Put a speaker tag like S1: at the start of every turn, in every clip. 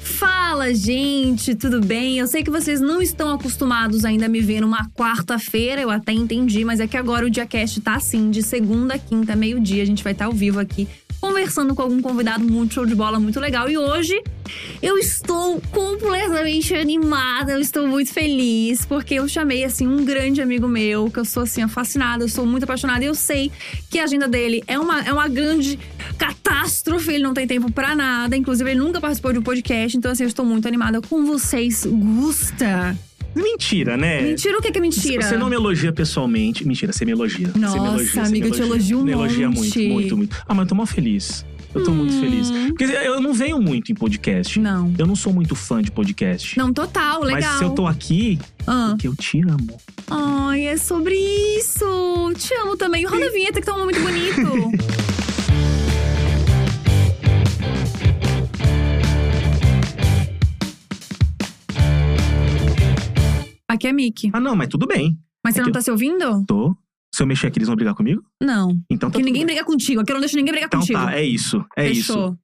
S1: Fala, gente, tudo bem? Eu sei que vocês não estão acostumados ainda a me ver numa quarta-feira, eu até entendi, mas é que agora o Diacast tá assim, de segunda a quinta, meio-dia, a gente vai estar ao vivo aqui conversando com algum convidado muito show de bola, muito legal. E hoje eu estou completamente animada, eu estou muito feliz, porque eu chamei assim um grande amigo meu, que eu sou assim fascinada, eu sou muito apaixonada e eu sei que a agenda dele é uma, é uma grande catástrofe, ele não tem tempo pra nada, inclusive ele nunca participou de um podcast, então assim eu estou muito animada com vocês, Gusta.
S2: Mentira, né?
S1: Mentira, o que é, que é mentira?
S2: Você não me elogia pessoalmente. Mentira, você me elogia. Você me
S1: Nossa,
S2: elogia, você me
S1: amiga, eu te elogio um
S2: Me elogia
S1: monte.
S2: muito, muito, muito. Ah, mas eu tô mó feliz. Eu tô muito
S1: Hum.
S2: feliz. Porque eu não venho muito em podcast.
S1: Não.
S2: Eu não sou muito fã de podcast.
S1: Não, total, legal.
S2: Mas se eu tô aqui,
S1: Ah.
S2: porque eu te amo.
S1: Ai, é sobre isso. Te amo também. Roda a vinheta que tá um momento bonito. Aqui é Mickey.
S2: Ah, não, mas tudo bem.
S1: Mas você não
S2: Aqui
S1: tá se ouvindo?
S2: Tô. Se eu mexer aqui, eles vão brigar comigo?
S1: Não.
S2: Então tá
S1: Porque
S2: tudo
S1: ninguém
S2: bem.
S1: briga contigo. Aqui eu não deixo ninguém brigar
S2: Então
S1: contigo.
S2: tá, é isso. É isso.
S1: Fechou.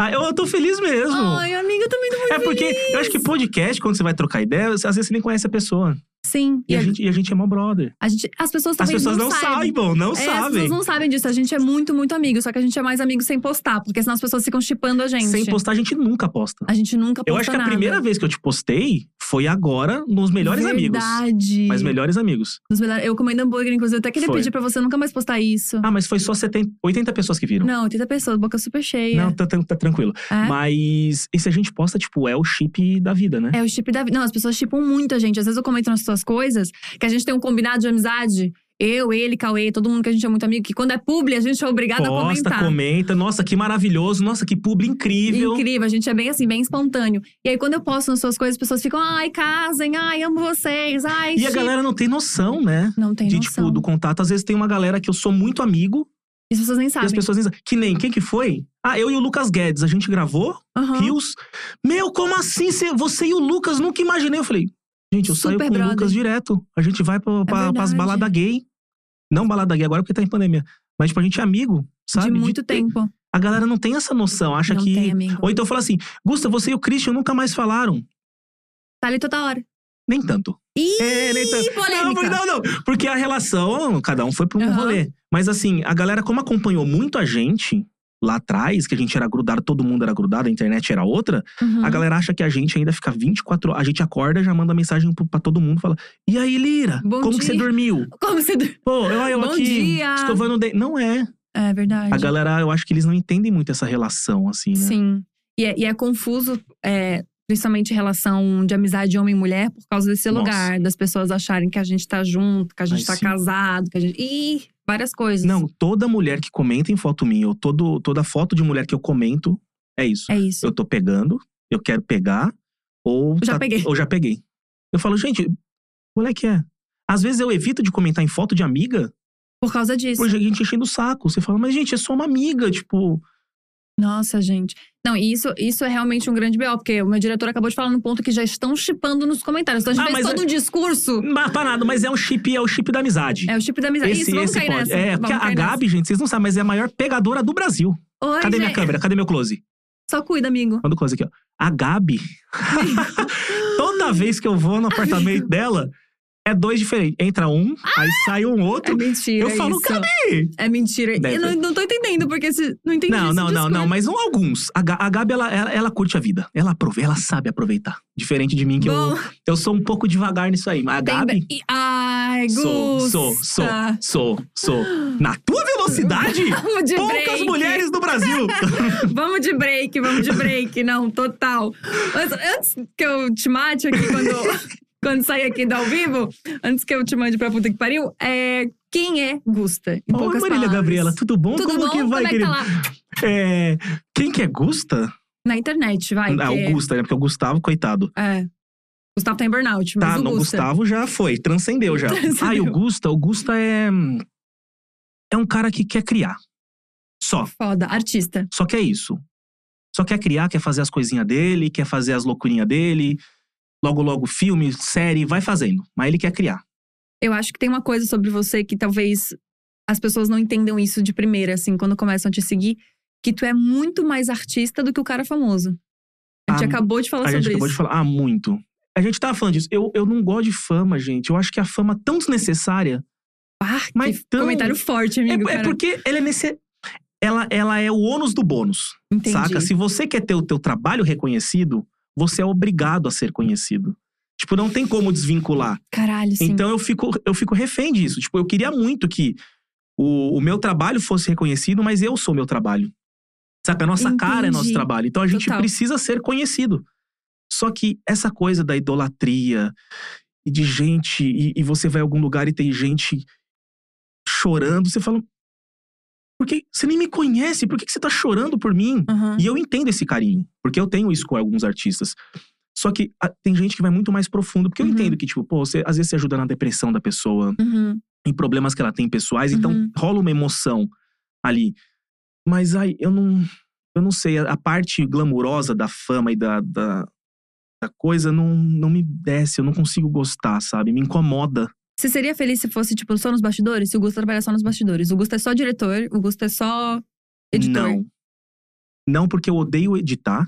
S2: Ah, eu, eu tô feliz mesmo.
S1: Ai, amiga, eu também tô muito
S2: é porque eu acho que podcast, quando você vai trocar ideia, às vezes você nem conhece a pessoa.
S1: Sim.
S2: E,
S1: E
S2: a,
S1: a-
S2: gente, e a gente é mó brother.
S1: a gente- as pessoas
S2: As
S1: também
S2: pessoas não,
S1: sabem.
S2: saibam, não
S1: É, As
S2: sabem.
S1: pessoas não sabem disso. A gente é muito, muito amigo. Só que a gente é mais amigo sem postar. Porque senão as pessoas ficam chipando a gente.
S2: Sem postar, a gente nunca posta.
S1: A gente nunca posta
S2: Eu acho que a
S1: nada.
S2: primeira vez que eu te postei foi agora nos Melhores Amigos.
S1: Verdade.
S2: Mas Melhores Amigos.
S1: Nos melhores- Eu comendo hambúrguer, inclusive. Eu até queria
S2: Foi.
S1: pedir pra você nunca mais postar isso.
S2: Ah, mas foi só 70, 80 pessoas que viram.
S1: Não, 80 pessoas, boca super cheia.
S2: Não, tá, tá- tá tranquilo.
S1: é?
S2: Mas esse a gente posta, tipo, é o chip da vida, né?
S1: É o chip da vida. Não, as pessoas chipam muito a gente. Às vezes eu comento nas suas coisas que a gente tem um combinado de amizade. Eu, ele, Cauê, todo mundo que a gente é muito amigo, que quando é publi, a gente é obrigado a
S2: Posta,
S1: comentar.
S2: comenta. Nossa, que maravilhoso. Nossa, que publi incrível.
S1: Incrível, a gente é bem assim, bem espontâneo. E aí, quando eu posto nas suas coisas, as pessoas ficam, ai, casem, ai, amo vocês, ai,
S2: E a
S1: chip."
S2: galera não tem noção, né?
S1: Não tem
S2: de,
S1: noção.
S2: tipo, do contato. Às vezes tem uma galera que eu sou muito amigo
S1: E as pessoas nem
S2: e as
S1: sabem.
S2: pessoas dizem, que nem, quem que foi? Ah, eu e o Lucas Guedes, a gente gravou,
S1: Aham.
S2: Rios. Meu, como assim? Cê- você e o Lucas, nunca imaginei. Eu falei, gente, eu saio
S1: Super
S2: com
S1: brother.
S2: o Lucas direto. A gente vai pra, pra, pras
S1: verdade.
S2: baladas gay. Não balada gay agora, porque tá em pandemia. Mas, tipo, a gente é amigo, sabe?
S1: De muito
S2: ter-
S1: tempo.
S2: A galera não tem essa noção, acha
S1: não
S2: que…
S1: tem, amigo.
S2: Ou então fala assim, Gusta, você e o Christian nunca mais falaram.
S1: Tá ali toda hora.
S2: Nem tanto.
S1: Ih,
S2: É, nem tanto. Não,
S1: polêmica.
S2: porque- não, não. Porque a relação, cada um foi pra um
S1: Aham.
S2: rolê. Mas assim, a galera, como acompanhou muito a gente lá atrás, que a gente era grudado, todo mundo era grudado, a internet era outra,
S1: Uhum.
S2: a galera acha que a gente ainda fica 24 horas. A gente acorda, já manda mensagem pro- pra todo mundo, fala: E aí, Lira?
S1: Bom
S2: como que
S1: dia."
S2: você dormiu?
S1: Como você.
S2: Pô, eu, eu
S1: Bom
S2: aqui
S1: dia.
S2: escovando o dente. Não é.
S1: É verdade.
S2: A galera, eu acho que eles não entendem muito essa relação, assim, né?
S1: Sim. E é, e é confuso, é, principalmente em relação de amizade de homem e mulher, por causa desse
S2: Nossa.
S1: lugar, das pessoas acharem que a gente tá junto, que a gente
S2: Ai,
S1: tá
S2: sim.
S1: casado, que a gente. Ih, várias coisas.
S2: Não, toda mulher que comenta em foto minha, ou todo, toda foto de mulher que eu comento, é isso.
S1: É isso.
S2: Eu tô pegando, eu quero pegar, ou. tá,
S1: já peguei.
S2: Ou já peguei. Eu falo, gente, moleque é. Às vezes eu evito de comentar em foto de amiga,
S1: Por causa disso.
S2: por gente enchendo o saco. Você fala, mas gente, é só uma amiga, tipo.
S1: Nossa, gente. Não, e isso, isso é realmente um grande B.O., porque o meu diretor acabou de falar num ponto que já estão chipando nos comentários. Então a gente
S2: Ah,
S1: fez
S2: mas
S1: todo um discurso.
S2: Mas pra nada, mas é um chip, é o chip da amizade.
S1: É o chip da amizade. isso, vamos cair
S2: pode.
S1: nessa. é.
S2: É, porque
S1: vamos
S2: a
S1: cair
S2: Gabi, gente, vocês não sabem, mas é a maior pegadora do Brasil.
S1: nessa. Oi,
S2: Cadê minha
S1: gente?
S2: câmera? Cadê meu close?
S1: Só cuida, amigo.
S2: Manda o close aqui, ó. A Gabi, toda vez que eu vou no apartamento dela, é dois diferentes. Entra um, aí sai um
S1: É
S2: outro.
S1: mentira.
S2: Eu falo,
S1: isso.
S2: cadê?
S1: É mentira.
S2: Deve.
S1: Eu não, não tô entendendo, porque esse, não Ah, entendi
S2: Não,
S1: esse
S2: não, não,
S1: discurso.
S2: não, mas não alguns. A, Ga- a Gabi, ela, ela, ela curte a vida. Ela aproveita, ela sabe aproveitar. Diferente de mim, que eu,
S1: Bom,
S2: eu sou um pouco devagar nisso aí. Mas a
S1: tem...
S2: Gabi.
S1: e- Ai,
S2: Sou,
S1: Gusta.
S2: sou, sou, sou, sou. Na tua velocidade?
S1: Vamos de
S2: Poucas
S1: break.
S2: mulheres do Brasil.
S1: Vamos de break, vamos de break. Não, total. Mas antes que eu te mate aqui quando, quando sair aqui do ao vivo, antes que eu te mande pra puta que pariu, é quem é Gusta? Em
S2: Oi,
S1: poucas
S2: Marília
S1: palavras.
S2: Gabriela, tudo bom?
S1: Tudo
S2: Como
S1: bom?
S2: que vai,
S1: Como é que
S2: querido?
S1: tá lá?
S2: É, quem que é Gusta?
S1: Na internet, vai.
S2: ah,
S1: que é-
S2: o Gusta, né? Porque o Gustavo, coitado.
S1: É. Gustavo tá em burnout, mas
S2: Tá,
S1: o
S2: não,
S1: Gusta.
S2: Gustavo já foi, transcendeu já.
S1: Transcendeu.
S2: Ah, e o Gusta, o Gusta é. É um cara que quer criar. Só.
S1: Foda, artista.
S2: Só que é isso. Só quer criar, quer fazer as coisinhas dele, quer fazer as loucurinhas dele. Logo, logo, filme, série, vai fazendo. Mas ele quer criar.
S1: Eu acho que tem uma coisa sobre você que talvez as pessoas não entendam isso de primeira, assim, quando começam a te seguir, que tu é muito mais artista do que o cara famoso. É A gente acabou de falar
S2: Ah, a
S1: sobre
S2: gente acabou
S1: isso.
S2: de falar. Ah, muito. A gente tava falando disso. Eu, eu não gosto de fama, gente. Eu acho que a fama é tão desnecessária.
S1: Ah,
S2: Mas
S1: que
S2: tão-
S1: comentário forte,
S2: É,
S1: amigo.
S2: é
S1: cara.
S2: porque ela é nesse. Ela, ela é o ônus do bônus,
S1: Entendi.
S2: saca? assim. Se você quer ter o teu trabalho reconhecido, você é obrigado a ser conhecido. Tipo, não tem como desvincular.
S1: Caralho, sim.
S2: Então eu fico, eu fico refém disso. Tipo, eu queria muito que o, o meu trabalho fosse reconhecido, mas eu sou meu trabalho. Saca? A nossa cara é nosso
S1: Entendi.
S2: trabalho. Então a gente
S1: Total.
S2: precisa ser conhecido. Só que essa coisa da idolatria e de gente, e, e você vai a algum lugar e tem gente chorando, você fala. Porque você nem me conhece, por que, que você tá chorando por mim?
S1: Aham.
S2: E eu entendo esse carinho, porque eu tenho isso com alguns artistas. Só que ah, tem gente que vai muito mais profundo, porque eu
S1: Uhum.
S2: entendo que, tipo, pô, você, às vezes você ajuda na depressão da pessoa,
S1: Uhum.
S2: em problemas que ela tem pessoais,
S1: Uhum.
S2: então rola uma emoção ali. Mas ai, eu não. Eu não sei, a, a parte glamurosa da fama e da, da, da coisa não, não me desce, eu não consigo gostar, sabe? Me incomoda.
S1: Você seria feliz se fosse, tipo, só nos bastidores? Se o Gusto trabalhar só nos bastidores. O Gusto é só diretor, o Gusto é só editor.
S2: Não. Não, porque eu odeio editar.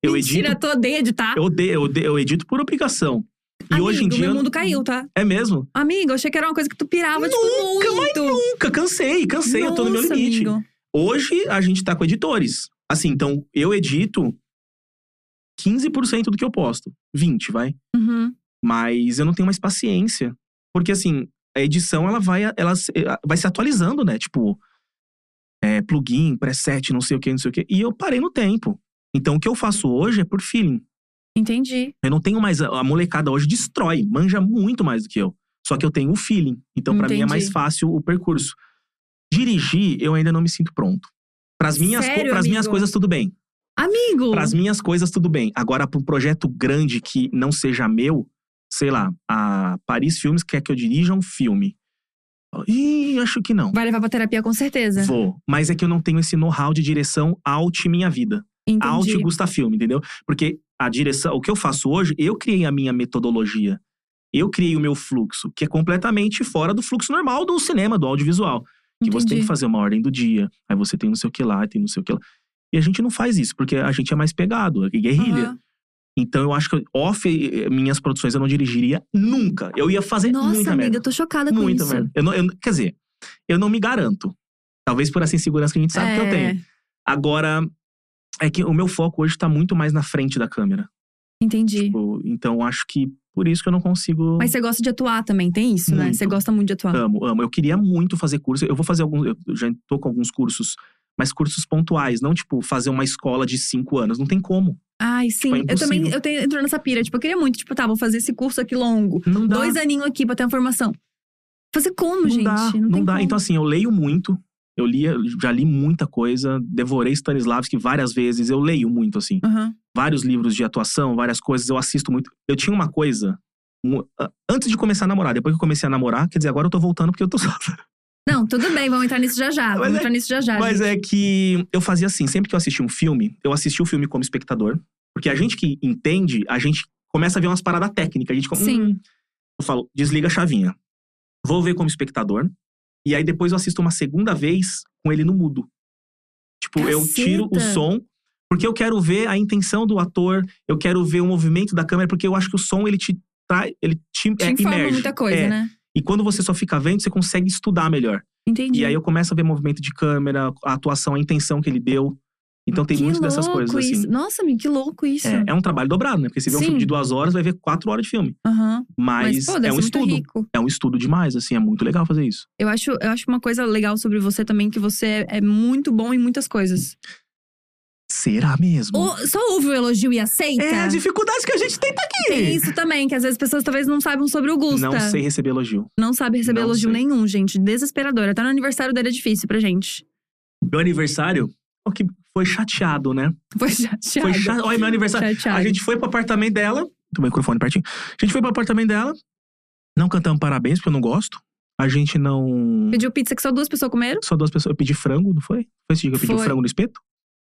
S2: Eu
S1: Mentira,
S2: edito.
S1: tu odeia editar.
S2: Eu odeio, eu odeio, eu edito por obrigação. E
S1: Amigo,
S2: hoje em dia.
S1: meu mundo caiu, tá?
S2: É mesmo?
S1: Amigo, eu achei que era uma coisa que tu pirava, tipo, muito.
S2: Nunca, cansei, cansei, eu tô no meu
S1: Nossa,
S2: limite.
S1: amigo.
S2: Hoje a gente tá com editores. Assim, então eu edito 15% do que eu posto. 20, vai.
S1: Uhum.
S2: Mas eu não tenho mais paciência. Porque assim, a edição ela vai, ela se- eh, vai se atualizando, né? Tipo, é, plugin, preset, não sei o que, não sei o que. E eu parei no tempo. Então o que eu faço hoje é por feeling.
S1: Entendi.
S2: Eu não tenho mais. A a molecada hoje destrói, manja muito mais do que eu. Só que eu tenho o feeling. Então, pra mim, é
S1: Entendi.
S2: mais fácil o percurso. Dirigir, eu ainda não me sinto pronto. Para as minhas, co-
S1: Sério,
S2: pras minhas
S1: amigo?
S2: coisas, tudo bem.
S1: Amigo!
S2: Para as minhas coisas, tudo bem. Agora, para um projeto grande que não seja meu, sei lá, a Paris Filmes quer que eu dirija um filme. Ih, acho que não.
S1: Vai levar pra terapia com certeza.
S2: Vou. Mas é que eu não tenho esse know-how de direção alt minha vida. Alt
S1: Entendi.
S2: Gusta Filme, entendeu? Porque a direção, o que eu faço hoje, eu criei a minha metodologia. Eu criei o meu fluxo, que é completamente fora do fluxo normal do cinema, do audiovisual. Que você tem que
S1: Entendi.
S2: fazer uma ordem do dia, aí você tem não sei o que lá, tem não sei o que lá. E a gente não faz isso, porque a gente é mais pegado, é guerrilha.
S1: Aham.
S2: Então eu acho que off eh, minhas produções eu não dirigiria nunca. Eu ia fazer
S1: Nossa,
S2: muita
S1: amiga,
S2: merda.
S1: eu tô chocada com
S2: Muita
S1: isso.
S2: merda. Eu não, eu, quer dizer, eu não me garanto. Talvez por essa insegurança que a gente sabe que eu
S1: É.
S2: tenho. Agora, é que o meu foco hoje tá muito mais na frente da câmera.
S1: Entendi.
S2: Tipo, então acho que por isso que eu não consigo.
S1: Mas você gosta de atuar também, tem isso, né?
S2: Muito. É.
S1: Você gosta muito de atuar.
S2: Amo, amo. Eu queria muito fazer curso. Eu vou fazer alguns. Eu já tô com alguns cursos, mas cursos pontuais, não tipo fazer uma escola de cinco anos. Não tem como.
S1: Ai, sim.
S2: é
S1: eu
S2: impossível.
S1: também eu tenho, entro nessa pira. Tipo, eu queria muito, tipo, tá, vou fazer esse curso aqui longo.
S2: Não dá.
S1: Dois aninhos aqui pra ter uma formação. Fazer como,
S2: não
S1: gente?
S2: dá,
S1: não tem
S2: dá.
S1: como.
S2: Então, assim, eu leio muito. Eu lia, já li muita coisa, devorei Stanislavski várias vezes, eu leio muito, assim.
S1: Aham.
S2: vários livros de atuação, várias coisas, eu assisto muito. Eu tinha uma coisa. um- a- antes de começar a namorar, depois que eu comecei a namorar, quer dizer, agora eu tô voltando porque eu tô só.
S1: Não, tudo bem, vamos entrar nisso já já.
S2: Mas
S1: Vamos
S2: é-
S1: entrar nisso já já.
S2: Mas
S1: gente.
S2: é que eu fazia assim, sempre que eu assistia um filme, eu assistia o filme como espectador. Porque a gente que entende, a gente começa a ver umas paradas técnicas. A gente "Hum, come,
S1: Sim.
S2: eu falo, desliga a chavinha. Vou ver como espectador. E aí depois eu assisto uma segunda vez com ele no mudo. Tipo, eu
S1: Caceta!
S2: tiro o som, porque eu quero ver a intenção do ator, eu quero ver o movimento da câmera, porque eu acho que o som ele te traz, ele te,
S1: Te
S2: é,
S1: informa
S2: imerge.
S1: muita coisa,
S2: É.
S1: né?
S2: E quando você só fica vendo, você consegue estudar melhor.
S1: Entendi.
S2: E aí eu começo a ver movimento de câmera, a atuação, a intenção que ele deu. Então tem
S1: que
S2: muitas
S1: louco
S2: dessas coisas assim.
S1: isso. Nossa, amigo, que louco isso.
S2: É, é um trabalho dobrado, né? Porque você vê um
S1: Sim.
S2: filme de duas horas, vai ver quatro horas de filme.
S1: Aham.
S2: Mas,
S1: Mas, pô, deve
S2: é um
S1: ser muito
S2: estudo.
S1: rico.
S2: É um estudo demais, assim, é muito legal fazer isso.
S1: Eu acho, eu acho uma coisa legal sobre você também, que você é, é muito bom em muitas coisas.
S2: Será mesmo?
S1: Ou- só ouve o elogio e aceita?
S2: É a dificuldade que a gente tem tá aqui.
S1: Tem isso também, que às vezes as pessoas talvez não saibam sobre o Gusta.
S2: Não sei receber elogio.
S1: Não sabe receber
S2: Não
S1: elogio
S2: sei.
S1: nenhum, gente. Desesperador. Até no aniversário dele é difícil pra gente.
S2: Meu aniversário? O que foi chateado, né?
S1: Foi chateado.
S2: Foi cha... Olha, meu aniversário.
S1: Chateado.
S2: A gente foi pro apartamento dela. Tem o microfone pertinho. A gente foi pro apartamento dela. Não cantamos parabéns, porque eu não gosto. A gente não.
S1: Pediu pizza que só duas pessoas comeram?
S2: Só duas pessoas. Eu pedi frango, não foi? Foi esse dia que eu pedi o
S1: Foi.
S2: frango no espeto?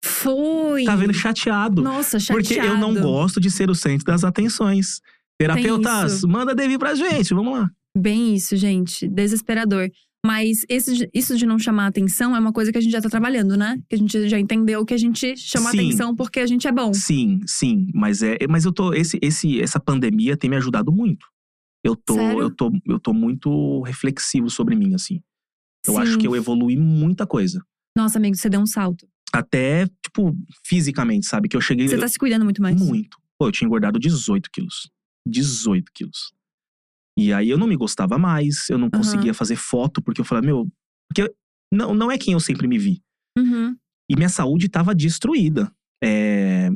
S1: Foi.
S2: Tá vendo chateado.
S1: Nossa, chateado.
S2: Porque eu não gosto de ser o centro das atenções. Terapeutas,
S1: isso.
S2: manda Devi pra gente, vamos lá.
S1: Bem isso, gente. Desesperador. Mas esse de- isso de não chamar atenção é uma coisa que a gente já tá trabalhando, né? Que a gente já entendeu que a gente chama
S2: Sim.
S1: atenção porque a gente é bom.
S2: Sim, sim, mas é, mas eu tô esse, esse essa pandemia tem me ajudado muito. Eu tô,
S1: Sério?
S2: eu tô, eu tô muito reflexivo sobre mim assim. Eu acho
S1: Sim.
S2: que eu evoluí muita coisa,
S1: Nossa, amigo, você deu um salto.
S2: até tipo fisicamente, sabe? Que eu cheguei
S1: Você tá se cuidando muito mais.
S2: muito. Pô, eu tinha engordado 18 quilos, 18 quilos. E aí eu não me gostava mais, eu não conseguia fazer foto porque eu falava meu, porque eu- não não é quem eu sempre me vi.
S1: Uhum.
S2: E minha saúde estava destruída. É,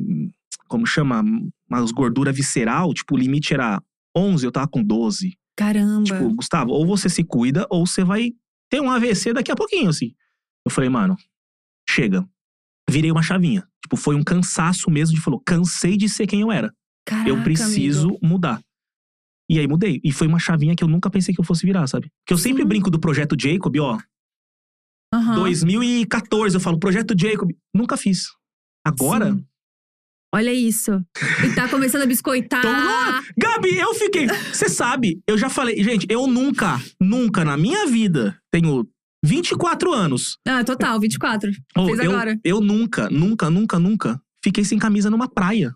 S2: como chama? Umas gordura visceral, tipo, o limite era 11, eu tava com 12.
S1: Caramba.
S2: Tipo, Gustavo, ou você se cuida, ou você vai ter um AVC daqui a pouquinho, assim. Eu falei, mano, chega. Virei uma chavinha. Tipo, foi um cansaço mesmo de falou, cansei de ser quem eu era.
S1: Caraca,
S2: eu preciso
S1: amigo.
S2: mudar. E aí mudei. E foi uma chavinha que eu nunca pensei que eu fosse virar, sabe? Porque eu sempre
S1: Sim.
S2: brinco do projeto Jacob, ó.
S1: Aham.
S2: 2014, eu falo, projeto Jacob. Nunca fiz. Agora,
S1: Sim. Olha isso. E tá começando a biscoitar.
S2: Então, ah, Gabi, eu fiquei. Você sabe, eu já falei, gente, eu nunca, nunca na minha vida tenho 24 anos.
S1: Ah, total, 24.
S2: Ou
S1: Fez
S2: eu,
S1: agora.
S2: eu nunca, nunca, nunca, nunca fiquei sem camisa numa praia.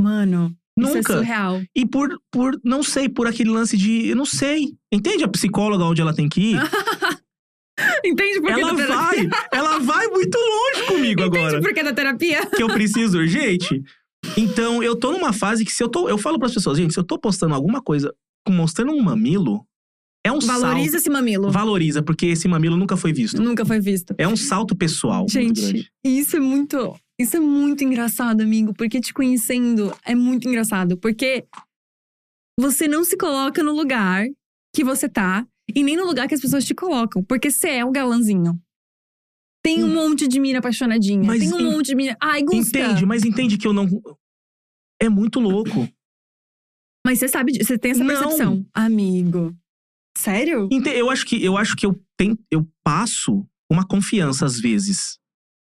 S1: Mano, isso é
S2: Nunca.
S1: surreal.
S2: e por, por, não sei, por aquele lance de. Eu não sei. Entende a psicóloga onde ela tem que ir?
S1: Entende por que tá
S2: ela
S1: da terapia?
S2: vai. Ela vai muito longe comigo agora.
S1: Entende por que da terapia?
S2: que eu preciso urgente. Então, eu tô numa fase que se eu tô. Eu falo pras pessoas, gente, se eu tô postando alguma coisa mostrando um mamilo, é um
S1: Valoriza esse mamilo.
S2: salto. Valoriza, porque esse mamilo nunca foi visto.
S1: Nunca foi visto.
S2: É um salto pessoal muito grande.
S1: Gente, isso é muito. Isso é muito engraçado, amigo, porque te conhecendo é muito engraçado. Porque você não se coloca no lugar que você tá e nem no lugar que as pessoas te colocam. Porque você é um galãzinho. Tem um monte de mina apaixonadinha.
S2: Hum. Mas
S1: tem um
S2: en-
S1: monte de mina. Ai, Gusta.
S2: Entende? Mas entende que eu não. É muito louco.
S1: Mas você sabe, disso, você tem essa
S2: Não.
S1: percepção. Amigo. Sério?
S2: Ente- Eu acho que eu acho que eu tenho, eu passo uma confiança às vezes.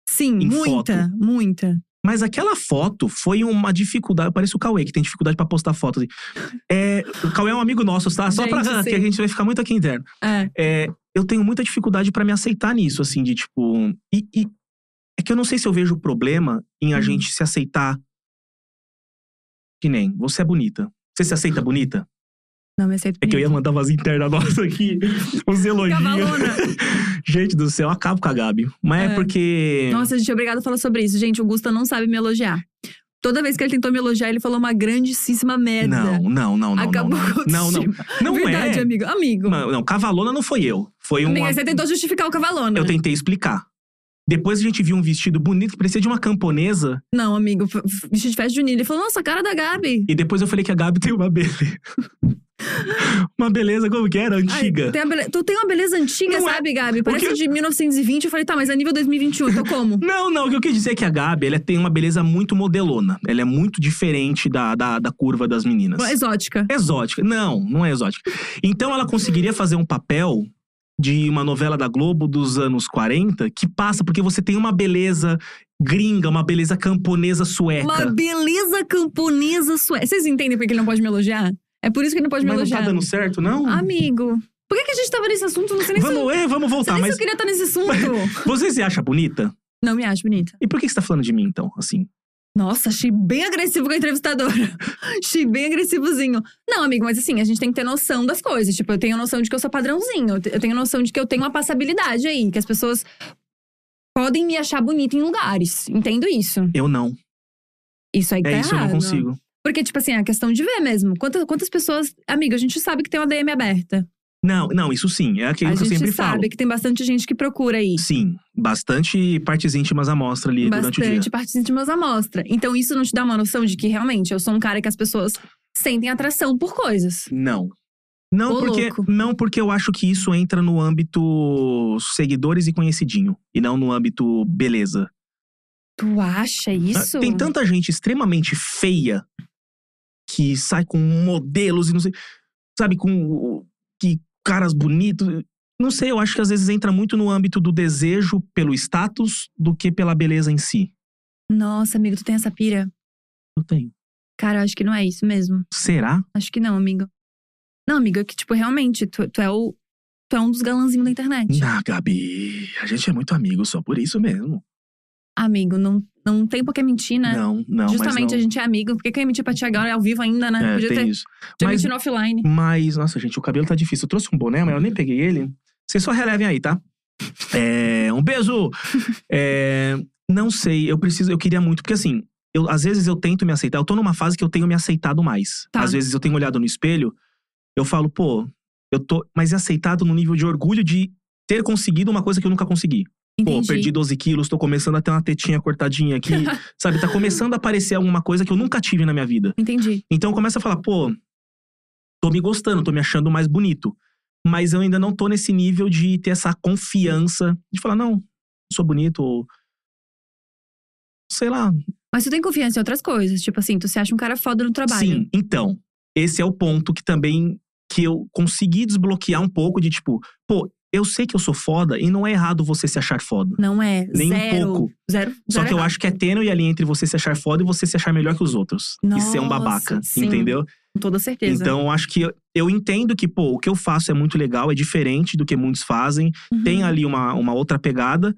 S1: Sim,
S2: Em
S1: muita, muita.
S2: Mas aquela foto foi uma dificuldade. Parece o Cauê, que tem dificuldade pra postar foto. assim. É, o Cauê é um amigo nosso, tá? Só pra.
S1: Gente, sim.
S2: Que a gente vai ficar muito aqui interno.
S1: É.
S2: é, eu tenho muita dificuldade pra me aceitar nisso, assim, de tipo. E, e é que eu não sei se eu vejo problema em a
S1: Hum.
S2: gente se aceitar. Que nem, você é bonita. Você se aceita bonita?
S1: Não, me aceito.
S2: É que eu ia mandar umas internas nossas aqui, os elogios.
S1: Cavalona.
S2: Gente do céu, eu acabo com a Gabi. Mas é,
S1: É.
S2: porque.
S1: Nossa, gente, obrigada a falar sobre isso. Gente, o Gusta não sabe me elogiar. Toda vez que ele tentou me elogiar, ele falou uma grandíssima merda.
S2: não, não, não, não.
S1: Acabou
S2: não,
S1: com a
S2: não, não,
S1: autoestima.
S2: não. Não
S1: Verdade,
S2: é.
S1: amigo. Amigo.
S2: Não, não, cavalona não foi eu. Foi um.
S1: Amiga, você é tentou justificar o cavalona.
S2: Eu tentei explicar. Depois a gente viu um vestido bonito que parecia de uma camponesa.
S1: Não, amigo. f- f- Vestido de festa junina. Ele falou, nossa, a cara da Gabi.
S2: E depois eu falei que a Gabi tem uma beleza. uma beleza como que era?
S1: Ai,
S2: Antiga.
S1: tem a bele- Tu tem uma beleza antiga,
S2: Não é.
S1: sabe, Gabi? Parece
S2: que-
S1: de 1920. Eu falei, tá, mas é nível 2021, então como?
S2: Não, não, o que eu quis dizer é que a Gabi ela tem uma beleza muito modelona. Ela é muito diferente da, da, da curva das meninas.
S1: Exótica.
S2: Exótica. Não, não é exótica. Então ela conseguiria fazer um papel de uma novela da Globo dos anos 40 que passa porque você tem uma beleza gringa, uma beleza camponesa sueca.
S1: Uma beleza camponesa sueca. Vocês entendem por que ele não pode me elogiar? É por isso que ele não pode
S2: Mas
S1: me
S2: não tá
S1: elogiar.
S2: dando certo, não?
S1: Ah, Amigo, por que, que a gente tava nesse assunto? Eu Não sei nem se eu-
S2: vamos, é, vamos
S1: Você
S2: voltar.
S1: nem se
S2: Mas
S1: eu queria estar nesse assunto.
S2: você se acha bonita?
S1: Não me acho bonita.
S2: E por que que você tá falando de mim, então, assim?
S1: Nossa, achei bem agressivo com a entrevistadora. achei bem agressivozinho. Não, amigo, mas assim, a gente tem que ter noção das coisas. Tipo, eu tenho noção de que eu sou padrãozinho. Eu te- Eu tenho noção de que eu tenho uma passabilidade aí. Que as pessoas podem me achar bonita em lugares. Entendo isso.
S2: Eu não.
S1: Isso aí que
S2: É
S1: tá
S2: isso, eu
S1: errado.
S2: não consigo.
S1: Porque, tipo assim, é a questão de ver mesmo. Quantas, quantas pessoas… Amigo, a gente sabe que tem uma DM aberta.
S2: Não, não, isso sim. É aquilo
S1: a
S2: que eu
S1: gente
S2: sempre
S1: sabe que tem bastante gente que procura aí.
S2: falo. Sim, bastante partes íntimas à mostra ali durante o dia.
S1: bastante partes íntimas à mostra. Então isso não te dá uma noção de que realmente eu sou um cara que as pessoas sentem atração por coisas.
S2: Não. Não
S1: Ô,
S2: porque,
S1: louco.
S2: não porque eu acho que isso entra no âmbito seguidores e conhecidinho. E não no âmbito beleza.
S1: Tu acha isso?
S2: Ah, Tem tanta gente extremamente feia que sai com modelos e não sei. Sabe, com o- que caras bonitos. Não sei, eu acho que às vezes entra muito no âmbito do desejo pelo status do que pela beleza em si.
S1: Nossa, amigo, tu tem essa pira?
S2: Eu tenho.
S1: Cara, eu acho que não é isso mesmo.
S2: Será?
S1: Acho que não, amigo. Não, amigo, é que, tipo, realmente, tu, tu é o. Tu é um dos galãzinhos da internet.
S2: Ah, Gabi, a gente é muito amigo só por isso mesmo.
S1: Amigo, não, não tem por que mentir, né?
S2: Não, não,
S1: Justamente a
S2: mas
S1: gente é amigo, porque quem mentir pra ti agora é ao vivo ainda,
S2: não.
S1: né?
S2: é,
S1: Podia
S2: tem
S1: ter
S2: isso.
S1: podia
S2: Mas,
S1: mentir no offline.
S2: mas, nossa, gente, o cabelo tá difícil. Eu trouxe um boné, mas eu nem peguei ele. Vocês só relevem aí, tá? É, um beijo! É, não sei, eu preciso, eu queria muito, porque assim, eu, às vezes eu tento me aceitar. Eu tô numa fase que eu tenho me aceitado mais.
S1: Tá.
S2: Às vezes eu tenho olhado no espelho, eu falo, pô, eu tô. Mas é aceitado no nível de orgulho de ter conseguido uma coisa que eu nunca consegui. Pô,
S1: Entendi.
S2: perdi 12 quilos, tô começando a ter uma tetinha cortadinha aqui. sabe, tá começando a aparecer alguma coisa que eu nunca tive na minha vida.
S1: Entendi.
S2: Então começa a falar, pô, tô me gostando, tô me achando mais bonito. Mas eu ainda não tô nesse nível de ter essa confiança de falar, não, sou bonito, ou. Sei lá.
S1: Mas tu tem confiança em outras coisas. Tipo assim, tu se acha um cara foda no trabalho.
S2: Sim, então. Esse é o ponto que também que eu consegui desbloquear um pouco de tipo, pô, eu sei que eu sou foda e não é errado você se achar foda.
S1: Não é.
S2: Nem
S1: zero.
S2: um pouco.
S1: Zero.
S2: Só
S1: zero
S2: que eu
S1: errado.
S2: acho que é tênue ali entre você se achar foda e você se achar melhor que os outros. e ser um
S1: Nossa,
S2: babaca,
S1: sim.
S2: entendeu?
S1: Com toda certeza.
S2: Então, eu acho que eu, eu entendo que, pô, o que eu faço é muito legal, é diferente do que muitos fazem.
S1: Uhum.
S2: Tem ali uma, uma outra pegada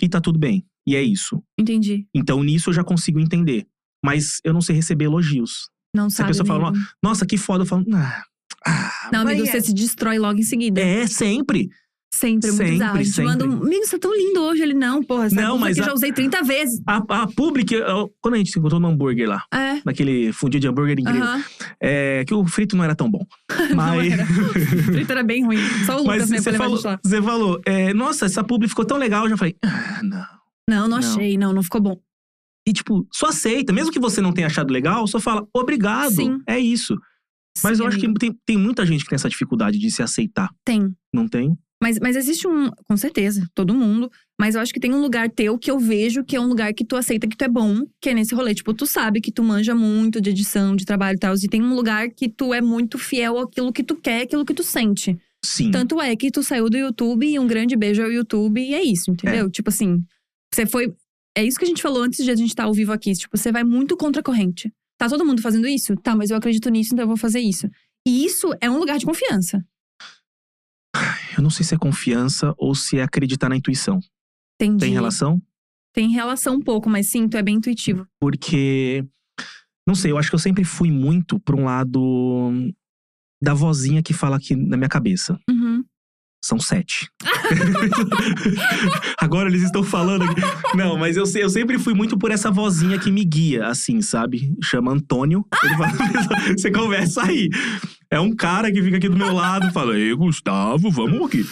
S2: e tá tudo bem. E é isso.
S1: Entendi.
S2: Então, nisso eu já consigo entender. Mas eu não sei receber elogios.
S1: Não
S2: Se a
S1: sabe.
S2: pessoa fala,
S1: amigo.
S2: Nossa, que foda. Eu falo, ah, ah,
S1: Não, amigo,
S2: mas
S1: você se destrói logo em seguida.
S2: é, é sempre.
S1: Sempre, é muito
S2: Sempre,
S1: bizarro. A gente
S2: sempre.
S1: manda um. Amigo, você é tão lindo hoje. Ele, não, porra. Essa
S2: Não,
S1: blusa
S2: mas
S1: aqui eu
S2: a-
S1: já usei 30 vezes.
S2: A, a public, eu- quando a gente se encontrou no hambúrguer lá,
S1: É.
S2: naquele fundido de hambúrguer incrível,
S1: Aham.
S2: é, que o frito não era tão bom.
S1: Não
S2: Mas-
S1: era. O frito era bem ruim. Só o Lucas
S2: Mas
S1: mesmo pra
S2: você
S1: levar a
S2: falou,
S1: gente lá.
S2: você falou é, nossa, essa publi ficou tão legal. Eu já falei, ah, não.
S1: Não, não
S2: Não.
S1: achei, não, não ficou bom.
S2: E, tipo, só aceita. Mesmo que você não tenha achado legal, só fala, obrigado.
S1: Sim.
S2: É isso. Mas
S1: Sim,
S2: eu acho
S1: amigo.
S2: que tem, tem muita gente que tem essa dificuldade de se aceitar.
S1: Tem.
S2: Não tem?
S1: Mas, mas existe um, com certeza, todo mundo. Mas eu acho que tem um lugar teu que eu vejo que é um lugar que tu aceita que tu é bom, que é nesse rolê. Tipo, tu sabe que tu manja muito de edição, de trabalho e tal. E tem um lugar que tu é muito fiel àquilo que tu quer, àquilo que tu sente.
S2: Sim.
S1: Tanto é que tu saiu do YouTube e um grande beijo ao YouTube e é isso, entendeu? Tipo assim, você foi. É isso que a gente falou antes de a gente estar ao vivo aqui. Tipo, você vai muito contra a corrente. Tá todo mundo fazendo isso? Tá, mas eu acredito nisso, então eu vou fazer isso. E isso é um lugar de confiança.
S2: Eu não sei se é confiança ou se é acreditar na intuição.
S1: Entendi.
S2: Tem relação?
S1: Tem relação um pouco, mas sim, tu é bem intuitivo.
S2: Porque. Não sei, eu acho que eu sempre fui muito pra um lado da vozinha que fala aqui na minha cabeça.
S1: Uhum.
S2: São sete. Agora eles estão falando. aqui. Não, mas eu, se- eu sempre fui muito por essa vozinha que me guia, assim, sabe? Chama Antônio. Ele fala, você conversa aí. É um cara que fica aqui do meu lado, fala, ei, Gustavo, vamos aqui.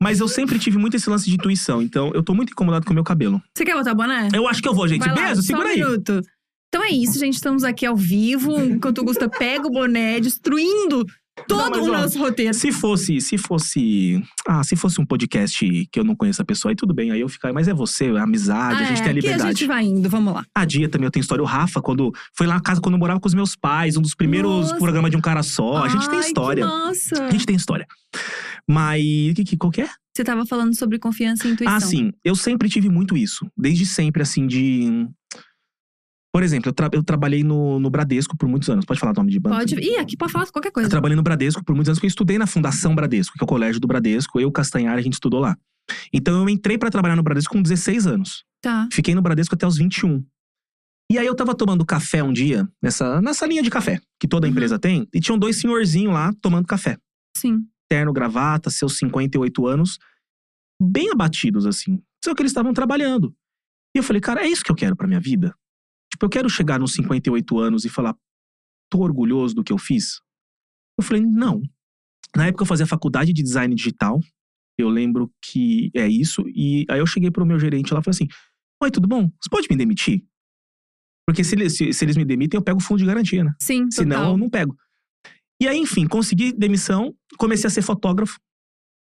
S2: Mas eu sempre tive muito esse lance de intuição, então eu tô muito incomodado com o meu cabelo.
S1: Você quer botar boné?
S2: Eu acho que eu vou, gente.
S1: Vai lá,
S2: Beijo,
S1: só
S2: segura
S1: um
S2: aí.
S1: minuto. Então é isso, gente. Estamos aqui ao vivo. Enquanto o Gusta pega o boné, destruindo todo
S2: Não, mas,
S1: o
S2: ó,
S1: nosso roteiro.
S2: Se fosse, se fosse. Ah, se fosse um podcast que eu não conheço a pessoa, aí tudo bem, aí eu ficar. Mas é você, é amizade, a gente
S1: é,
S2: tem a
S1: aqui
S2: liberdade.
S1: a gente vai indo, vamos lá.
S2: A dia também eu tenho história. O Rafa, quando foi lá na casa quando eu morava com os meus pais, um dos primeiros
S1: Nossa.
S2: programas de um cara só. a gente tem
S1: Ai, que
S2: história.
S1: Nossa.
S2: A gente tem história. Mas. Que, que, qual que é?
S1: Você tava falando sobre confiança e intuição.
S2: Ah, sim. Eu sempre tive muito isso. Desde sempre, assim, de. Por exemplo, eu, tra- eu trabalhei no, no Bradesco por muitos anos. Pode falar o nome de banco?
S1: Pode. Ih, aqui pode falar qualquer
S2: Eu
S1: coisa.
S2: trabalhei no Bradesco por muitos anos, porque eu estudei na Fundação Bradesco, que é o colégio do Bradesco. Eu, Castanhar, a gente estudou lá. Então eu entrei pra trabalhar no Bradesco com 16 anos.
S1: Tá.
S2: Fiquei no Bradesco até os 21. E aí eu tava tomando café um dia, nessa, nessa linha de café que toda
S1: Uhum.
S2: empresa tem, e tinham dois senhorzinhos lá tomando café.
S1: Sim.
S2: Terno, gravata, seus 58 anos, bem abatidos assim. Só que eles estavam trabalhando. E eu falei, cara, é isso que eu quero pra minha vida? Tipo, eu quero chegar nos 58 anos e falar, tô orgulhoso do que eu fiz? Eu falei, não. Na época eu fazia faculdade de design digital, eu lembro que é isso, e aí eu cheguei pro meu gerente lá e falei assim: Oi, tudo bom? Você pode me demitir? Porque se eles, se, se eles me demitem, eu pego o fundo de garantia, né?
S1: Sim,
S2: Senão
S1: total.
S2: eu não pego. E aí, enfim, consegui demissão, comecei a ser fotógrafo.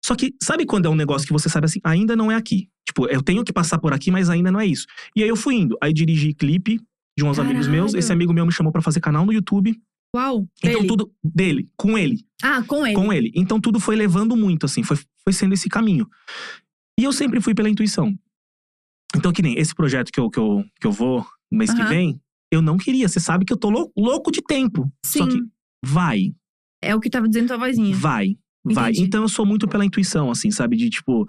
S2: Só que, sabe quando é um negócio que você sabe assim, ainda não é aqui? Tipo, eu tenho que passar por aqui, mas ainda não é isso. E aí eu fui indo. Aí dirigi clipe de uns amigos meus.
S1: Caralho.
S2: Esse amigo meu me chamou pra fazer canal no YouTube.
S1: Uau.
S2: Então
S1: Ele.
S2: tudo dele, com ele
S1: Ah, com ele.
S2: com ele. Então tudo foi levando muito, assim, foi, foi sendo esse caminho. E eu sempre fui pela intuição. Então, que nem esse projeto que eu, que eu, que eu vou no mês que
S1: Aham.
S2: vem, eu não queria. Você sabe que eu tô lou- louco de tempo.
S1: Sim.
S2: Só que vai,
S1: É o que tava dizendo tua vozinha.
S2: vai. Vai.
S1: Entendi.
S2: Então eu sou muito pela intuição, assim, sabe? De tipo,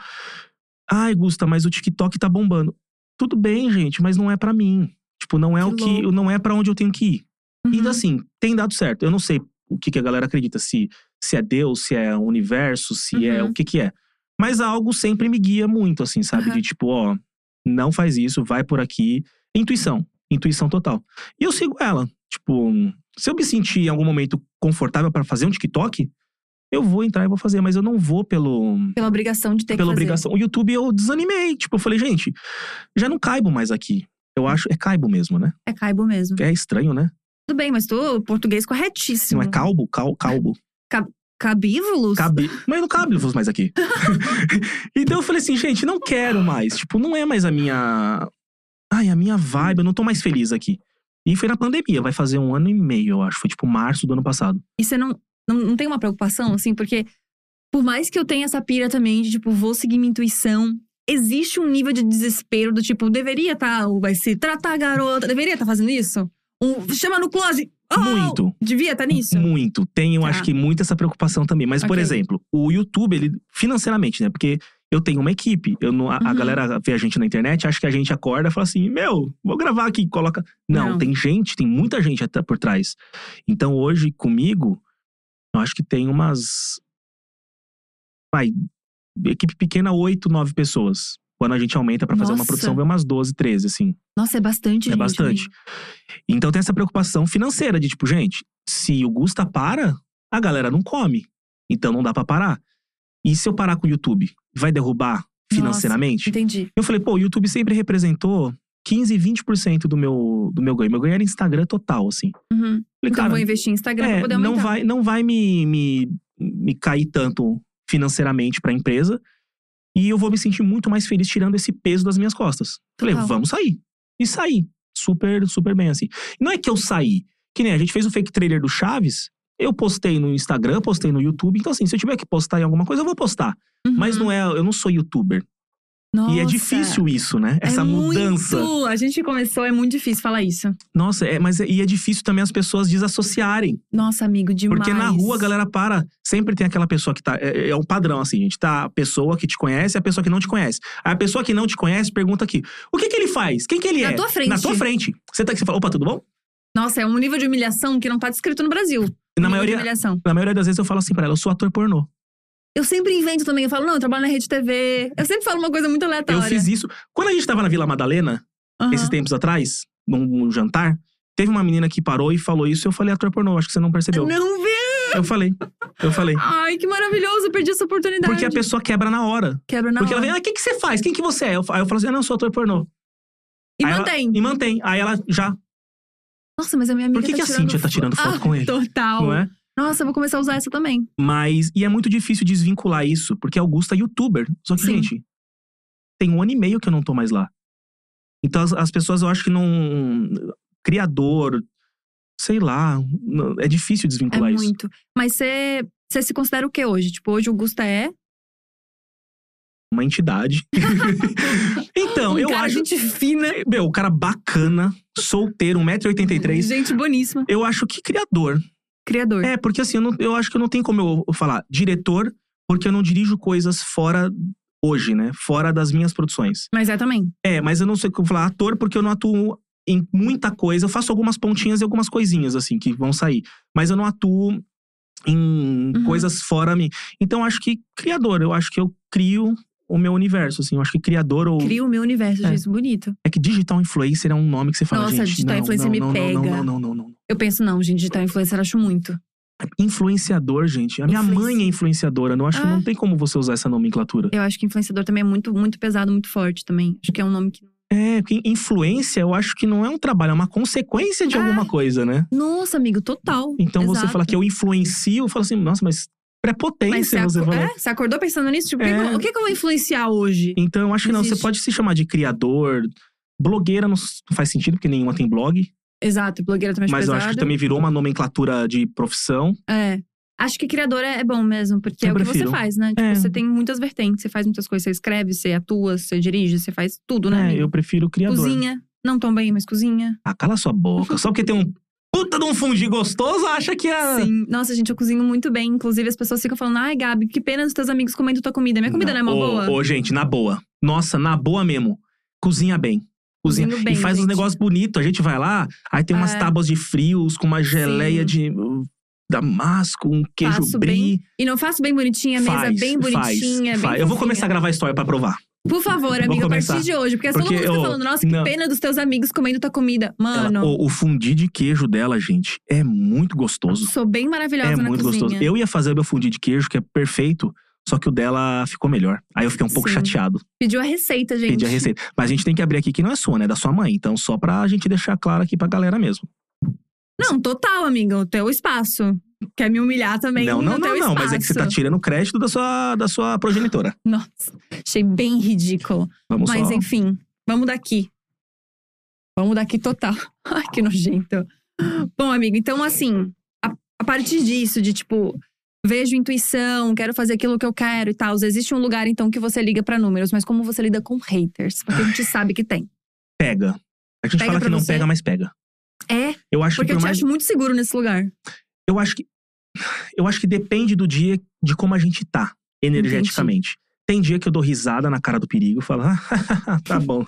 S2: ai, Gusta, mas o TikTok tá bombando. Tudo bem, gente, mas não é pra mim. Tipo, não é
S1: Que
S2: o que. Não é para onde eu tenho que ir. E
S1: Uhum.
S2: Ainda assim, tem dado certo. Eu não sei o que, que a galera acredita, se, se é Deus, se é o universo, se é
S1: Uhum.
S2: o que que é. Mas algo sempre me guia muito, assim, sabe?
S1: Aham.
S2: De tipo, ó, não faz isso, vai por aqui. Intuição, intuição total. E eu sigo ela. Tipo, se eu me sentir em algum momento confortável pra fazer um TikTok, eu vou entrar e vou fazer, mas eu não vou pelo
S1: Pela obrigação de ter
S2: pela
S1: que fazer.
S2: obrigação. O YouTube eu desanimei, tipo, eu falei, gente, já não caibo mais aqui.
S1: Uhum.
S2: Eu acho, é caibo mesmo, né?
S1: É caibo mesmo.
S2: É estranho, né?
S1: Tudo bem, mas tu, português
S2: Não
S1: corretíssimo.
S2: é calbo, cal, calbo.
S1: Cabívolos?
S2: Cabe. Mas não cabe luz mais aqui. então eu falei assim, gente, não quero mais. Tipo, não é mais a minha. Ai, a minha vibe, eu não tô mais feliz aqui. E foi na pandemia, vai fazer um ano e meio, eu acho. Foi tipo março do ano passado.
S1: E você não, não, não tem uma preocupação, assim, porque por mais que eu tenha essa pira também de, tipo, vou seguir minha intuição, existe um nível de desespero do tipo, deveria tá, vai se tratar a garota, deveria estar fazendo isso? Um, chama no close! Oh!
S2: Muito.
S1: Devia estar nisso?
S2: Muito. Tem, eu
S1: Tá.
S2: acho que muito essa preocupação também. Mas, por
S1: Ok.
S2: exemplo, o YouTube, ele financeiramente, né? Porque eu tenho uma equipe. Eu não, a, a
S1: Uhum.
S2: galera vê a gente na internet, acha que a gente acorda e fala assim: meu, vou gravar aqui, coloca. Não,
S1: Não.
S2: tem gente, tem muita gente até por trás. Então, hoje, comigo, eu acho que tem umas. Vai, equipe pequena, oito, nove pessoas. Quando a gente aumenta pra fazer uma
S1: Nossa.
S2: produção, vem umas 12, 13, assim.
S1: Nossa, é bastante,
S2: É
S1: gente,
S2: bastante.
S1: amigo.
S2: Então tem essa preocupação financeira de tipo, gente, se o Gusta para, a galera não come. Então não dá pra parar. E se eu parar com o YouTube, vai derrubar financeiramente?
S1: Entendi.
S2: Eu falei, pô, o YouTube sempre representou 15, 20% do meu, do meu ganho. Meu ganho era Instagram total, assim.
S1: Uhum.
S2: Falei,
S1: Então
S2: cara,
S1: vou investir em Instagram pra poder
S2: é,
S1: aumentar.
S2: não vai, não vai me, me, me cair tanto financeiramente pra empresa. E eu vou me sentir muito mais feliz tirando esse peso das minhas costas. Falei,
S1: Total.
S2: vamos sair. E saí. Super, super bem, assim. Não é que eu saí. Que nem a gente fez o fake trailer do Chaves. Eu postei no Instagram, postei no YouTube. Então, assim, se eu tiver que postar em alguma coisa, eu vou postar.
S1: Uhum.
S2: Mas não é, eu não sou youtuber.
S1: Nossa.
S2: E é difícil isso, né? Essa
S1: é
S2: mudança.
S1: Muito. A gente começou, é muito difícil falar isso.
S2: Nossa, é, mas é- e é difícil também as pessoas desassociarem.
S1: Nossa, amigo, demais.
S2: Porque na rua a galera para, sempre tem aquela pessoa que tá. É, é um padrão, assim, gente. Tá a pessoa que te conhece e a pessoa que não te conhece. Aí A pessoa que não te conhece pergunta aqui: o que que ele faz? Quem que ele
S1: Na
S2: é?
S1: tua frente.
S2: Na tua frente. Você tá aqui, você fala: opa, tudo bom?
S1: Nossa, é um nível de humilhação que não tá descrito no Brasil. Um
S2: Na
S1: Nível de
S2: maioria,
S1: humilhação.
S2: na maioria das vezes eu falo assim pra ela: eu sou ator pornô.
S1: Eu sempre invento também. Eu falo, não, eu trabalho na rede TV. Eu sempre falo uma coisa muito
S2: Eu
S1: aleatória.
S2: fiz isso. Quando a gente tava na Vila Madalena,
S1: Aham.
S2: esses tempos atrás, num, num jantar, teve uma menina que parou e falou isso. Eu falei: ator pornô, acho que você não percebeu.
S1: Não vi!
S2: Eu falei: eu falei.
S1: Ai, que maravilhoso. Eu perdi essa oportunidade.
S2: Porque a pessoa quebra na hora.
S1: Quebra na
S2: Porque
S1: hora.
S2: ela vem, ah, o que, que você faz? Quem que você é? Eu fa- Aí eu falo assim, ah, não, eu sou ator pornô.
S1: E
S2: Aí ela-
S1: mantém.
S2: E mantém. Aí ela já.
S1: Nossa, mas a minha amiga
S2: Por que,
S1: tá
S2: que a
S1: tirando
S2: Cíntia tá tirando foto
S1: Ah,
S2: com ele?
S1: Total.
S2: Não é?
S1: Nossa, eu vou começar a usar essa também.
S2: Mas. E é muito difícil desvincular isso, porque Augusta é youtuber. Só que,
S1: Sim.
S2: gente, tem um ano e meio que eu não tô mais lá. Então as, as pessoas, eu acho que não. Criador, sei lá. não- é difícil
S1: É
S2: desvincular isso.
S1: muito. Mas você você se considera o que hoje? Tipo, hoje o Gusta é
S2: Uma entidade. então,
S1: um
S2: eu
S1: cara
S2: acho. né,
S1: gente fina.
S2: Meu, o cara bacana, solteiro, 1,83m.
S1: Gente boníssima.
S2: Eu acho que criador.
S1: Criador.
S2: É, porque assim, eu, não- eu acho que eu não tenho como eu, eu falar diretor, porque eu não dirijo coisas fora hoje, né? Fora das minhas produções.
S1: Mas é também.
S2: É, mas eu não sei como falar ator, porque eu não atuo em muita coisa. Eu faço algumas pontinhas e algumas coisinhas, assim, que vão sair. Mas eu não atuo em
S1: Uhum.
S2: coisas fora mim. Então, eu acho que criador, eu acho que eu crio o meu universo, assim. Eu acho que criador ou.
S1: Cria o meu universo,
S2: É.
S1: disso bonito.
S2: É que digital influencer é um nome que você fala,
S1: Nossa,
S2: gente.
S1: digital
S2: não,
S1: influencer
S2: não,
S1: me
S2: não, não, Não,
S1: pega.
S2: não, não, não, não.
S1: Eu penso, não, gente, digital influencer acho muito.
S2: Influenciador, gente. A minha
S1: Influenci-
S2: mãe é influenciadora. Não acho que
S1: Ah.
S2: não tem como você usar essa nomenclatura.
S1: Eu acho que influenciador também é muito, muito pesado, muito forte também. Acho que é um nome que.
S2: É, porque influência eu acho que não é um trabalho, é uma consequência de
S1: É.
S2: alguma coisa, né?
S1: Nossa, amigo, total.
S2: Então você
S1: Exato.
S2: fala que eu influencio, eu falo assim, nossa,
S1: Mas
S2: mas prepotência você
S1: aco-
S2: falou.
S1: é, você acordou pensando nisso? Tipo, o que
S2: É.
S1: que eu- o que, que eu vou influenciar hoje?
S2: Então eu acho que
S1: Não
S2: não, você
S1: existe.
S2: pode se chamar de criador. Blogueira não s- não faz sentido, porque nenhuma tem blog.
S1: Exato, blogueira também é acho
S2: mas eu
S1: pesado.
S2: acho que também virou uma nomenclatura de profissão.
S1: É. Acho que criador é é bom mesmo, porque
S2: Eu
S1: é o que você
S2: prefiro.
S1: faz, né? Tipo,
S2: É.
S1: você tem muitas vertentes, você faz muitas coisas. Você escreve, você atua, você dirige, você faz tudo, né?
S2: É,
S1: amigo?
S2: eu prefiro criador.
S1: Cozinha. Não tão bem, mas cozinha.
S2: Ah, cala sua boca. Só porque tem um puta de um fundi gostoso acha que é.
S1: Sim. Nossa, gente, eu cozinho muito bem. Inclusive, as pessoas ficam falando: ai, Gabi, que pena os teus amigos comendo tua comida. Minha comida não, é mó
S2: Ô,
S1: boa.
S2: Ô, gente, na boa. Nossa, na boa mesmo. Cozinha bem. Cozinha.
S1: Cozinho bem,
S2: e faz uns
S1: gente.
S2: negócios bonitos. A gente vai lá, aí tem umas
S1: É.
S2: tábuas de frios com uma geleia
S1: Sim.
S2: de uh, damasco, um queijo
S1: Faço
S2: brie.
S1: E não faço bem bonitinha, a mesa
S2: faz,
S1: bem bonitinha.
S2: Faz,
S1: bem
S2: faz. Eu vou
S1: fofinha.
S2: começar a gravar história pra provar.
S1: Por favor, amigo, a
S2: começar.
S1: partir de hoje. Porque,
S2: Porque
S1: todo mundo
S2: eu-
S1: tá falando, nossa, que
S2: não.
S1: pena dos teus amigos comendo tua comida.
S2: Ela-
S1: Mano,
S2: o, o fundi de queijo dela, gente, é muito gostoso.
S1: sou bem maravilhosa
S2: É
S1: na
S2: muito
S1: cozinha.
S2: gostoso. Eu ia fazer o meu fundi de queijo, que é perfeito, só que o dela ficou melhor. Aí eu fiquei um pouco
S1: Sim.
S2: chateado.
S1: Pediu a receita, gente.
S2: Pedi a receita. Mas a gente tem que abrir aqui que não é sua, né? É da sua mãe. Então, só pra gente deixar claro aqui pra galera mesmo.
S1: Não, total, amigo. O teu espaço. Quer me humilhar também?
S2: não, não,
S1: no
S2: não,
S1: teu
S2: não. Mas é que você tá
S1: espaço.
S2: tirando o crédito da sua, da sua progenitora.
S1: Nossa, achei bem ridículo.
S2: Vamos
S1: Mas
S2: só.
S1: enfim, vamos daqui. Vamos daqui total. Ai, que nojento. Bom, amigo, então assim, a, a partir disso, de tipo, vejo intuição, quero fazer aquilo que eu quero e tal. Existe um lugar, então, que você liga pra números, mas como você lida com haters? Porque a gente sabe que tem.
S2: Pega. A gente
S1: Pega
S2: fala
S1: pra
S2: que não
S1: você?
S2: pega, mas pega.
S1: É,
S2: Eu acho
S1: porque
S2: que
S1: eu
S2: por
S1: te
S2: mais.
S1: acho muito seguro nesse lugar.
S2: Eu acho que. Eu acho que depende do dia de como a gente tá energeticamente. Tem dia que eu dou risada na cara do perigo, falo, ah, tá bom.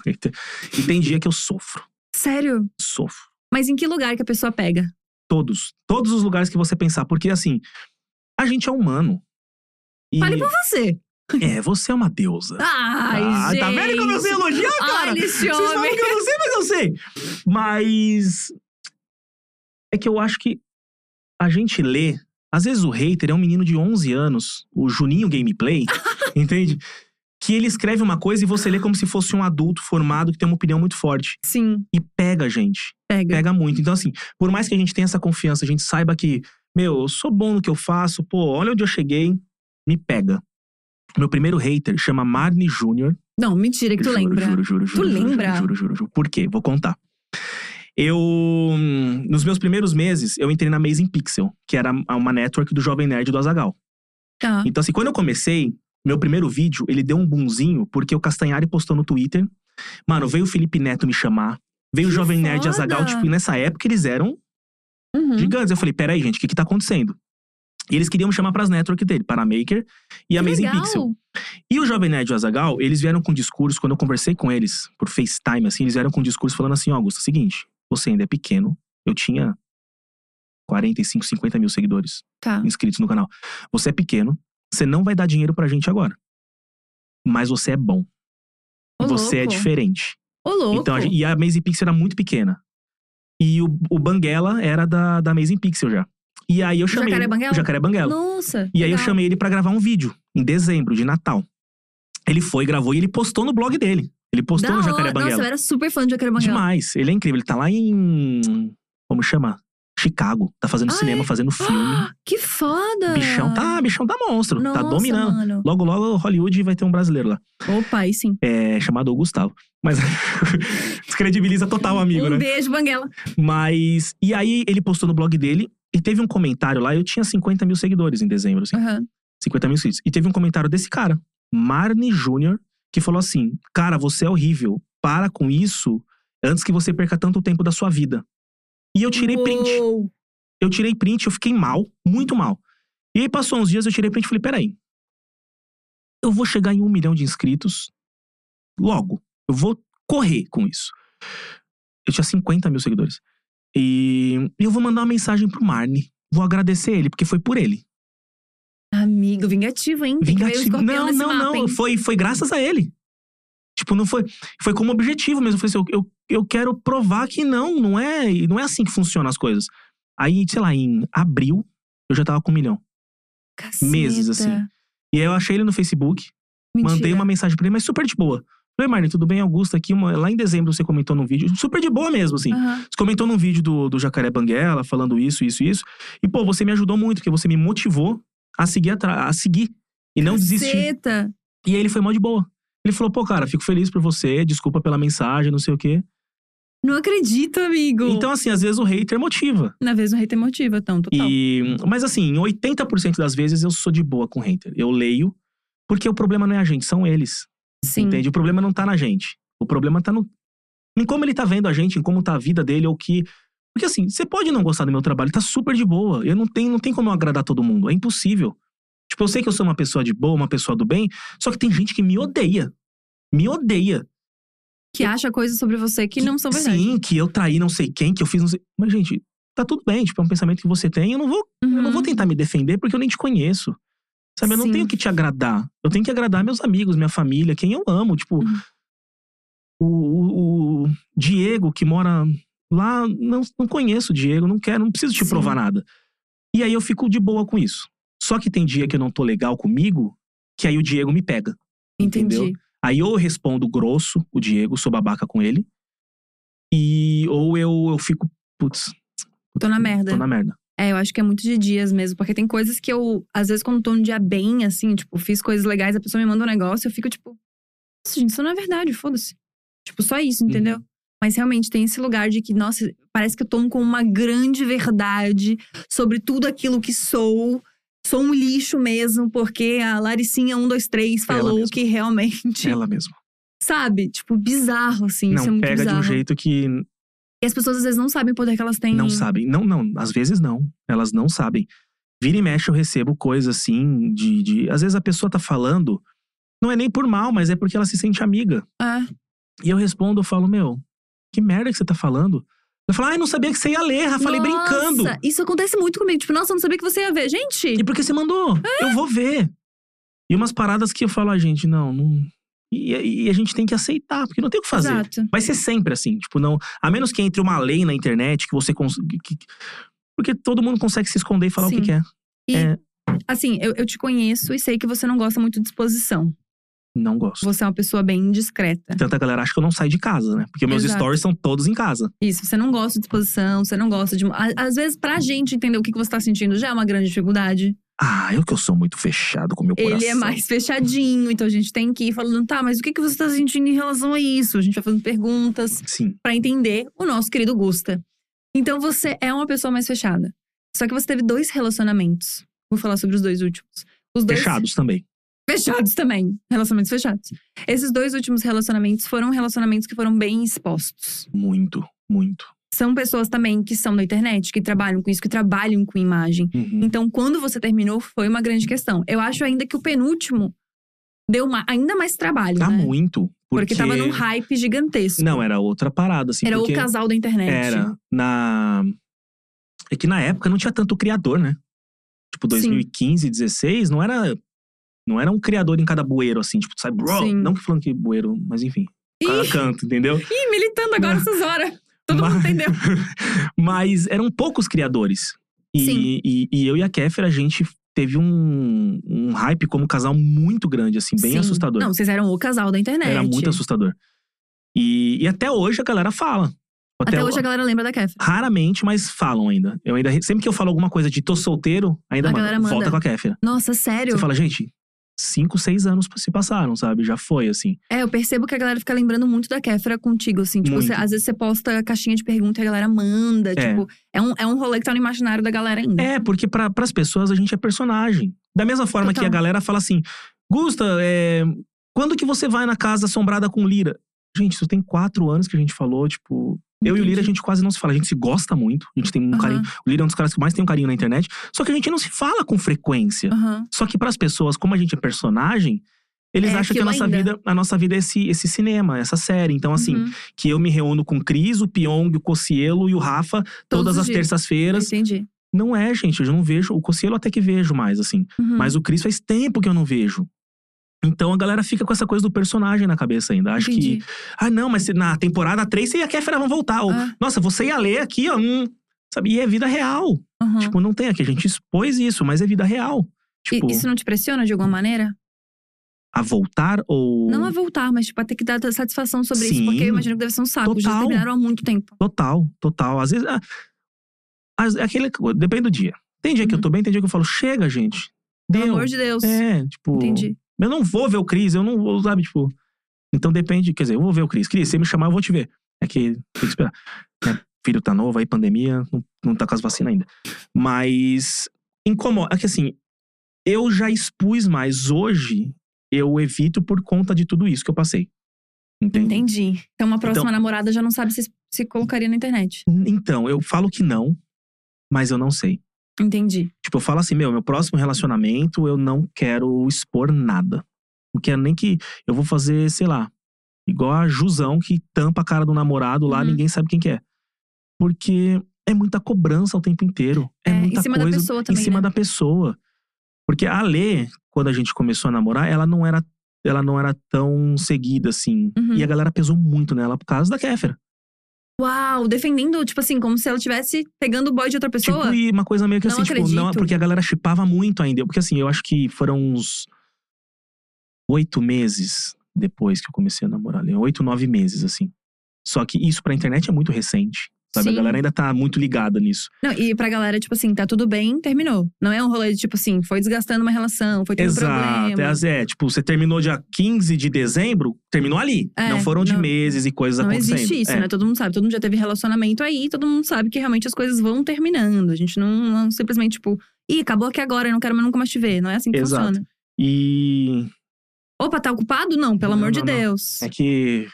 S2: E tem dia que eu sofro.
S1: Sério?
S2: Sofro.
S1: Mas em que lugar que a pessoa pega?
S2: Todos. Todos os lugares que você pensar. Porque, assim, a gente é humano. E
S1: Fale por você.
S2: é, você é uma deusa.
S1: Ai,
S2: Ah,
S1: gente.
S2: tá vendo como eu sei elogiar, cara?
S1: Olha esse
S2: Vocês falam
S1: homem.
S2: que eu não sei, mas eu sei. Mas. É que eu acho que a gente lê. Às vezes o hater é um menino de 11 anos, o Juninho Gameplay, entende? Que ele escreve uma coisa e você lê como se fosse um adulto formado que tem uma opinião muito forte.
S1: Sim,
S2: E pega a gente
S1: pega.
S2: pega muito. Então, assim, por mais que a gente tenha essa confiança, a gente saiba que, meu, eu sou bom no que eu faço, pô, olha onde eu cheguei, me pega. Meu primeiro hater chama Marne Júnior.
S1: Não, mentira é que tu
S2: juro,
S1: lembra.
S2: Juro, juro, juro. juro,
S1: lembra?
S2: Juro, juro, juro, juro. Por quê? Vou contar. Eu, hum, nos meus primeiros meses, eu entrei na Amazing Pixel, que era uma network do Jovem Nerd do Azagal.
S1: Tá.
S2: Então, assim, quando eu comecei, meu primeiro vídeo, ele deu um bunzinho, porque o Castanhari postou no Twitter. Mano, veio o Felipe Neto me chamar, veio o
S1: Que
S2: Jovem Nerd e
S1: foda!
S2: Azagal, tipo, e nessa época eles eram
S1: Uhum.
S2: gigantes. Eu falei, peraí, gente, o que que tá acontecendo? E eles queriam me chamar pras network dele, para a Maker e a
S1: Que
S2: Amazing
S1: legal.
S2: Pixel. E o Jovem Nerd e o Azagal, eles vieram com um discurso, quando eu conversei com eles por FaceTime, assim, eles vieram com um discurso falando assim: ó, Augusto, é o seguinte, você ainda é pequeno, eu tinha 45, 50 mil seguidores
S1: Tá.
S2: inscritos no canal. Você é pequeno, você não vai dar dinheiro pra gente agora. Mas você é bom.
S1: Ô,
S2: você é
S1: louco.
S2: diferente.
S1: Ô, louco.
S2: Então, a gente- e a Amazing Pixel era muito pequena. E o, o Banguela era da, da Amazing Pixel já. E aí eu chamei.
S1: Jacaré
S2: ele-
S1: Banguela?
S2: O Jacaré Banguela.
S1: Nossa.
S2: é E aí eu
S1: legal.
S2: chamei ele pra gravar um vídeo, em dezembro, de Natal. Ele foi, gravou e ele postou no blog dele. Ele postou
S1: Da
S2: no
S1: hora.
S2: Jacaré
S1: Nossa, eu
S2: Banguela.
S1: era super fã de Jacaré Banguela.
S2: Demais. Ele é incrível. Ele tá lá em. Como chama? Chicago. Tá fazendo
S1: Ah,
S2: cinema, fazendo filme.
S1: Ah, que foda.
S2: Bichão tá, bichão tá monstro.
S1: Nossa,
S2: tá dominando.
S1: mano.
S2: Logo, logo, Hollywood vai ter um brasileiro lá.
S1: Opa, aí sim.
S2: É chamado o Gustavo. Mas descredibiliza total o amigo,
S1: um
S2: né?
S1: beijo, Banguela.
S2: Mas. E aí ele postou no blog dele e teve um comentário lá. Eu tinha 50 mil seguidores em dezembro, assim.
S1: Aham.
S2: 50 mil inscritos. E teve um comentário desse cara, Marne Júnior, que falou assim: Cara, você é horrível. Para com isso antes que você perca tanto tempo da sua vida. E eu tirei print.
S1: Uou.
S2: Eu tirei print, eu fiquei mal, muito mal. E aí passou uns dias, eu tirei print e falei, peraí. Eu vou chegar em um milhão de inscritos logo. Eu vou correr com isso. Eu tinha 50 mil seguidores. E eu vou mandar uma mensagem pro Marne. Vou agradecer ele, porque foi por ele.
S1: Amigo, vingativo, hein? Tem que ver o
S2: Vingativo.
S1: Então, escorpião
S2: Não,
S1: nesse
S2: não,
S1: mapa,
S2: não.
S1: hein?
S2: Foi, foi graças a ele. Tipo, não foi. Foi como objetivo mesmo. Eu falei assim, eu, eu, eu quero provar que não, não é, não é assim que funcionam as coisas. Aí, sei lá, em abril, eu já tava com um milhão.
S1: Caceta.
S2: meses, assim. E aí eu achei ele no Facebook,
S1: Mentira.
S2: mandei uma mensagem pra ele, mas super de boa. Falei, Marne, tudo bem? Augusto aqui, uma- lá em dezembro você comentou num vídeo, super de boa mesmo, assim.
S1: Aham.
S2: Você comentou num vídeo do, do Jacaré Banguela, falando isso, isso, isso. E, pô, você me ajudou muito, porque você me motivou a seguir, atra- a seguir e não desistir.
S1: Caceta.
S2: E aí ele foi mó de boa. Ele falou, pô, cara, fico feliz por você, desculpa pela mensagem, não sei o quê.
S1: Não acredito, amigo.
S2: Então, assim, às vezes o hater motiva.
S1: Na vez, um hater motiva, então, total.
S2: E, mas assim, em 80% das vezes eu sou de boa com hater. Eu leio, porque o problema não é a gente, são eles.
S1: Sim.
S2: Entende? O problema não tá na gente. O problema tá no. Em como ele tá vendo a gente, em como tá a vida dele, ou que. Porque assim, você pode não gostar do meu trabalho, tá super de boa. Eu não tenho, não tem como eu agradar todo mundo, é impossível. Tipo, eu sei que eu sou uma pessoa de boa, uma pessoa do bem, só que tem gente que me odeia. Me odeia.
S1: Que acha coisas sobre você que, não são É verdade.
S2: Sim, que eu traí não sei quem, que eu fiz não sei. Mas, gente, tá tudo bem. Tipo, é um pensamento que você tem. Eu não vou, eu não
S1: Uhum.
S2: vou tentar me defender porque eu nem te conheço. Sabe, eu não
S1: Sim.
S2: tenho que te agradar. Eu tenho que agradar meus amigos, minha família, quem eu amo. Tipo,
S1: Uhum.
S2: o, o- o Diego, que mora lá, não, não conheço o Diego, não quero, não preciso te
S1: Sim.
S2: provar nada. E aí eu fico de boa com isso. Só que tem dia que eu não tô legal comigo, que aí o Diego me pega.
S1: Entendi.
S2: entendeu? Aí ou eu respondo grosso o Diego, sou babaca com ele. E ou eu, eu fico, putz,
S1: Tô na merda.
S2: tô na merda.
S1: É, eu acho que é muito de dias mesmo, porque tem coisas que eu, às vezes, quando tô num dia bem, assim, tipo, fiz coisas legais, a pessoa me manda um negócio, eu fico tipo, nossa, gente, isso não é verdade, foda-se. Tipo, só
S2: Uhum.
S1: isso, entendeu? Mas realmente tem esse lugar de que, nossa, parece que eu tomo com uma grande verdade sobre tudo aquilo que sou. Sou um lixo mesmo, porque a Laricinha 123
S2: Ela
S1: falou
S2: mesma.
S1: que realmente.
S2: Ela mesmo.
S1: Sabe? Tipo, bizarro, assim. isso é
S2: não,
S1: muito
S2: pega
S1: bizarro.
S2: de um jeito que
S1: E as pessoas às vezes não sabem o poder que elas têm.
S2: não sabem. Não, não, às vezes não. Elas não sabem. Vira e mexe, eu recebo coisa assim de, de. Às vezes a pessoa tá falando, não é nem por mal, mas é porque ela se sente amiga.
S1: É.
S2: E eu respondo, eu falo, meu, que merda que você tá falando? Ela fala, ai, não sabia que você ia ler, Rafa, falei brincando.
S1: Nossa, isso acontece muito comigo. Tipo, nossa, eu não sabia que você ia ver. Gente,
S2: E por que você mandou? Eu vou ver. E umas paradas que eu falo, ah, gente, não, não. E, e a gente tem que aceitar, porque não tem o que fazer.
S1: exato.
S2: Vai ser sempre assim, tipo, não. A menos que entre uma lei na internet que você cons... que- que- Porque todo mundo consegue se esconder e falar o
S1: Sim.
S2: que quer.
S1: E,
S2: É.
S1: assim, eu, eu te conheço e sei que você não gosta muito de exposição.
S2: Não gosto.
S1: Você é uma pessoa bem indiscreta.
S2: Tanta galera acha que eu não saio de casa, né? Porque meus
S1: Exato.
S2: stories são todos em casa.
S1: Isso, você não gosta de exposição, você não gosta de. a- Às vezes, pra gente entender o que que você tá sentindo já é uma grande dificuldade.
S2: Ah, eu que eu sou muito fechado com meu coração.
S1: Ele é mais fechadinho, então a gente tem que ir falando, tá, mas o que, que você tá sentindo em relação a isso? A gente vai fazendo perguntas.
S2: Sim.
S1: Pra entender o nosso querido Gusta. Então você é uma pessoa mais fechada. Só que você teve dois relacionamentos. Vou falar sobre os dois últimos. Os dois
S2: Fechados também.
S1: fechados também. Relacionamentos fechados. Esses dois últimos relacionamentos foram relacionamentos que foram bem expostos.
S2: Muito, muito.
S1: São pessoas também que são da internet, que trabalham com isso, que trabalham com imagem.
S2: Uhum.
S1: Então, quando você terminou, foi uma grande questão. Eu acho ainda que o penúltimo deu uma- ainda mais trabalho,
S2: Dá
S1: né?
S2: Tá muito.
S1: Porque...
S2: Porque...
S1: tava num hype gigantesco.
S2: Não, era outra parada, assim.
S1: Era
S2: porque...
S1: o casal da internet.
S2: Era. Na. É que na época não tinha tanto criador, né? Tipo,
S1: Sim.
S2: 2015, 16, não era. Não era um criador em cada bueiro, assim, tipo, sabe, bro.
S1: Sim.
S2: Não que falando que bueiro, mas enfim. Cada canto, entendeu?
S1: Ih, militando agora
S2: Não.
S1: essas horas. Todo
S2: Mas-
S1: mundo entendeu.
S2: Mas eram poucos criadores. E,
S1: Sim.
S2: E, e eu e a Kéfera, a gente teve um, um hype como casal muito grande, assim, bem
S1: Sim.
S2: assustador.
S1: Não, vocês eram o casal da internet.
S2: era muito assustador. E, e até hoje a galera fala.
S1: Até,
S2: o-
S1: hoje a galera lembra da Kef.
S2: Raramente, mas falam ainda. Eu ainda sempre que eu falo alguma coisa de tô solteiro, ainda
S1: A
S2: manda.
S1: galera manda.
S2: Volta com a Kéfera.
S1: Nossa, sério?
S2: Você fala, gente, cinco, seis anos se passaram, sabe? Já foi, assim.
S1: É, eu percebo que a galera fica lembrando muito da Kéfera contigo, assim. Tipo,
S2: Muito.
S1: você- às vezes você posta a caixinha de pergunta e a galera manda. Tipo, é um, é um rolê que tá no imaginário da galera ainda.
S2: É, porque para as pessoas a gente é personagem. Da mesma forma
S1: Total.
S2: que a galera fala assim, Gusta, é, quando que você vai na casa assombrada com Lira? Gente, isso tem quatro anos que a gente falou, tipo. Eu e o Lira, a gente quase não se fala. A gente se gosta muito. A gente tem um
S1: Aham.
S2: carinho. O Lira é um dos caras que mais tem um carinho na internet. Só que a gente não se fala com frequência.
S1: Aham.
S2: Só que para as pessoas, como a gente é personagem, eles
S1: É
S2: acham que a
S1: aquilo
S2: nossa
S1: ainda.
S2: vida, a nossa vida é esse, esse cinema, essa série. Então assim,
S1: Uhum.
S2: que eu me reúno com o Cris, o Pyong, o Cocielo e o Rafa
S1: Todos
S2: todas
S1: os
S2: as
S1: dias.
S2: terças-feiras.
S1: Entendi.
S2: Não é, gente, eu já não vejo, o Cocielo até que vejo mais assim,
S1: Uhum.
S2: mas o Cris faz tempo que eu não vejo. Então a galera fica com essa coisa do personagem na cabeça ainda. Acho
S1: Entendi.
S2: que, ah, não, mas na temporada 3 você e a Kéfera vão voltar. Ou,
S1: Ah,
S2: nossa, você ia ler aqui, ó, hum", sabe? E é vida real.
S1: aham.
S2: Tipo, não tem aqui, a gente expôs isso, mas é vida real.
S1: Ah. E-
S2: Tipo,
S1: Isso não te pressiona de alguma maneira?
S2: a voltar ou
S1: Não a voltar, mas tipo, a ter que dar satisfação sobre isso.
S2: Sim.
S1: Porque eu imagino que deve ser um saco. Já
S2: Total.
S1: terminaram há muito tempo.
S2: total, total. Às vezes ah, às- é aquele depende do dia. Tem dia que eu tô bem, tem dia que eu falo chega, gente.
S1: Uhum. Pelo
S2: Deu.
S1: amor de Deus.
S2: É, tipo,
S1: Entendi.
S2: eu não vou ver o Cris, eu não vou, sabe, tipo, então depende, quer dizer, eu vou ver o Cris. Cris, se você me chamar, eu vou te ver. É que tem que esperar. Meu filho tá novo, aí pandemia, não, não tá com as vacinas ainda. Mas incomoda, é que assim, eu já expus mais hoje, eu evito por conta de tudo isso que eu passei. Entende?
S1: Entendi. Então, uma próxima
S2: Então-
S1: namorada já não sabe se, se colocaria na internet.
S2: Então, eu falo que não, mas eu não sei.
S1: Entendi.
S2: Tipo, eu falo assim, meu, meu próximo relacionamento eu não quero expor nada. Não quero nem que eu vou fazer, sei lá, igual a Jusão que tampa a cara do namorado lá,
S1: Uhum.
S2: ninguém sabe quem que é. Porque é muita cobrança o tempo inteiro. É,
S1: É,
S2: muita
S1: em cima da
S2: coisa
S1: pessoa também,
S2: em cima
S1: né?
S2: da pessoa. Porque a Lê, quando a gente começou a namorar, ela não era, ela não era tão seguida assim.
S1: Uhum.
S2: E a galera pesou muito nela por causa da Kéfera.
S1: Uau, defendendo, tipo assim, como se ela estivesse pegando o boy de outra pessoa.
S2: Tipo, e uma coisa meio que
S1: Não né?
S2: assim, tipo, não,
S1: acredito.
S2: porque a galera chipava muito ainda. Porque assim, eu acho que foram uns oito meses depois que eu comecei a namorar ali. Oito, nove meses, assim. Só que isso pra internet é muito recente. Sabe? A
S1: Sim.
S2: galera ainda tá muito ligada nisso.
S1: Não, e pra galera, tipo assim, tá tudo bem, terminou. Não é um rolê de, tipo assim, foi desgastando uma relação, foi tendo
S2: Exato. É,
S1: um problema.
S2: as- é, tipo, você terminou dia 15 de dezembro, terminou ali.
S1: É,
S2: não foram de
S1: não-
S2: meses e coisas
S1: Não
S2: acontecendo.
S1: existe isso,
S2: É.
S1: né? Todo mundo sabe. Todo mundo já teve relacionamento aí, todo mundo sabe que realmente as coisas vão terminando. A gente não, não simplesmente, tipo, ih, acabou aqui agora, eu não quero mais nunca mais te ver. Não é assim que
S2: Exato.
S1: funciona.
S2: E
S1: Opa, tá ocupado? Não, pelo
S2: Não,
S1: amor
S2: não,
S1: de
S2: não.
S1: Deus.
S2: é que.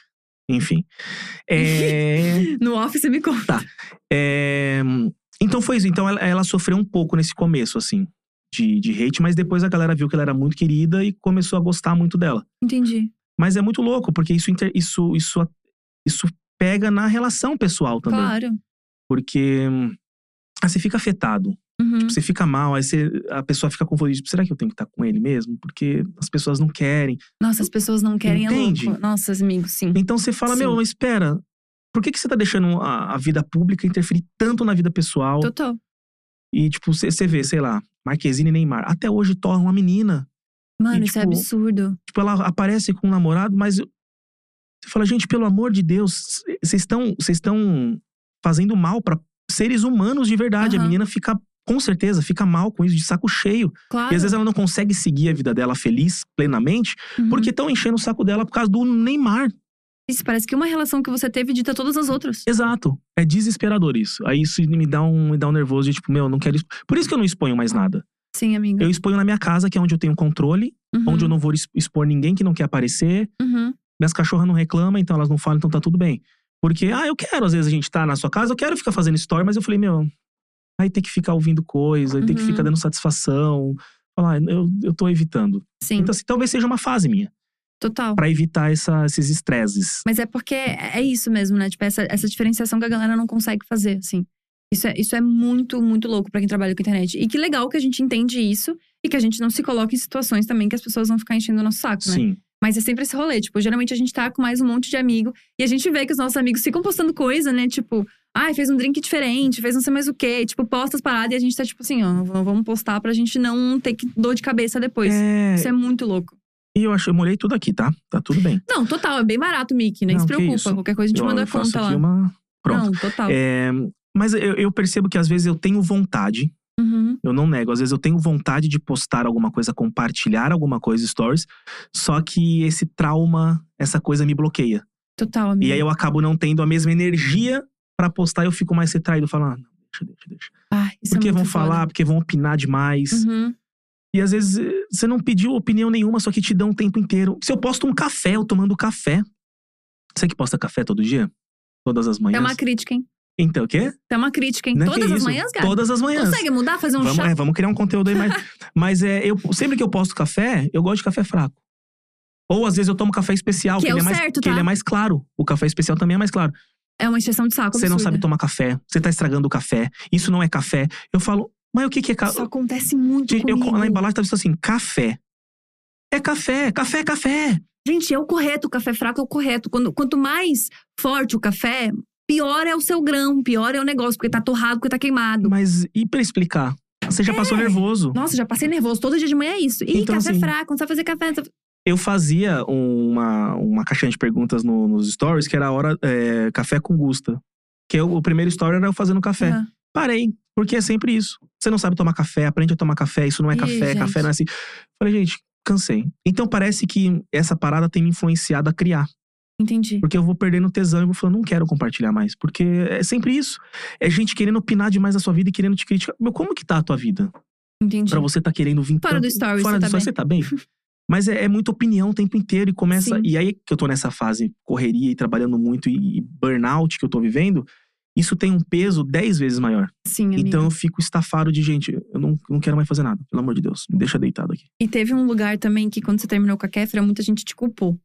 S2: Enfim. É.
S1: No office me conta.
S2: Tá. É, Então foi isso. Então ela, ela sofreu um pouco nesse começo, assim, de, de hate, mas depois a galera viu que ela era muito querida e começou a gostar muito dela.
S1: Entendi.
S2: Mas é muito louco, porque isso, inter- isso, isso, isso pega na relação pessoal também.
S1: Claro.
S2: Porque hum, ah, você fica afetado,
S1: Uhum.
S2: você fica mal, aí você- a pessoa fica confundida. tipo, será que eu tenho que estar com ele mesmo? Porque as pessoas não querem.
S1: Nossa, as pessoas não querem
S2: Entende?
S1: é louco. Nossa, amigos, sim.
S2: Então você fala,
S1: Sim.
S2: meu, mas espera, por que, que você tá deixando a, a vida pública interferir tanto na vida pessoal?
S1: Total.
S2: E, tipo, você vê, sei lá, Marquezine e Neymar. Até hoje torna uma menina.
S1: Mano,
S2: E,
S1: isso é
S2: tipo,
S1: absurdo.
S2: Tipo, ela aparece com um namorado, mas. Você fala, gente, pelo amor de Deus, vocês estão vocês estão fazendo mal pra seres humanos de verdade. A
S1: Aham.
S2: menina fica, com certeza, fica mal com isso, de saco cheio.
S1: Claro.
S2: E às vezes ela não consegue seguir a vida dela feliz, plenamente,
S1: Uhum.
S2: porque estão enchendo o saco dela por causa do Neymar.
S1: Isso parece que uma relação que você teve dita todas as outras.
S2: Exato. É desesperador isso. Aí isso me dá um, me dá um nervoso de, tipo, meu, eu não quero. exp- Por isso que eu não exponho mais nada.
S1: Sim, amigo.
S2: Eu exponho na minha casa, que é onde eu tenho controle.
S1: Uhum.
S2: onde eu não vou es- expor ninguém que não quer aparecer.
S1: Uhum.
S2: Minhas cachorras não reclamam, então elas não falam, então tá tudo bem. Porque, ah, eu quero, às vezes a gente tá na sua casa, eu quero ficar fazendo story, mas eu falei, meu, aí tem que ficar ouvindo coisa, aí tem que
S1: Uhum.
S2: ficar dando satisfação. Falar, ah, eu, eu tô evitando.
S1: Sim,
S2: Então, assim, talvez seja uma fase minha,
S1: total.
S2: pra evitar essa- esses estresses.
S1: Mas é porque é é isso mesmo, né? Tipo, essa, essa diferenciação que a galera não consegue fazer, assim. Isso é, isso é muito, muito louco pra quem trabalha com internet. E que legal que a gente entende isso e que a gente não se coloca em situações também que as pessoas vão ficar enchendo o nosso saco, né?
S2: Sim.
S1: Mas é sempre esse rolê. Tipo, geralmente a gente tá com mais um monte de amigo e a gente vê que os nossos amigos ficam postando coisa, né? Tipo, ai, fez um drink diferente, fez não sei mais o quê. Tipo, posta as paradas e a gente tá tipo assim, ó, v- vamos postar pra gente não ter que dor de cabeça depois.
S2: É,
S1: Isso é muito louco.
S2: E eu acho, eu molhei tudo aqui, tá? Tá tudo bem.
S1: Não, total, é bem barato, Mickey. Nem
S2: Não,
S1: se
S2: que
S1: preocupa.
S2: isso.
S1: Qualquer coisa a gente
S2: eu,
S1: manda
S2: eu
S1: a
S2: faço
S1: conta
S2: aqui
S1: lá.
S2: uma. Pronto.
S1: Não, tá. total.
S2: É, mas eu- eu percebo que às vezes eu tenho vontade
S1: Uhum.
S2: Eu não nego. Às vezes eu tenho vontade de postar alguma coisa, compartilhar alguma coisa, stories. Só que esse trauma, essa coisa me bloqueia.
S1: Total, amigo.
S2: E aí eu acabo não tendo a mesma energia pra postar. Eu fico mais retraído. Falar, ah, não, deixa, deixa, deixa.
S1: Ai, isso é
S2: porque vão
S1: muito foda.
S2: falar, porque vão opinar demais.
S1: Uhum.
S2: E às vezes eh, você não pediu opinião nenhuma, só que te dão o tempo inteiro. Se eu posto um café, eu tomando café. Você que posta café todo dia? Todas as manhãs?
S1: É uma crítica, hein?
S2: Então, o quê?
S1: É uma crítica, hein?
S2: Não é que
S1: Todas as
S2: isso?
S1: manhãs, cara.
S2: Todas as manhãs.
S1: Consegue mudar, fazer um
S2: Vamos,
S1: chá?
S2: é, vamos criar um conteúdo aí mais. mas é, eu, sempre que eu posto café, eu gosto de café fraco. Ou às vezes eu tomo café especial,
S1: Que é
S2: que,
S1: o
S2: ele, é mais,
S1: certo,
S2: que ele
S1: tá?
S2: é mais claro. O café especial também é mais claro.
S1: É uma exceção de saco.
S2: Você não sabe
S1: absurda.
S2: tomar café, você tá estragando o café, isso não é café. Eu falo, mas o que, que é
S1: Isso
S2: café?
S1: acontece muito
S2: Eu,
S1: comigo.
S2: na embalagem tava escrito assim: café. É café, café, café.
S1: Gente, é o correto, o café fraco é o correto. Quando, quanto mais forte o café, pior é o seu grão, pior é o negócio, porque tá torrado, porque tá queimado.
S2: Mas e pra explicar? Você já
S1: É.
S2: passou nervoso.
S1: Nossa, já passei nervoso. Todo dia de manhã é isso. Ih,
S2: Então,
S1: café
S2: assim,
S1: fraco, não sabe fazer café. não sabe-
S2: Eu fazia uma, uma caixinha de perguntas no- nos stories, que era a hora é, café com gusta. Que eu- o primeiro story era eu fazendo café.
S1: Aham.
S2: Parei, porque é sempre isso. Você não sabe tomar café, aprende a tomar café, isso não é
S1: Ih,
S2: café,
S1: gente.
S2: café não é assim. Falei, gente, cansei. Então parece que essa parada tem me influenciado a criar.
S1: Entendi.
S2: Porque eu vou perdendo tesão e vou falando, não quero compartilhar mais. Porque é sempre isso. É gente querendo opinar demais da sua vida e querendo te criticar. Meu, como que tá a tua vida?
S1: Entendi.
S2: Pra você tá querendo vir
S1: Fora
S2: tanto-
S1: do stories,
S2: Fora
S1: você
S2: do
S1: tá bem?
S2: stories, você tá bem? Mas é, é muita opinião o tempo inteiro e começa.
S1: Sim.
S2: E aí que eu tô nessa fase correria e trabalhando muito e, e burnout que eu tô vivendo, isso tem um peso 10 vezes maior.
S1: Sim, amigo.
S2: Então eu fico estafado de gente, eu não, não quero mais fazer nada, pelo amor de Deus, me deixa deitado aqui.
S1: E teve um lugar também que quando você terminou com a Kéfera, muita gente te culpou.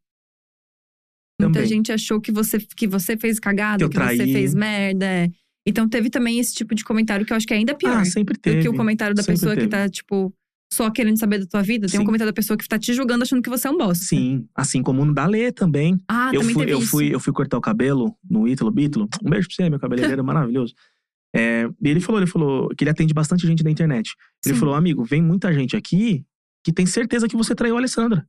S1: Muita
S2: Também.
S1: gente achou que você, que você fez cagada,
S2: Que eu
S1: que, você
S2: traí.
S1: fez merda. é. Então teve também esse tipo de comentário que eu acho que é ainda pior
S2: ah, sempre
S1: do
S2: teve.
S1: que o comentário da
S2: sempre
S1: pessoa que
S2: teve.
S1: tá, tipo, só querendo saber da tua vida. Tem um
S2: Sim.
S1: comentário da pessoa que tá te julgando achando que você é um bosta.
S2: Sim, assim como no Dalê também.
S1: Ah,
S2: eu,
S1: também
S2: fui,
S1: teve
S2: eu,
S1: isso.
S2: fui, eu fui cortar o cabelo no Ítalo Bítolo. Um beijo pra você, meu cabeleireiro maravilhoso. É, e ele falou, ele falou que ele atende bastante gente da internet. Ele
S1: Sim.
S2: falou, amigo, vem muita gente aqui que tem certeza que você traiu a Alessandra.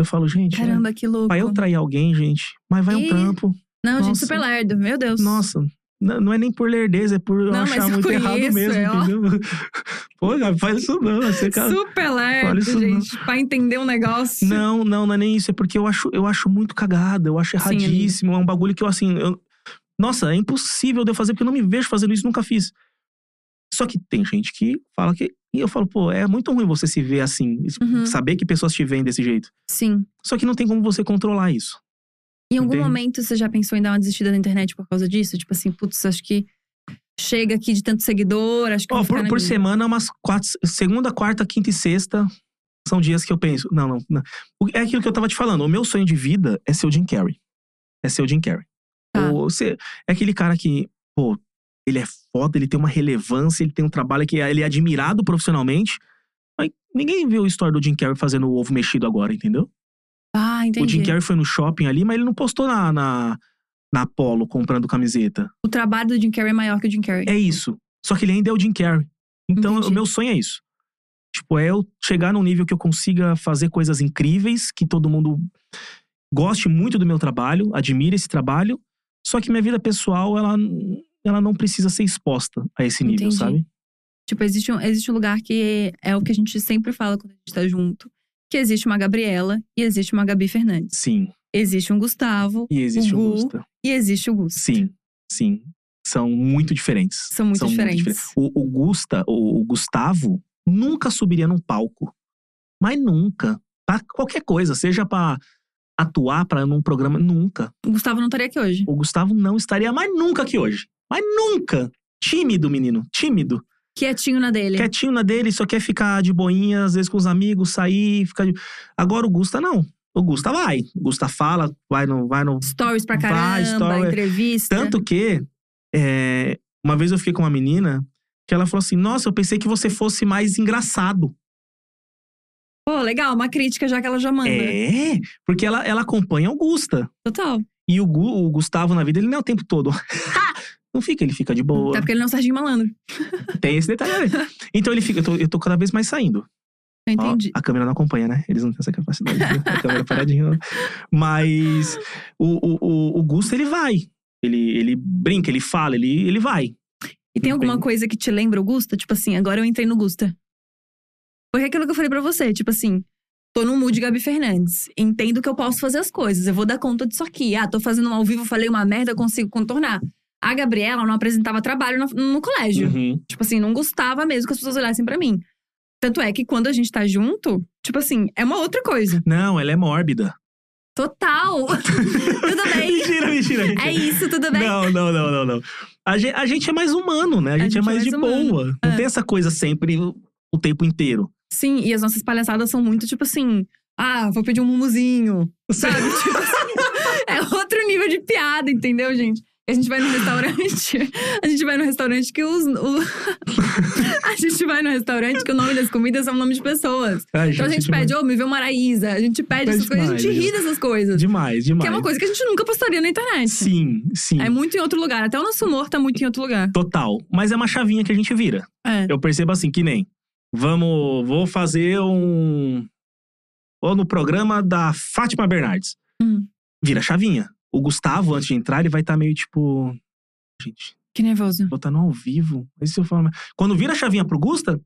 S2: Eu falo, gente, né,
S1: Caramba, que louco.
S2: pra eu trair alguém, gente, mas vai um
S1: Ih,
S2: trampo.
S1: Não, gente,
S2: Nossa.
S1: super lerdo. Meu Deus.
S2: Nossa, n- não é nem por lerdeza, é por eu
S1: Não, mas
S2: achar
S1: eu
S2: muito errado
S1: conheço,
S2: mesmo,
S1: é, ó.
S2: entendeu? Pô, cara, faz isso não. é Você, cara,
S1: Super lerdo,
S2: Olha isso, não.
S1: gente. Pra entender um negócio.
S2: Não, não, não é nem isso. É porque eu acho, eu acho muito cagada, eu acho
S1: Sim, amigo.
S2: erradíssimo. É um bagulho que eu, assim. eu- Nossa, é impossível de eu fazer, porque eu não me vejo fazendo isso, nunca fiz. Só que tem gente que fala que. E eu falo, pô, é muito ruim você se ver assim,
S1: Uhum.
S2: saber que pessoas te veem desse jeito.
S1: Sim.
S2: Só que não tem como você controlar isso.
S1: Em algum
S2: Entende?
S1: momento você já pensou em dar uma desistida na internet por causa disso? Tipo assim, putz, acho que chega aqui de tanto seguidor, acho que. eu
S2: Ó,
S1: vou ficar
S2: por,
S1: na
S2: por
S1: minha.
S2: semana, umas quatro. Segunda, quarta, quinta e sexta são dias que eu penso. Não, não, não. O- É aquilo que eu tava te falando. O meu sonho de vida é ser o Jim Carrey. É ser o Jim Carrey.
S1: Tá.
S2: Ou ser- é aquele cara que, pô, ele é foda, ele tem uma relevância, ele tem um trabalho que ele é admirado profissionalmente. Mas ninguém viu a história do Jim Carrey fazendo o ovo mexido agora, entendeu?
S1: Ah, entendi.
S2: O Jim Carrey foi no shopping ali, mas ele não postou na, na, na Apollo comprando camiseta.
S1: O trabalho do Jim Carrey é maior que o Jim Carrey.
S2: É isso. Só que ele ainda é o Jim Carrey. Então,
S1: Entendi.
S2: o meu sonho é isso. Tipo, é eu chegar num nível que eu consiga fazer coisas incríveis, que todo mundo goste muito do meu trabalho, admire esse trabalho. Só que minha vida pessoal, ela, ela não precisa ser exposta a esse nível,
S1: Entendi.
S2: sabe?
S1: Tipo, existe um, existe um lugar que é o que a gente sempre fala quando a gente tá junto. Que existe uma Gabriela e existe uma Gabi Fernandes.
S2: Sim.
S1: Existe um Gustavo
S2: E existe um
S1: Gugu.
S2: o Gusta.
S1: e existe o Gus.
S2: Sim, sim. São muito diferentes.
S1: São muito diferentes.
S2: O, o Gusta, o, o Gustavo, nunca subiria num palco. Mas nunca. Pra qualquer coisa, seja pra atuar pra num programa, nunca.
S1: O Gustavo não estaria aqui hoje.
S2: O Gustavo não estaria mais nunca aqui hoje. Mas nunca. Tímido, menino. Tímido.
S1: Quietinho na dele.
S2: Quietinho na dele, só quer ficar de boinha, às vezes com os amigos, sair, ficar de... Agora o Gusta não. O Gusta vai. O Gusta fala, vai no, vai no
S1: Stories pra
S2: Vai,
S1: caramba,
S2: story.
S1: entrevista.
S2: Tanto que, é, uma vez eu fiquei com uma menina que ela falou assim: Nossa, eu pensei que você fosse mais engraçado.
S1: Pô, legal, uma crítica já que ela já manda.
S2: É, porque ela, ela acompanha o Gusta.
S1: Total.
S2: E o, Gu- o Gustavo na vida, ele não é o tempo todo. não fica, ele fica de boa.
S1: Até porque ele não é o Serginho Malandro. Tá.
S2: Tem esse detalhe. aí. Então ele fica, eu tô, eu tô cada vez mais saindo.
S1: Eu
S2: Ó,
S1: entendi.
S2: a câmera não acompanha, né? Eles não têm essa capacidade. né? a câmera paradinha. Mas o, o, o, o Gusta, ele vai. Ele, ele brinca, ele fala, ele, ele vai.
S1: E tem alguma
S2: Entendi.
S1: coisa que te lembra o Gusta? Tipo assim, agora eu entrei no Gusta. Porque é aquilo que eu falei pra você, tipo assim, tô no mood Gabi Fernandes. Entendo que eu posso fazer as coisas, eu vou dar conta disso aqui. Ah, tô fazendo um ao vivo, falei uma merda, consigo contornar. A Gabriela não apresentava trabalho na- no, colégio.
S2: Uhum.
S1: Tipo assim, não gostava mesmo que as pessoas olhassem pra mim. Tanto é que quando a gente tá junto, tipo assim, é uma outra coisa.
S2: Não, ela é mórbida.
S1: Total! tudo bem.
S2: mentira, mentira, mentira.
S1: É isso, tudo bem.
S2: Não, não, não, não, não. A gen- a gente, é mais humano, né? A gente, é mais, de
S1: humano. Ah.
S2: boa. Não tem essa coisa sempre o o tempo inteiro.
S1: Sim, e as nossas palhaçadas são muito tipo assim. Ah, vou pedir um mumuzinho. Sabe? tipo assim, é outro nível de piada, entendeu, gente? A gente vai no restaurante. A gente vai no restaurante que os. o- a gente vai no restaurante que o nome das comidas são o nome de pessoas.
S2: Ai,
S1: Então a gente pede, ô, me vê uma Araísa. A gente pede essas
S2: Pede
S1: coisas, a gente
S2: demais,
S1: ri dessas coisas.
S2: Demais,
S1: Que
S2: demais.
S1: é uma coisa que a gente nunca postaria na internet.
S2: Sim, sim.
S1: É muito em outro lugar. Até o nosso humor tá muito em outro lugar.
S2: Total. Mas é uma chavinha que a gente vira.
S1: É.
S2: Eu percebo assim, que nem. Vamos. Vou fazer um. Ou no programa da Fátima Bernardes.
S1: Hum.
S2: Vira chavinha. O Gustavo, antes de entrar, ele vai estar meio tipo. Gente,
S1: Que nervoso.
S2: botar no ao vivo. Aí se eu falar. Quando vira a chavinha pro Gusta,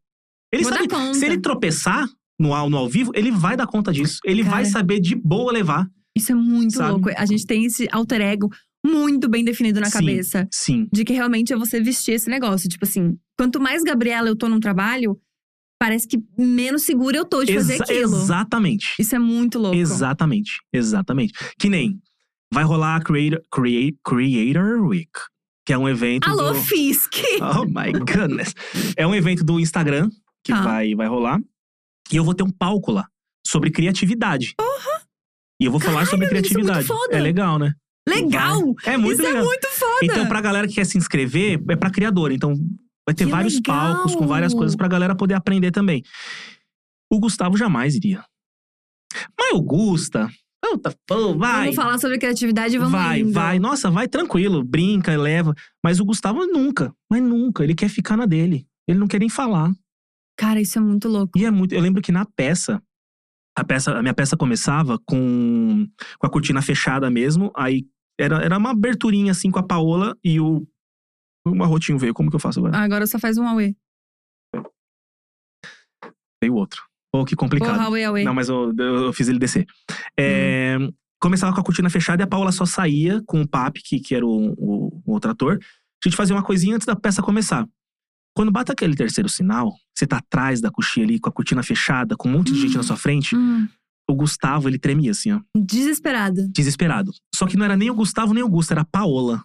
S2: ele
S1: Vou
S2: sabe.
S1: dar conta.
S2: Se ele tropeçar no ao, no ao vivo, ele vai dar conta disso. Ele
S1: Cara.
S2: vai saber de boa levar.
S1: Isso é muito
S2: Sabe?
S1: louco. A gente tem esse alter ego muito bem definido na
S2: Sim.
S1: cabeça.
S2: Sim.
S1: De que realmente é você vestir esse negócio. Tipo assim, quanto mais Gabriela eu tô num trabalho, parece que menos segura eu tô de fazer
S2: Exa-
S1: aquilo.
S2: Exatamente.
S1: Isso é muito louco.
S2: Exatamente. Exatamente. Que nem vai rolar a Creator, Create- Creator Week, que é um evento.
S1: Alô,
S2: do...
S1: Fisk!
S2: Oh my goodness. É um evento do Instagram que
S1: Tá.
S2: vai, vai rolar. E eu vou ter um palco lá sobre criatividade. E eu vou falar sobre
S1: amigo, isso é muito
S2: criatividade.
S1: foda.
S2: é legal, né?
S1: Legal!
S2: Vai. É muito
S1: Isso
S2: legal.
S1: é muito foda!
S2: Então, pra galera que quer se inscrever, é pra criador. Então, vai ter
S1: Que
S2: vários
S1: legal!
S2: palcos com várias coisas pra galera poder aprender também. O Gustavo jamais iria. Mas o Gusta. Puta, pô, vai.
S1: Vamos falar sobre criatividade e vamos
S2: vai,
S1: indo.
S2: vai. Nossa, vai tranquilo. Brinca, leva. Mas o Gustavo nunca. Mas nunca. Ele quer ficar na dele. Ele não quer nem falar.
S1: Cara, isso é muito louco.
S2: E é muito. Eu lembro que na peça. A, peça, a minha peça começava com, com a cortina fechada mesmo. Aí era, era uma aberturinha assim com a Paola e o. O Marrotinho veio. Como que eu faço agora?
S1: Ah, Agora só faz um Aue.
S2: Veio outro. Pô, que
S1: Ou
S2: complicado.
S1: Aue, Aue.
S2: Não, mas eu, eu fiz ele descer. É,
S1: Hum.
S2: Começava com a cortina fechada e a Paola só saía com o Papi, que, que era o, o, o outro ator. A gente fazia uma coisinha antes da peça começar. Quando bate aquele terceiro sinal, você tá atrás da coxinha ali, com a cortina fechada, com um monte de gente na sua frente.
S1: Hum,
S2: O Gustavo, ele tremia assim, ó.
S1: desesperada.
S2: Desesperado. Só que não era nem o Gustavo nem o Gusto, era a Paola.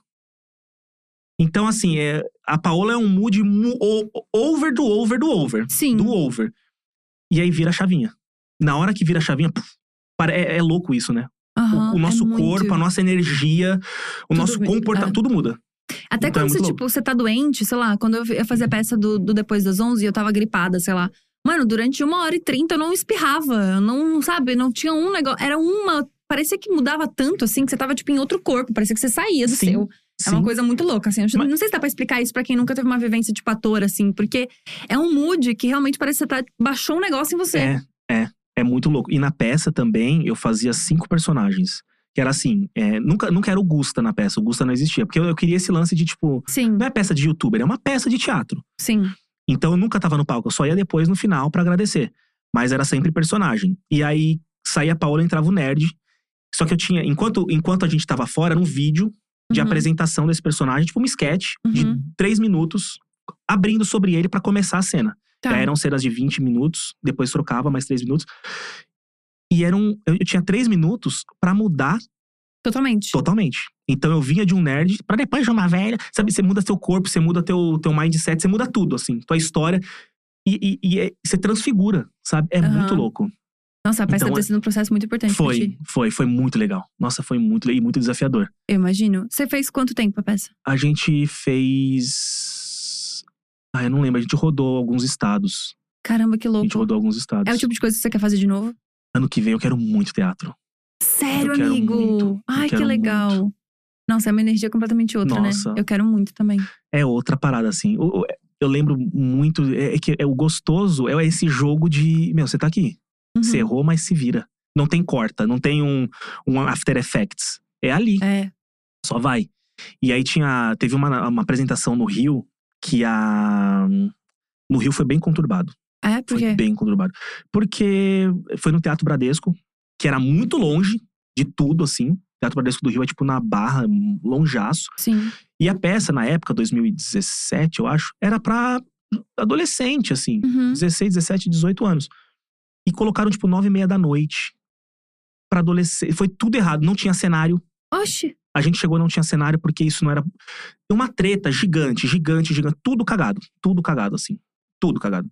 S2: Então, assim, é, a Paola é um mood mu- o- over do over do over
S1: Sim.
S2: do over. E aí vira a chavinha. Na hora que vira a chavinha, puf, para- é, é louco isso, né? O-
S1: Aham,
S2: o, nosso
S1: é muito.
S2: corpo, a nossa energia, o
S1: Tudo
S2: nosso
S1: mu-
S2: comportamento,
S1: ah.
S2: tudo muda.
S1: Até
S2: Então é
S1: quando
S2: muito
S1: você,
S2: louco.
S1: tipo, você tá doente, sei lá, quando eu ia fazer a peça do, do Depois das 11 e eu tava gripada, sei lá. Mano, durante uma hora e trinta eu não espirrava. Eu não, sabe, não tinha um negócio. Era uma. Parecia que mudava tanto, assim, que você tava, tipo, em outro corpo. Parecia que você saía do
S2: Sim,
S1: seu. É
S2: Sim.
S1: uma coisa muito louca, assim. Eu
S2: Mas-
S1: Não sei se dá pra explicar isso pra quem nunca teve uma vivência de pator, assim, porque é um mood que realmente parece que você tá, baixou um negócio em você.
S2: É, É muito louco. E na peça também, eu fazia cinco personagens. Que era assim, é, nunca, nunca era o Gusta na peça, o Gusta não existia. Porque eu, eu queria esse lance de, tipo,
S1: Sim,
S2: não é peça de youtuber, é uma peça de teatro.
S1: sim.
S2: Então eu nunca tava no palco, eu só ia depois no final pra agradecer. Mas era sempre personagem. E aí saía a Paola, entrava o nerd. Só que eu tinha, enquanto, enquanto a gente tava fora, era um vídeo de
S1: Uhum.
S2: apresentação desse personagem, tipo um sketch de
S1: Uhum.
S2: três minutos, abrindo sobre ele pra começar a cena.
S1: Tá.
S2: Aí eram cenas de 20 minutos, depois trocava mais três minutos. E eram. Eu, eu tinha três minutos pra mudar
S1: Totalmente.
S2: totalmente. Então eu vinha de um nerd pra depois de uma velha. Sabe, você muda teu corpo, você muda teu, teu mindset, você muda tudo, assim, tua história. E, e- e é- você transfigura, sabe? É
S1: Aham.
S2: muito louco.
S1: Nossa, a peça
S2: Então,
S1: deve
S2: é-
S1: ter sido um processo muito importante pra
S2: Foi,
S1: ti.
S2: foi, foi muito legal. Nossa, foi muito le- e muito desafiador.
S1: Eu imagino. Você fez quanto tempo a peça?
S2: A gente fez. Ah, eu não lembro. A gente rodou alguns estados.
S1: Caramba, que
S2: A
S1: louco.
S2: gente rodou alguns estados.
S1: É o tipo de coisa que você quer fazer de novo?
S2: Ano que vem eu quero muito teatro.
S1: Sério,
S2: Eu quero
S1: amigo!
S2: muito, eu
S1: Ai, que
S2: quero
S1: legal. Nossa, é uma energia completamente outra,
S2: Nossa.
S1: né? Eu quero muito também.
S2: É outra parada, assim. O- o- Eu lembro muito. É, é que é o gostoso é esse jogo de. Meu, você tá aqui.
S1: Uhum.
S2: Você errou, mas se vira. Não tem corta, não tem um, um After Effects. É ali.
S1: É.
S2: só vai. E aí tinha. Teve uma, uma apresentação no Rio que a. No Rio foi bem conturbado.
S1: É,
S2: Foi
S1: porque.
S2: bem conturbado. Porque foi no Teatro Bradesco, que era muito longe de tudo, assim. Teatro Bradesco do Rio é tipo na barra, um longeaço.
S1: Sim.
S2: E a peça, na época, 2017, eu acho, era pra adolescente, assim.
S1: Uhum.
S2: 16, 17, 18 anos. E colocaram, tipo, 9 e meia da noite. Pra adolescente. Foi tudo errado. Não tinha cenário.
S1: Oxi!
S2: A gente chegou e não tinha cenário porque isso não era. Uma treta gigante, gigante, gigante. Tudo cagado. Tudo cagado, assim. Tudo cagado.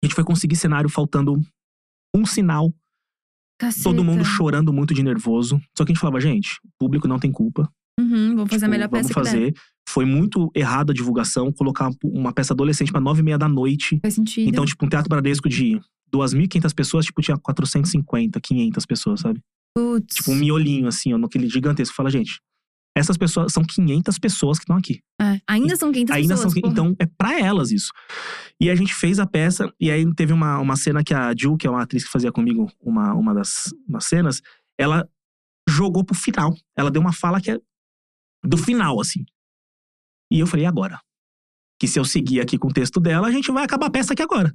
S2: A gente foi conseguir cenário faltando um sinal.
S1: Caceta.
S2: Todo mundo chorando muito de nervoso. Só que a gente falava, gente, o público não tem culpa.
S1: Uhum, vou fazer a
S2: Tipo,
S1: melhor
S2: vamos
S1: peça que der.
S2: fazer. Foi muito errada a divulgação, colocar uma peça adolescente pra nove e meia da noite.
S1: Faz sentido.
S2: Então, tipo, um teatro bradesco de 2.500 pessoas, tipo, tinha 450, 500 pessoas, sabe?
S1: Putz.
S2: Tipo, um miolinho, assim, ó, naquele gigantesco. Fala, gente, essas pessoas, são 500 pessoas que estão aqui.
S1: É. Ainda são 500
S2: Ainda
S1: pessoas.
S2: são-
S1: porra.
S2: então é pra elas isso. E a gente fez a peça, e aí teve uma, uma cena que a Jill, que é uma atriz que fazia comigo uma, uma das umas cenas, ela jogou pro final. Ela deu uma fala que é do final, assim. E eu falei, e agora? Que se eu seguir aqui com o texto dela, a gente vai acabar a peça aqui agora.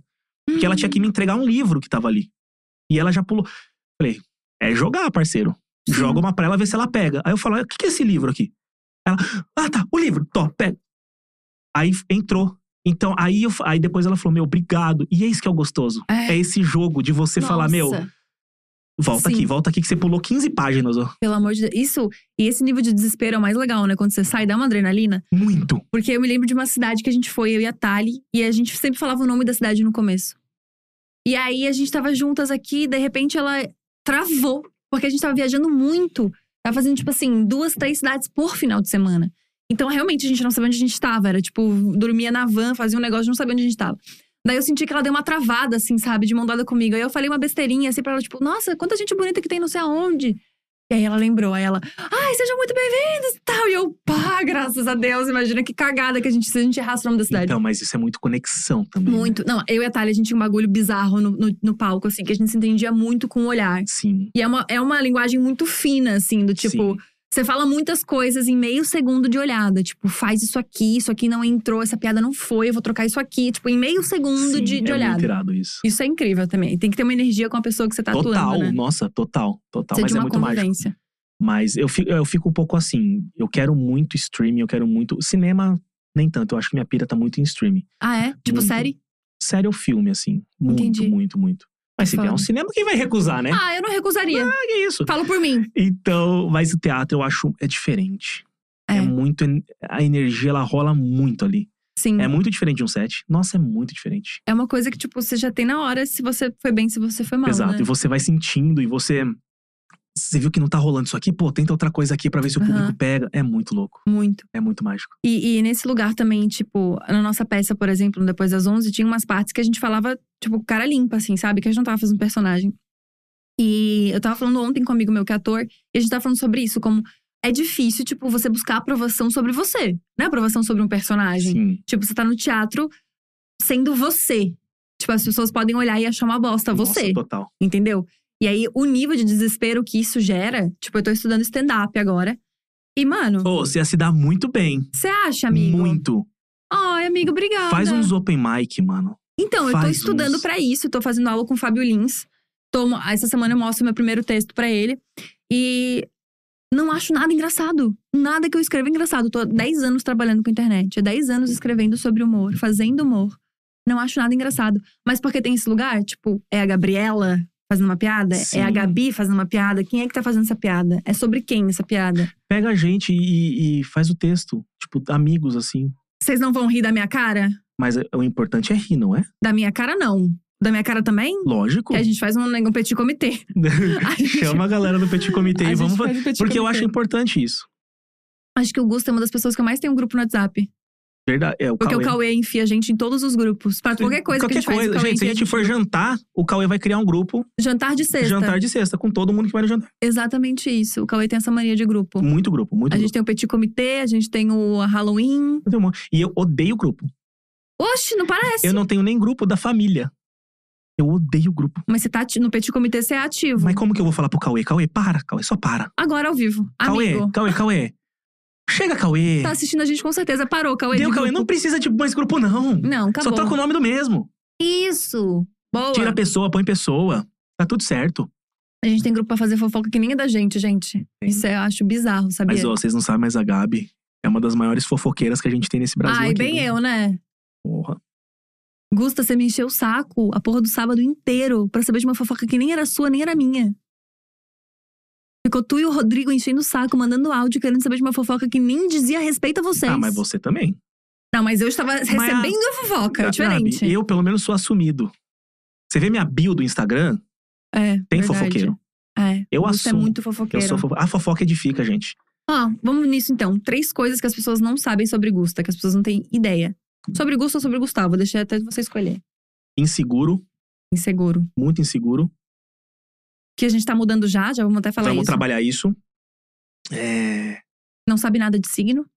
S2: Porque ela tinha
S1: Uhum.
S2: que me entregar um livro que tava ali. E ela já pulou. Falei, é jogar, parceiro.
S1: Sim.
S2: Joga uma pra ela ver se ela pega. Aí eu falo, o que que é esse livro aqui? Ela, ah tá, o livro, tô, pega. Aí entrou. Então, aí, eu, aí depois ela falou, meu, obrigado. E é isso que é o gostoso. É, esse jogo de você falar, meu,
S1: Nossa,
S2: volta
S1: Sim.
S2: aqui, volta aqui que você pulou 15 páginas, ó.
S1: Pelo amor de Deus. Isso, e esse nível de desespero é o mais legal, né? Quando você sai, dá uma adrenalina.
S2: Muito.
S1: Porque eu me lembro de uma cidade que a gente foi, eu e a Tali, e a gente sempre falava o nome da cidade no começo. E aí a gente tava juntas aqui, e de repente ela travou, porque a gente tava viajando muito. Tava fazendo, tipo assim, duas, três cidades por final de semana. Então, realmente, a gente não sabia onde a gente tava. Era tipo, dormia na van, fazia um negócio, não sabia onde a gente tava. Daí eu senti que ela deu uma travada, assim, sabe, de mão dada comigo. Aí eu falei uma besteirinha, assim, pra ela, tipo, nossa, quanta gente bonita que tem não sei aonde. E aí ela lembrou, aí ela, ai, sejam muito bem-vindos e tal. E eu, pá, graças a Deus, imagina que cagada que a gente, se a gente errasse o nome da cidade.
S2: Então, mas isso é muito conexão também. né?
S1: muito. Não, eu e a Thalia, a gente tinha um bagulho bizarro no, no, no palco, assim, que a gente se entendia muito com o olhar.
S2: Sim.
S1: E é uma, é uma linguagem muito fina, assim, do tipo.
S2: sim.
S1: Você fala muitas coisas em meio segundo de olhada. Tipo, faz isso aqui, isso aqui não entrou, essa piada não foi, eu vou trocar isso aqui. Tipo, em meio segundo
S2: Sim,
S1: de, de
S2: é
S1: olhada.
S2: Muito irado isso.
S1: Isso é incrível também. Tem que ter uma energia com a pessoa que você tá
S2: total,
S1: atuando, né?
S2: nossa, total, total.
S1: Precisa
S2: mas
S1: de
S2: é
S1: uma
S2: muito mágico.
S1: convivência.
S2: Mas eu fico, eu fico um pouco assim. Eu quero muito streaming, eu quero muito. Cinema, nem tanto. Eu acho que minha pira tá muito em streaming.
S1: Ah, é? Tipo,
S2: Muito.
S1: série?
S2: Série ou filme, assim. Muito,
S1: Entendi.
S2: muito, muito. Mas se vier um
S1: Foda.
S2: cinema, quem vai recusar, né?
S1: Ah, eu não recusaria.
S2: Ah, que isso.
S1: Falo por mim.
S2: Então, mas o teatro eu acho é diferente. É,
S1: É.
S2: muito. en- A energia, ela rola muito ali.
S1: Sim.
S2: É muito diferente de um set. Nossa, é muito diferente.
S1: É uma coisa que, tipo, você já tem na hora se você foi bem, se você foi mal.
S2: Exato.
S1: né?
S2: E você vai sentindo e você. Você viu que não tá rolando isso aqui? Pô, tenta outra coisa aqui pra ver se o público
S1: Aham.
S2: pega. É muito louco.
S1: Muito.
S2: É muito mágico.
S1: E, e nesse lugar também, tipo, na nossa peça, por exemplo, no Depois das 11, tinha umas partes que a gente falava, tipo, cara limpa, assim, sabe? Que a gente não tava fazendo personagem. E eu tava falando ontem com um amigo meu que é ator, e a gente tava falando sobre isso, como é difícil, tipo, você buscar aprovação sobre você, né? Aprovação sobre um personagem.
S2: Sim.
S1: Tipo, você tá no teatro sendo você. Tipo, as pessoas podem olhar e achar uma bosta você.
S2: Nossa, total.
S1: Entendeu? E aí, o nível de desespero que isso gera. Tipo, eu tô estudando stand-up agora. E, mano,
S2: Ô, você ia se dar muito bem.
S1: você acha, amigo? né?
S2: Muito.
S1: Ai, amigo, obrigada.
S2: Faz uns open mic, mano.
S1: Então, eu tô
S2: faz
S1: estudando
S2: uns.
S1: pra isso. Eu tô fazendo aula com o Fábio Lins. Tô mo- essa semana eu mostro meu primeiro texto pra ele. E não acho nada engraçado. Nada que eu escrevo é engraçado. Tô há 10 anos trabalhando com internet. Há 10 anos escrevendo sobre humor, fazendo humor. Não acho nada engraçado. Mas porque tem esse lugar, tipo, é a Gabriela fazendo uma piada? É a
S2: Sim.
S1: Gabi fazendo uma piada? Quem é que tá fazendo essa piada? É sobre quem essa piada?
S2: Pega a gente e, e faz o texto. Tipo, amigos, assim.
S1: Vocês não vão rir da minha cara?
S2: Mas é- o importante é rir, não é?
S1: Da minha cara, não. Da minha cara também?
S2: Lógico.
S1: Que a gente faz um, um petit comitê. A gente-
S2: Chama a galera do Petit Comitê
S1: A
S2: e
S1: gente
S2: vamos. fa-
S1: faz um petit
S2: Porque eu
S1: comitê.
S2: acho importante isso.
S1: Acho que o Gusto é uma das pessoas que eu mais tenho um grupo no WhatsApp.
S2: Verdade. É, o
S1: Porque
S2: Cauê.
S1: o Cauê enfia a gente em todos os grupos. Pra qualquer coisa que a gente faz, o Cauê
S2: gente, se a
S1: enfia
S2: gente for jantar, o Cauê vai criar um grupo
S1: Jantar de sexta.
S2: jantar de sexta com todo mundo que vai no jantar.
S1: Exatamente isso. O Cauê tem essa mania de grupo.
S2: Muito grupo, muito
S1: A
S2: grupo.
S1: gente tem o Petit Comitê, a gente tem o Halloween.
S2: Tem um monte. E eu odeio grupo.
S1: Oxe, não parece.
S2: Eu não tenho nem grupo da família. Eu odeio grupo.
S1: Mas você tá ati- no Petit Comitê, você é ativo.
S2: Mas como que eu vou falar pro Cauê? Cauê, para, Cauê, só para.
S1: Agora ao vivo.
S2: Cauê,
S1: Amigo.
S2: Cauê, Cauê. Chega, Cauê.
S1: Tá assistindo a gente com certeza. Parou, Cauê.
S2: Deu,
S1: de
S2: Cauê, não
S1: grupo.
S2: precisa de mais grupo, não.
S1: Não, acabou.
S2: Só toca o nome do mesmo.
S1: Isso. Boa.
S2: Tira a pessoa, põe pessoa. Tá tudo certo.
S1: A gente tem grupo pra fazer fofoca que nem é da gente, gente.
S2: Tem.
S1: Isso eu acho bizarro, sabia?
S2: Mas, ó, vocês não sabem, mas a Gabi é uma das maiores fofoqueiras que a gente tem nesse Brasil.
S1: Ai,
S2: aqui,
S1: bem
S2: né?
S1: eu, né?
S2: Porra.
S1: Gusta, você me encheu o saco a porra do sábado inteiro pra saber de uma fofoca que nem era sua, nem era minha. Ficou tu e o Rodrigo enchendo o saco, mandando áudio, querendo saber de uma fofoca que nem dizia respeito a vocês.
S2: Ah, mas você também.
S1: Não, mas eu estava recebendo a fofoca, é diferente.
S2: Gabi, eu, pelo menos, sou assumido. Você vê minha bio do Instagram?
S1: É,
S2: Tem
S1: verdade.
S2: fofoqueiro.
S1: É,
S2: Eu
S1: Gusta é
S2: assumo.
S1: muito
S2: Eu
S1: fofoqueiro.
S2: sou fofo... A fofoca edifica, gente.
S1: Ó, vamos nisso então. Três coisas que as pessoas não sabem sobre Gusta, que as pessoas não têm ideia. Sobre Gusta ou sobre Gustavo? Deixei até você escolher.
S2: Inseguro,
S1: Inseguro.
S2: muito inseguro.
S1: Que a gente tá mudando já, já vamos até falar
S2: Vamos
S1: isso.
S2: trabalhar isso. É,
S1: Não sabe nada de signo.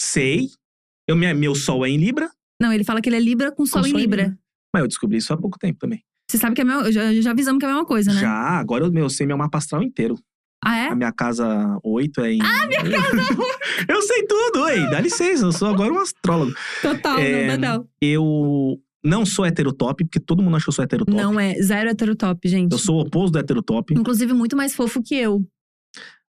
S2: Sei. Eu, minha, meu sol é em Libra,
S1: Não, ele fala que ele é Libra com Sol,
S2: Sol
S1: em
S2: em
S1: Libra.
S2: mas eu descobri isso há pouco tempo também.
S1: Você sabe que é a mesma, já, já avisamos que é a mesma coisa, né?
S2: Já, agora eu, meu, eu sei meu mapa astral inteiro.
S1: Ah, é?
S2: A minha casa 8 é em. Ah, minha casa Eu sei tudo, ei, dá licença, eu sou agora um astrólogo.
S1: Total,
S2: É,
S1: não, não,
S2: Eu não sou heterotop, porque todo mundo acha que eu sou heterotop.
S1: não. Não é zero heterotop, gente.
S2: Eu sou um o oposto do heterotop.
S1: Inclusive, muito mais fofo que eu.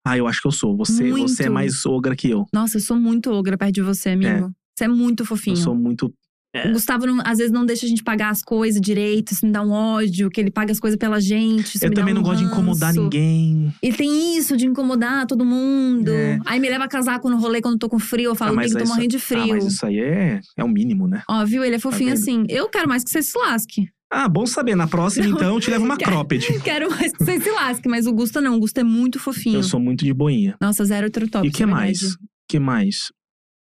S2: Ah, eu acho que eu sou. Você,
S1: Muito.
S2: você é mais ogra que eu.
S1: Nossa, eu sou é muito ogra perto de você, amigo. Você é muito fofinho.
S2: Eu sou muito É.
S1: O Gustavo, não- às vezes, não deixa a gente pagar as coisas direito, isso me dá um ódio, que ele paga as coisas pela gente. Isso
S2: Eu
S1: me dá
S2: também
S1: um
S2: não gosto de incomodar
S1: ranço.
S2: ninguém.
S1: E tem isso de incomodar todo mundo.
S2: É.
S1: Aí me leva casaco no rolê quando eu tô com frio. Eu
S2: Ah,
S1: falo,
S2: mas
S1: Big, tô
S2: aí isso-
S1: morrendo de
S2: Ah,
S1: frio.
S2: mas isso aí é, é o mínimo, né?
S1: Ó, viu? Ele é fofinho
S2: vendo?
S1: assim. Eu quero mais que você se lasque.
S2: Ah, bom saber. Na próxima,
S1: Não.
S2: então, eu te levo uma cropped.
S1: Quero mais que você se lasque. Mas o Gusta não. O Gusta é muito fofinho.
S2: Eu sou muito de boinha.
S1: Nossa, zero outro top.
S2: E o que mais? que mais?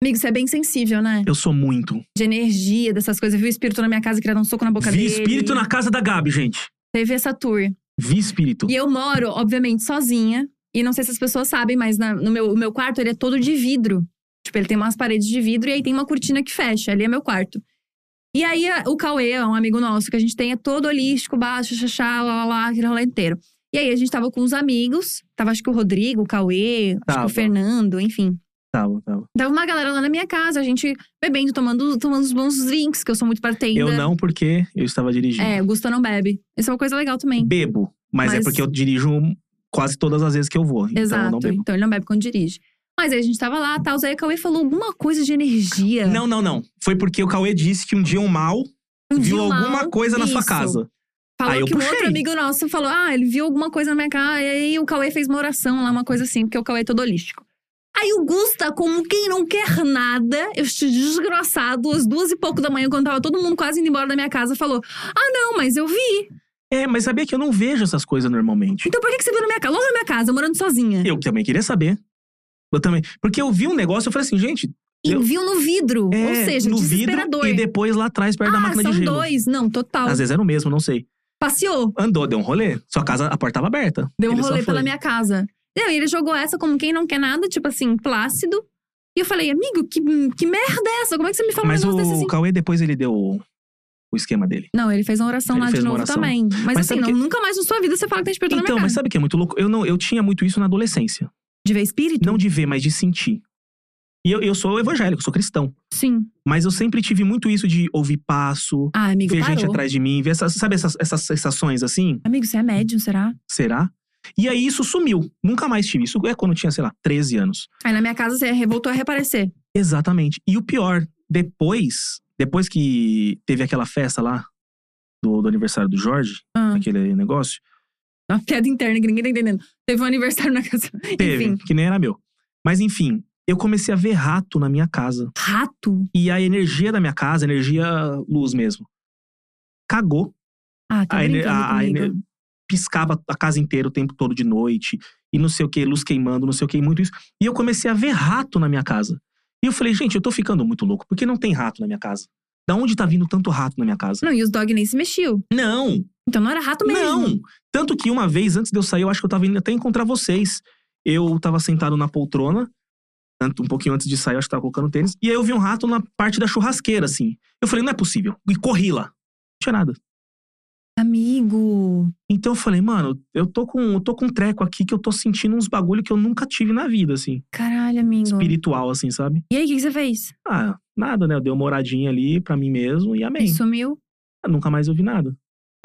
S1: Amigo, você é bem sensível, né?
S2: Eu sou muito.
S1: De energia, dessas coisas. Eu vi o espírito na minha casa e queria dar um soco na boca
S2: Vi
S1: dele.
S2: espírito na casa da Gabi, gente.
S1: Teve essa tour.
S2: Vi espírito.
S1: E eu moro, obviamente, sozinha. E não sei se as pessoas sabem, mas na- no meu, o meu quarto ele é todo de vidro. Tipo, ele tem umas paredes de vidro e aí tem uma cortina que fecha. Ali é meu quarto. E aí a- o Cauê, é um amigo nosso que a gente tem, é todo holístico, baixo, xaxá, lá, lá, lá, aquele rolê inteiro. E aí a gente tava com uns amigos. Tava acho que o Rodrigo, o Cauê, acho que
S2: Tava.
S1: o Fernando, enfim.
S2: Tava, tava.
S1: Tava uma galera lá na minha casa, a gente bebendo, tomando, tomando uns bons drinks, que eu sou muito bartender.
S2: Eu não, porque eu estava dirigindo.
S1: É, o Gusta não bebe. Isso é uma coisa legal também.
S2: Bebo, mas, é
S1: Mas-
S2: porque eu dirijo quase todas as vezes que eu vou. Então eu
S1: Exato.
S2: não bebo.
S1: então ele não bebe quando dirige. Mas aí a gente tava lá, tal. Aí o Cauê falou alguma coisa de energia.
S2: Não, não, não. Foi porque o Cauê disse que um dia um mal
S1: Um
S2: viu
S1: dia um
S2: alguma
S1: mal,
S2: coisa na sua
S1: isso.
S2: casa.
S1: Falou
S2: Aí eu
S1: que um outro
S2: puxei.
S1: amigo nosso falou: ah, ele viu alguma coisa na minha casa. E aí o Cauê fez uma oração lá, uma coisa assim, porque o Cauê é todo holístico. Aí o Gusta, como quem não quer nada, este desgraçado, às duas e pouco da manhã, quando tava todo mundo quase indo embora da minha casa, falou: Ah, não, mas eu vi.
S2: É, mas sabia que eu não vejo essas coisas normalmente.
S1: Então por que, que você viu na minha casa? Logo na minha casa, morando sozinha.
S2: Eu também queria saber. Eu também. Porque eu vi um negócio, eu falei assim, gente,
S1: E
S2: eu-
S1: viu no vidro.
S2: é,
S1: Ou seja,
S2: no vidro
S1: desesperador.
S2: e depois lá atrás, perto da
S1: ah,
S2: máquina
S1: são
S2: de gelo. é
S1: dois. então. Não, total.
S2: Às vezes era o mesmo, não sei.
S1: Passeou.
S2: Andou, deu um rolê. Sua casa, a porta tava aberta.
S1: Deu um
S2: Ele só
S1: rolê
S2: foi.
S1: pela minha casa. E aí ele jogou essa como quem não quer nada, tipo assim, plácido. E eu falei, amigo, que, que merda é essa? Como é que você me fala
S2: Mas
S1: um
S2: o
S1: negócio desse assim?
S2: Cauê, depois ele deu o, o esquema dele.
S1: Não, ele fez uma oração
S2: Ele
S1: lá de
S2: fez uma
S1: novo
S2: oração.
S1: também. Mas,
S2: Mas
S1: assim,
S2: sabe
S1: não,
S2: que-
S1: nunca mais na sua vida você fala que tem espírito
S2: Então,
S1: na minha
S2: mas
S1: casa.
S2: sabe o que é muito louco? Eu, não, eu tinha muito isso na adolescência.
S1: De ver espírito?
S2: Não de ver, mas de sentir. E eu, eu sou evangélico, sou cristão.
S1: Sim.
S2: Mas eu sempre tive muito isso de ouvir passo,
S1: Ah, amigo,
S2: ver
S1: parou.
S2: gente atrás de mim, ver essas, sabe essas, essas sensações assim?
S1: Amigo, você é médium, será?
S2: Será? E aí isso sumiu. Nunca mais tive. Isso é quando eu tinha, sei lá, 13 anos.
S1: Aí na minha casa você re- voltou a reaparecer.
S2: Exatamente. E o pior, depois, depois que teve aquela festa lá do, do aniversário do Jorge,
S1: Ah,
S2: aquele negócio,
S1: uma piada interna que ninguém tá entendendo. Teve um aniversário na casa.
S2: teve,
S1: Enfim.
S2: que nem era meu. Mas enfim, eu comecei a ver rato na minha casa.
S1: Rato?
S2: E a energia da minha casa, energia luz mesmo, cagou.
S1: Ah, tá
S2: A ener-
S1: brincando
S2: a- a
S1: comigo.
S2: ener- piscava a casa inteira o tempo todo de noite, e não sei o que, luz queimando, não sei o que, muito isso. E eu comecei a ver rato na minha casa. E eu falei, gente, eu tô ficando muito louco, porque não tem rato na minha casa. Da onde tá vindo tanto rato na minha casa?
S1: Não, e os dog nem se mexiam.
S2: Não!
S1: Então não era rato mesmo.
S2: Não! Tanto que uma vez, antes de eu sair, eu acho que eu tava indo até encontrar vocês. Eu tava sentado na poltrona, tanto um pouquinho antes de sair, eu acho que tava colocando tênis. E aí eu vi um rato na parte da churrasqueira, assim. Eu falei, não é possível. E corri lá. Não tinha nada.
S1: Amigo.
S2: Então eu falei, mano, eu tô com, eu tô com um treco aqui que eu tô sentindo uns bagulho que eu nunca tive na vida, assim.
S1: Caralho, amigo.
S2: Espiritual, assim, sabe?
S1: E aí, o que, que você fez?
S2: Ah, nada, né? Eu dei uma moradinha ali pra mim mesmo e amei.
S1: E sumiu?
S2: Ah, Nunca mais ouvi nada.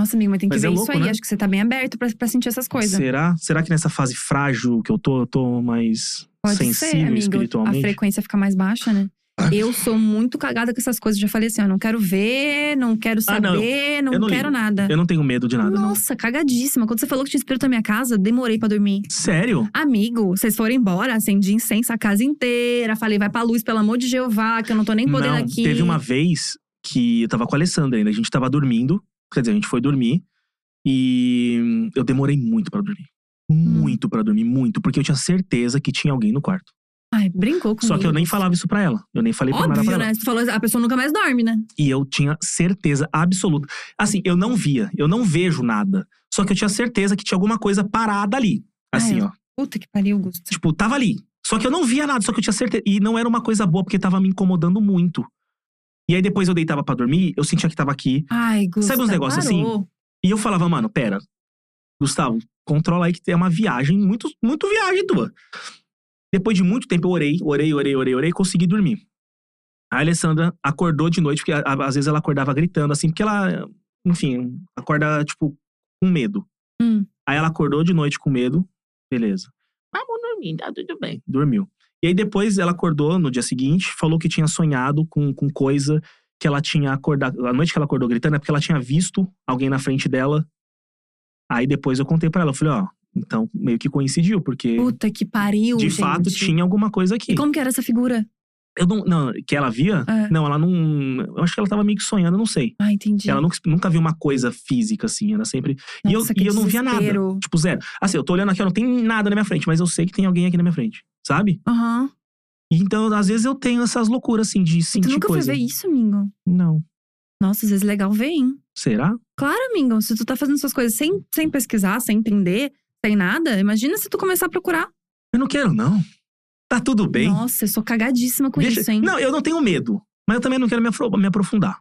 S1: Nossa, amigo, mas tem que
S2: Mas
S1: ver
S2: é
S1: isso
S2: louco,
S1: aí.
S2: né?
S1: Acho que você tá bem aberto pra, pra sentir essas coisas.
S2: Será? Será que nessa fase frágil que eu tô, eu tô mais
S1: Pode ser,
S2: sensível
S1: amigo. A
S2: espiritualmente?
S1: frequência fica mais baixa, né?
S2: Ah.
S1: Eu sou muito cagada com essas coisas. Já falei assim, ó, não quero ver, não quero
S2: Ah, não.
S1: saber, não,
S2: Eu não
S1: quero
S2: ligo.
S1: nada.
S2: Eu não tenho medo de nada, não.
S1: Nossa, cagadíssima. Quando você falou que tinha espírito na minha casa, demorei pra dormir.
S2: Sério?
S1: Amigo, vocês foram embora, acendi incenso a casa inteira. Falei, vai pra luz, pelo amor de Jeová, que eu não tô nem podendo
S2: não,
S1: aqui.
S2: teve uma vez que eu tava com a Alessandra ainda. A gente tava dormindo. Quer dizer, a gente foi dormir. E hum, eu demorei muito pra dormir.
S1: Hum.
S2: Muito pra dormir, muito. Porque eu tinha certeza que tinha alguém no quarto.
S1: Ai, brincou comigo.
S2: Só que eu nem falava isso pra ela. Eu nem falei pra nada pra
S1: Hum. Óbvio,
S2: ela.
S1: né? Você falou, a pessoa nunca mais dorme, né?
S2: E eu tinha certeza absoluta. Assim, eu não via, eu não vejo nada. Só que eu tinha certeza que tinha alguma coisa parada ali. Assim,
S1: Ah, é.
S2: ó.
S1: Puta que pariu, Gusto.
S2: Tipo, tava ali. Só que eu não via nada, só que eu tinha certeza. E não era uma coisa boa, porque tava me incomodando muito. E aí depois eu deitava pra dormir, eu sentia que tava aqui.
S1: Ai, Gusta,
S2: Sabe uns negócios assim?
S1: parou.
S2: E eu falava, mano, pera. Gustavo, controla aí que é uma viagem, muito, muito viagem tua. Depois de muito tempo, eu orei, orei, orei, orei, orei, consegui dormir. A Alessandra acordou de noite, porque a- a- às vezes ela acordava gritando, assim, porque ela, enfim, acorda, tipo, com medo.
S1: Hum.
S2: Aí ela acordou de noite com medo, beleza. Vamos dormir, tá tudo bem. Dormiu. E aí depois ela acordou no dia seguinte, falou que tinha sonhado com, com coisa que ela tinha acordado, a noite que ela acordou gritando é porque ela tinha visto alguém na frente dela. Aí depois eu contei pra ela, eu falei, ó, então meio que coincidiu, porque
S1: Puta que pariu,
S2: de
S1: gente.
S2: fato tinha alguma coisa aqui.
S1: E como que era essa figura?
S2: Eu não, não, que ela via?
S1: É.
S2: Não, ela não, eu acho que ela tava meio que sonhando, eu não sei.
S1: Ah, entendi.
S2: Ela nunca, nunca viu uma coisa física assim, ela sempre e eu-
S1: Nossa, que
S2: e eu não via nada.
S1: desespero.
S2: Tipo, zero. Assim, eu tô olhando aqui, eu não tem nada na minha frente, mas eu sei que tem alguém aqui na minha frente, sabe?
S1: Aham.
S2: E Então, às vezes eu tenho essas loucuras, assim, de
S1: Tu
S2: sentir
S1: nunca
S2: coisa.
S1: foi ver isso, Mingo?
S2: Não.
S1: Nossa, às vezes é legal ver, hein?
S2: Será?
S1: Claro, Mingo. Se tu tá fazendo suas coisas sem, sem pesquisar, sem entender, sem nada, imagina se tu começar a procurar.
S2: Eu não quero, não. Tá tudo bem.
S1: Nossa, eu sou cagadíssima com
S2: Deixa-
S1: isso, hein?
S2: Não, eu não tenho medo. Mas eu também não quero me, afro- me aprofundar.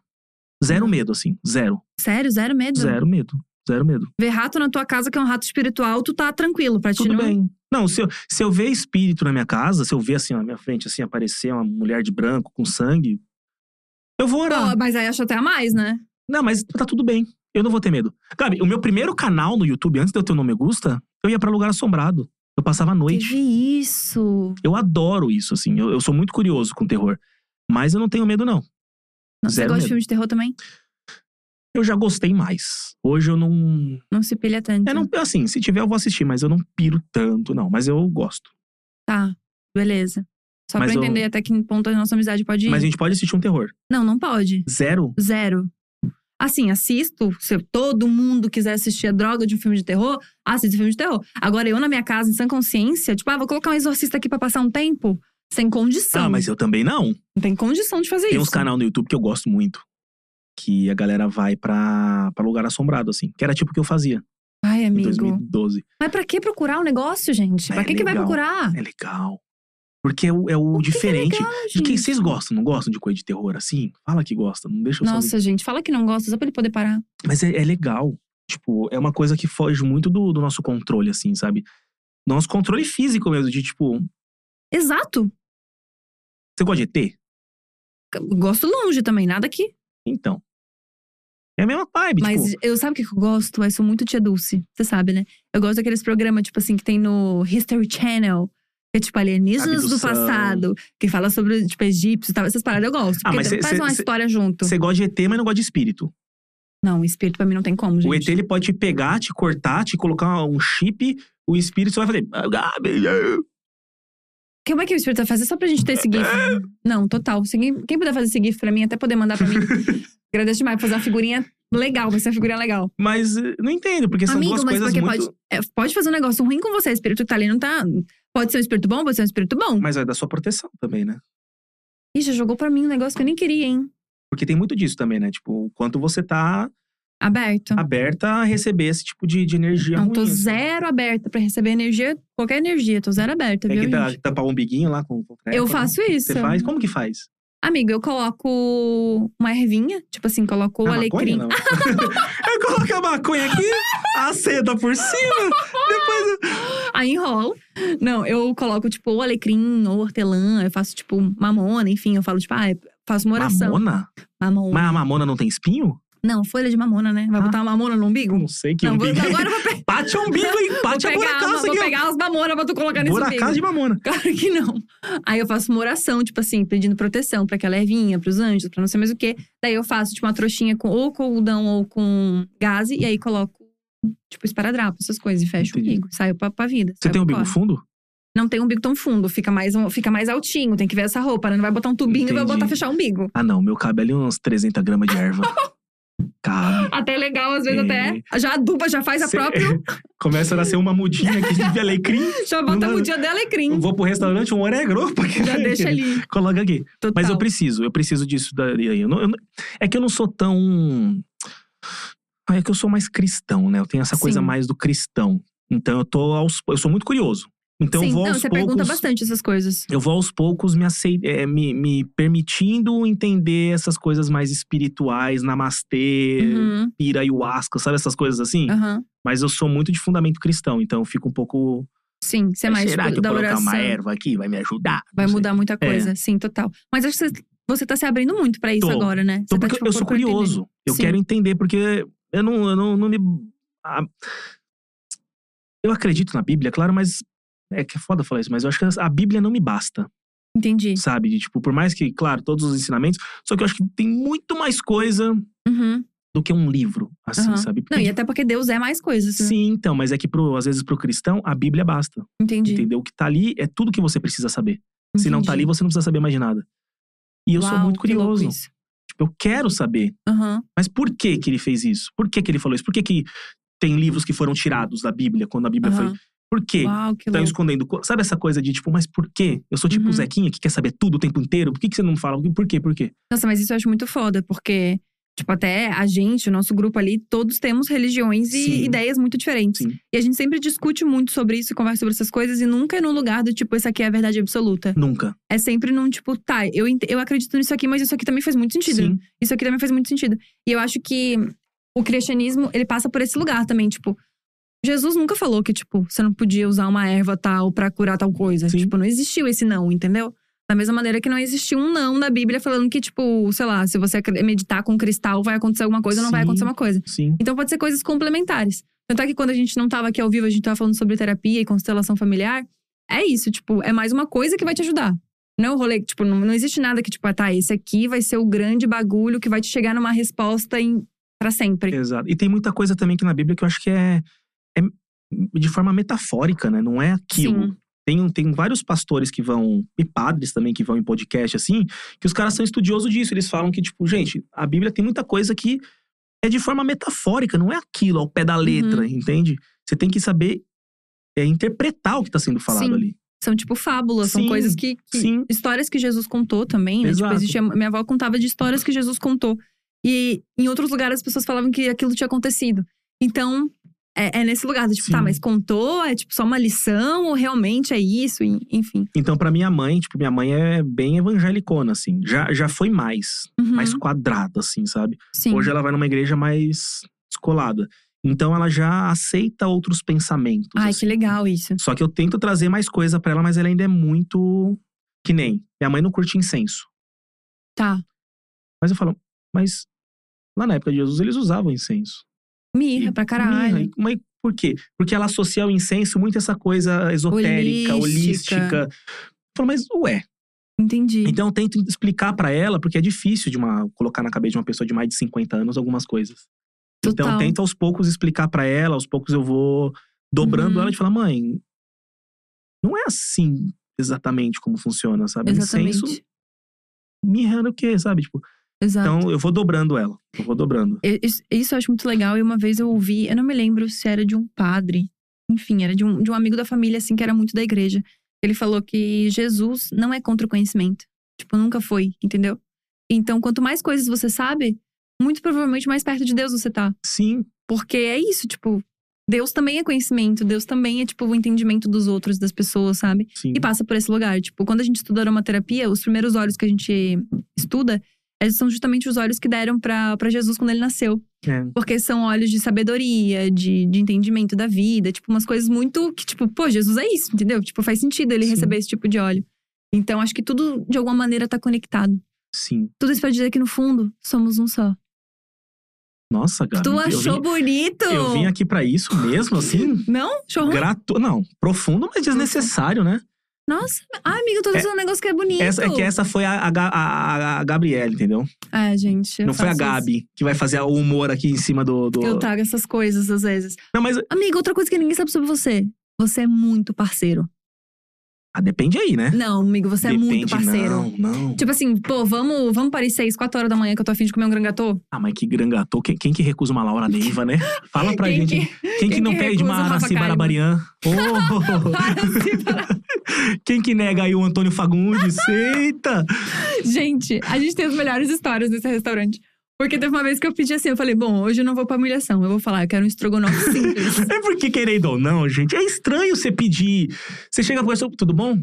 S2: Zero medo, assim. Zero.
S1: Sério, zero medo.
S2: Zero medo. Zero medo.
S1: Ver rato na tua casa, que é um rato espiritual, tu tá tranquilo. Pra ti
S2: Tudo
S1: não.
S2: bem. Não, se eu, se eu ver espírito na minha casa, se eu ver assim na minha frente, assim, aparecer uma mulher de branco com sangue, eu vou orar.
S1: Pô, mas aí acho até a mais, né?
S2: Não, mas tá tudo bem. Eu não vou ter medo. Gabi, o meu primeiro canal no YouTube, antes de eu ter o nome Gusta, eu ia pra lugar assombrado. Eu passava a noite.
S1: Teve isso.
S2: Eu adoro isso, assim. Eu, eu sou muito curioso com terror. Mas eu não tenho medo, não.
S1: Não, Você
S2: Zero
S1: gosta de
S2: medo.
S1: filme de terror também?
S2: Eu já gostei mais. Hoje eu não.
S1: Não se pilha tanto.
S2: Eu não. Assim, se tiver, eu vou assistir, mas eu não piro tanto, não. Mas eu gosto.
S1: Tá, beleza. Só
S2: Mas
S1: pra
S2: eu-
S1: entender até que ponto a nossa amizade pode ir.
S2: Mas a gente pode assistir um terror.
S1: Não, não pode.
S2: Zero?
S1: Zero. Assim, assisto. Se todo mundo quiser assistir a droga de um filme de terror, assiste filme de terror. Agora, eu na minha casa, em sã consciência, tipo, ah, vou colocar um exorcista aqui pra passar um tempo. Sem condição.
S2: Ah, mas eu também não.
S1: Não tem condição de fazer
S2: Tem
S1: isso.
S2: uns canal no YouTube que eu gosto muito. Que a galera vai pra, pra lugar assombrado, assim. Que era tipo o que eu fazia
S1: Ai,
S2: em
S1: amigo.
S2: 2012.
S1: Mas pra que procurar o negócio, gente?
S2: É
S1: pra que, que vai
S2: legal.
S1: procurar?
S2: É legal. Porque é o, é o
S1: Por que que é
S2: diferente.
S1: legal,
S2: De quem
S1: gente?
S2: vocês gostam, não gostam de coisa de terror assim? Fala que gosta, não deixa eu sozinho.
S1: Nossa, gente, fala que não gosta, só pra ele poder parar.
S2: Mas é, é legal. Tipo, é uma coisa que foge muito do, do nosso controle, assim, sabe? Nosso controle físico mesmo, de tipo.
S1: Exato.
S2: Você gosta de ET?
S1: Gosto longe também, nada aqui.
S2: Então. É a mesma vibe,
S1: Mas
S2: tipo.
S1: eu sabe o que que eu gosto? Eu sou muito tia Dulce, você sabe, né? Eu gosto daqueles programas, tipo assim, que tem no History Channel. Que é tipo alienígenas do
S2: Abdução.
S1: passado. Que fala sobre, tipo, egípcio e tal. Essas paradas eu gosto.
S2: Ah,
S1: Porque
S2: mas cê-
S1: faz
S2: cê-
S1: uma
S2: cê-
S1: história junto.
S2: Você gosta de ET, mas não gosta de espírito.
S1: Não, espírito pra mim não tem como, gente.
S2: O ET, ele pode te pegar, te cortar, te colocar um chip, o espírito só vai fazer. "Ah, Gabi, ah".
S1: Como é que o espírito vai fazer? Só pra gente ter esse gif. Não, total. Se alguém- quem puder fazer esse gif pra mim, até poder mandar pra mim. agradeço demais. Fazer uma figurinha legal, vai ser uma figurinha legal.
S2: Mas eh, não entendo, porque são
S1: Amigo,
S2: duas
S1: mas
S2: coisas
S1: porque
S2: muito.
S1: pode, é, pode fazer um negócio ruim com você. O espírito que tá ali não tá. Pode ser um espírito bom, pode ser um espírito bom.
S2: Mas é da sua proteção também, né?
S1: Ih, já jogou pra mim um negócio que eu nem queria, hein?
S2: Porque tem muito disso também, né? Tipo, o quanto você tá
S1: Aberto.
S2: aberta a receber esse tipo de, de energia
S1: Não,
S2: ruim.
S1: tô
S2: assim.
S1: zero aberta pra receber energia, qualquer energia. Tô zero aberta,
S2: Tem
S1: viu?
S2: É que ta-
S1: gente?
S2: tá, tapar o umbiguinho lá com, com treco,
S1: Eu
S2: né?
S1: faço isso.
S2: Você faz? Como que faz?
S1: Amigo, eu coloco uma ervinha, tipo assim, coloco o
S2: Na
S1: alecrim.
S2: É maconha, não? eu coloco a maconha aqui, acenda por cima, depois eu...
S1: Aí enrolo. Não, eu coloco, tipo, ou alecrim, ou hortelã, eu faço, tipo, mamona, enfim, eu falo, tipo, ah, eu faço uma oração.
S2: Mamona?
S1: Mamona.
S2: Mas a mamona não tem espinho?
S1: Não, folha de mamona, né? Vai
S2: Ah.
S1: botar uma mamona no
S2: Eu
S1: umbigo?
S2: não sei que
S1: Não, vou,
S2: umbigo.
S1: agora eu vou pe-
S2: Bate o umbigo, hein? Bate
S1: vou pegar,
S2: a
S1: uma,
S2: buracaça
S1: vou
S2: aqui,
S1: pegar as mamonas pra tu colocar
S2: ó.
S1: nesse
S2: Buracaça
S1: umbigo.
S2: de mamona.
S1: Claro que não. Aí eu faço uma oração, tipo assim, pedindo proteção pra aquela ervinha, pros anjos, pra não sei mais o quê. Daí eu faço, tipo, uma trouxinha com, ou com algodão ou com gaze, e aí coloco, tipo, esparadrapo, essas coisas, e fecho
S2: Entendi.
S1: o umbigo. Saio pra, pra vida.
S2: Você
S1: saio
S2: tem
S1: pro
S2: umbigo
S1: corre.
S2: fundo?
S1: Não tem umbigo tão fundo, fica mais, um- fica mais altinho, tem que ver essa roupa, né? Não vai botar um tubinho e vai
S2: Entendi.
S1: botar fechar o umbigo.
S2: Ah, não. Meu cabelo é uns 300 gramas de erva. Cabe.
S1: Até legal, às vezes
S2: É.
S1: até. Já aduba, já faz a
S2: Cê-
S1: própria,
S2: Começa a nascer uma mudinha aqui de alecrim.
S1: já bota a
S2: Não-
S1: mudinha de alecrim.
S2: Vou pro restaurante, um orégano. pra que-
S1: Já deixa Então. ali.
S2: Coloca aqui.
S1: Total.
S2: Mas eu preciso, eu preciso disso daí. Eu não- eu não- é que eu não sou tão. Ah, É que eu sou mais cristão, né? Eu tenho essa coisa
S1: Sim. mais
S2: mais do cristão. Então eu tô aos. Eu sou muito curioso. Então
S1: Sim,
S2: eu vou
S1: não,
S2: aos
S1: você pergunta
S2: poucos.
S1: bastante essas coisas.
S2: Eu vou aos poucos me, acei- eh, me, me permitindo entender essas coisas mais espirituais, namastê,
S1: Uhum,
S2: pira, ayahuasca, sabe? Essas coisas assim.
S1: aham.
S2: Mas eu sou muito de fundamento cristão, então eu fico um pouco.
S1: Sim, você é mais
S2: Será
S1: tipo,
S2: que eu
S1: da
S2: colocar
S1: oração.
S2: uma erva aqui vai me ajudar? Não
S1: Vai
S2: sei.
S1: mudar muita
S2: É.
S1: coisa, sim, total. Mas acho que você, você tá se abrindo muito pra isso
S2: Tô.
S1: agora, né? Você
S2: Então,
S1: tá,
S2: porque
S1: tipo,
S2: eu sou
S1: procurando entender.
S2: curioso. Eu
S1: Sim.
S2: quero entender, porque eu não, eu não, não me. ah, eu acredito na Bíblia, claro, mas. É que é foda falar isso, mas eu acho que a Bíblia não me basta.
S1: Entendi.
S2: sabe? De, tipo, por mais que, claro, todos os ensinamentos, só que eu acho que tem muito mais coisa
S1: Uhum.
S2: do que um livro, assim,
S1: Aham.
S2: sabe? Porque,
S1: Não, e até porque Deus é mais coisas. né?
S2: Sim, então, mas é que pro, às vezes pro cristão a Bíblia basta,
S1: Entendi.
S2: entendeu? O que tá ali é tudo que você precisa saber. Se não tá ali,
S1: Entendi.
S2: você não precisa saber mais de nada. E eu sou
S1: Uau,
S2: muito
S1: que louco
S2: curioso.
S1: isso.
S2: Tipo, eu quero saber,
S1: Aham.
S2: mas por que que ele fez isso? Por que que ele falou isso? Por que que tem livros que foram tirados da Bíblia quando a Bíblia
S1: aham.
S2: foi? Por quê?
S1: Uau, que
S2: Tá
S1: louco.
S2: escondendo. co- Sabe essa coisa de tipo, mas por quê? Eu sou tipo
S1: Uhum.
S2: o Zequinha que quer saber tudo o tempo inteiro. Por que, que você não fala? Por quê? Por quê?
S1: Nossa, mas isso eu acho muito foda, porque, tipo, até a gente, o nosso grupo ali, todos temos religiões e
S2: Sim.
S1: ideias muito diferentes.
S2: Sim.
S1: E a gente sempre discute muito sobre isso e conversa sobre essas coisas, e nunca é num lugar do tipo, isso aqui é a verdade absoluta.
S2: Nunca.
S1: É sempre num tipo, tá, eu, ent- eu acredito nisso aqui, mas isso aqui também faz muito sentido.
S2: Sim,
S1: Isso aqui também faz muito sentido. E eu acho que o cristianismo, ele passa por esse lugar também, tipo. Jesus nunca falou que, tipo, você não podia usar uma erva tal pra curar tal coisa.
S2: Sim.
S1: Tipo, não existiu esse não, entendeu? Da mesma maneira que não existiu um não na Bíblia falando que, tipo, sei lá, se você acre- meditar com um cristal, vai acontecer alguma coisa ou não vai
S2: Sim.
S1: acontecer uma coisa.
S2: sim.
S1: Então pode ser coisas complementares. Tanto é que quando a gente não tava aqui ao vivo, a gente tava falando sobre terapia e constelação familiar. É isso, tipo, é mais uma coisa que vai te ajudar. Não é o rolê, que, tipo, não, não existe nada que, tipo, ah, tá, esse aqui vai ser o grande bagulho que vai te chegar numa resposta em, pra sempre.
S2: Exato. E tem muita coisa também que na Bíblia que eu acho que é, é de forma metafórica, né? Não é aquilo.
S1: Sim.
S2: Tem, um- tem vários pastores que vão, e padres também que vão em podcast assim, que os caras são estudiosos disso. Eles falam que, tipo, gente, a Bíblia tem muita coisa que é de forma metafórica, não é aquilo ao pé da
S1: Uhum.
S2: letra, entende? Você tem que saber é, interpretar o que está sendo falado
S1: Sim.
S2: ali.
S1: São, tipo, fábulas, são
S2: Sim,
S1: coisas que. que-
S2: Sim,
S1: Histórias que Jesus contou também, né?
S2: Exato.
S1: Tipo, existia, minha avó contava de histórias que Jesus contou. E em outros lugares as pessoas falavam que aquilo tinha acontecido. Então, é, é nesse lugar, do tipo,
S2: Sim.
S1: tá, mas contou? É tipo só uma lição? Ou realmente é isso? E- enfim.
S2: Então, pra minha mãe, tipo, minha mãe é bem evangelicona, assim. Já, já foi mais,
S1: Uhum,
S2: mais quadrada, assim, sabe?
S1: sim.
S2: Hoje ela vai numa igreja mais descolada. Então ela já aceita outros pensamentos.
S1: Ai,
S2: assim.
S1: que legal isso.
S2: Só que eu tento trazer mais coisa pra ela, mas ela ainda é muito que nem. Minha mãe não curte incenso.
S1: Tá.
S2: Mas eu falo, mas lá na época de Jesus eles usavam incenso.
S1: Mirra pra caralho.
S2: Mirra, Mas é, por quê? Porque ela associa o incenso muito a essa coisa esotérica,
S1: Holística.
S2: holística. Eu falo, mas ué,
S1: Entendi.
S2: Então eu tento explicar pra ela, porque é difícil de uma colocar na cabeça de uma pessoa de mais de 50 anos algumas coisas. Então eu
S1: Total.
S2: tento aos poucos explicar pra ela, aos poucos eu vou dobrando
S1: Uhum.
S2: ela de falar, mãe, não é assim exatamente como funciona, sabe?
S1: Exatamente.
S2: Incenso me errando o quê, sabe? Tipo,
S1: Exato.
S2: então eu vou dobrando ela. Eu vou dobrando.
S1: Eu- Isso, isso eu acho muito legal. E uma vez eu ouvi, eu não me lembro se era de um padre, enfim, era de um, de um amigo da família, assim, que era muito da igreja. Ele falou que Jesus não é contra o conhecimento. Tipo, nunca foi, entendeu? Então, quanto mais coisas você sabe, muito provavelmente mais perto de Deus você tá.
S2: Sim,
S1: Porque é isso, tipo, Deus também é conhecimento, Deus também é, tipo, o entendimento dos outros, das pessoas, sabe?
S2: sim.
S1: e passa por esse lugar. Tipo, quando a gente estuda aromaterapia, os primeiros olhos que a gente estuda eles são justamente os olhos que deram pra pra Jesus quando ele nasceu.
S2: É.
S1: Porque são olhos de sabedoria, de, de entendimento da vida, tipo, umas coisas muito que, tipo, pô, Jesus é isso, entendeu? Tipo, faz sentido ele
S2: Sim.
S1: receber esse tipo de óleo. Então, acho que tudo, de alguma maneira, tá conectado.
S2: Sim.
S1: Tudo isso pra dizer que, no fundo, somos um só.
S2: Nossa, cara.
S1: tu
S2: Ah, eu
S1: achou
S2: vim-
S1: bonito?
S2: Eu vim aqui pra isso mesmo, assim?
S1: Não? Achou ruim?
S2: Gratu... Não, profundo, mas desnecessário, né?
S1: Nossa, ai, amigo, eu tô
S2: É-
S1: usando um negócio que é bonito.
S2: Essa, é que essa foi a, a, Ga- a, a- a Gabriela, entendeu?
S1: É, gente. eu
S2: Não foi a
S1: faço isso.
S2: Gabi que vai fazer o humor aqui em cima do. do-
S1: Eu trago essas coisas às vezes.
S2: Não, mas
S1: Amigo, outra coisa que ninguém sabe sobre você. Você é muito parceiro.
S2: ah, depende aí, né?
S1: Não, amigo, você é muito
S2: depende,
S1: parceiro.
S2: Não, não.
S1: Tipo assim, pô, vamos, vamos parir seis, quatro horas da manhã que eu tô afim de comer um grangatô?
S2: Ah, mas que grangatô. Quem, quem que recusa uma Laura Neiva, né? Fala pra
S1: Quem
S2: gente.
S1: que-
S2: quem que
S1: quem
S2: não
S1: que
S2: pede
S1: recusa
S2: uma
S1: um Rafa
S2: Araci Barabarian? Oh!
S1: Para, se para.
S2: quem que nega aí o Antônio Fagundes? Eita!
S1: Gente, a gente tem as melhores histórias nesse restaurante. Porque teve uma vez que eu pedi assim, eu falei, bom, hoje eu não vou pra humilhação. Eu vou falar, eu quero um estrogonofe simples.
S2: É porque, querendo ou não, gente, é estranho você pedir. Você chega pra pessoa, tudo bom?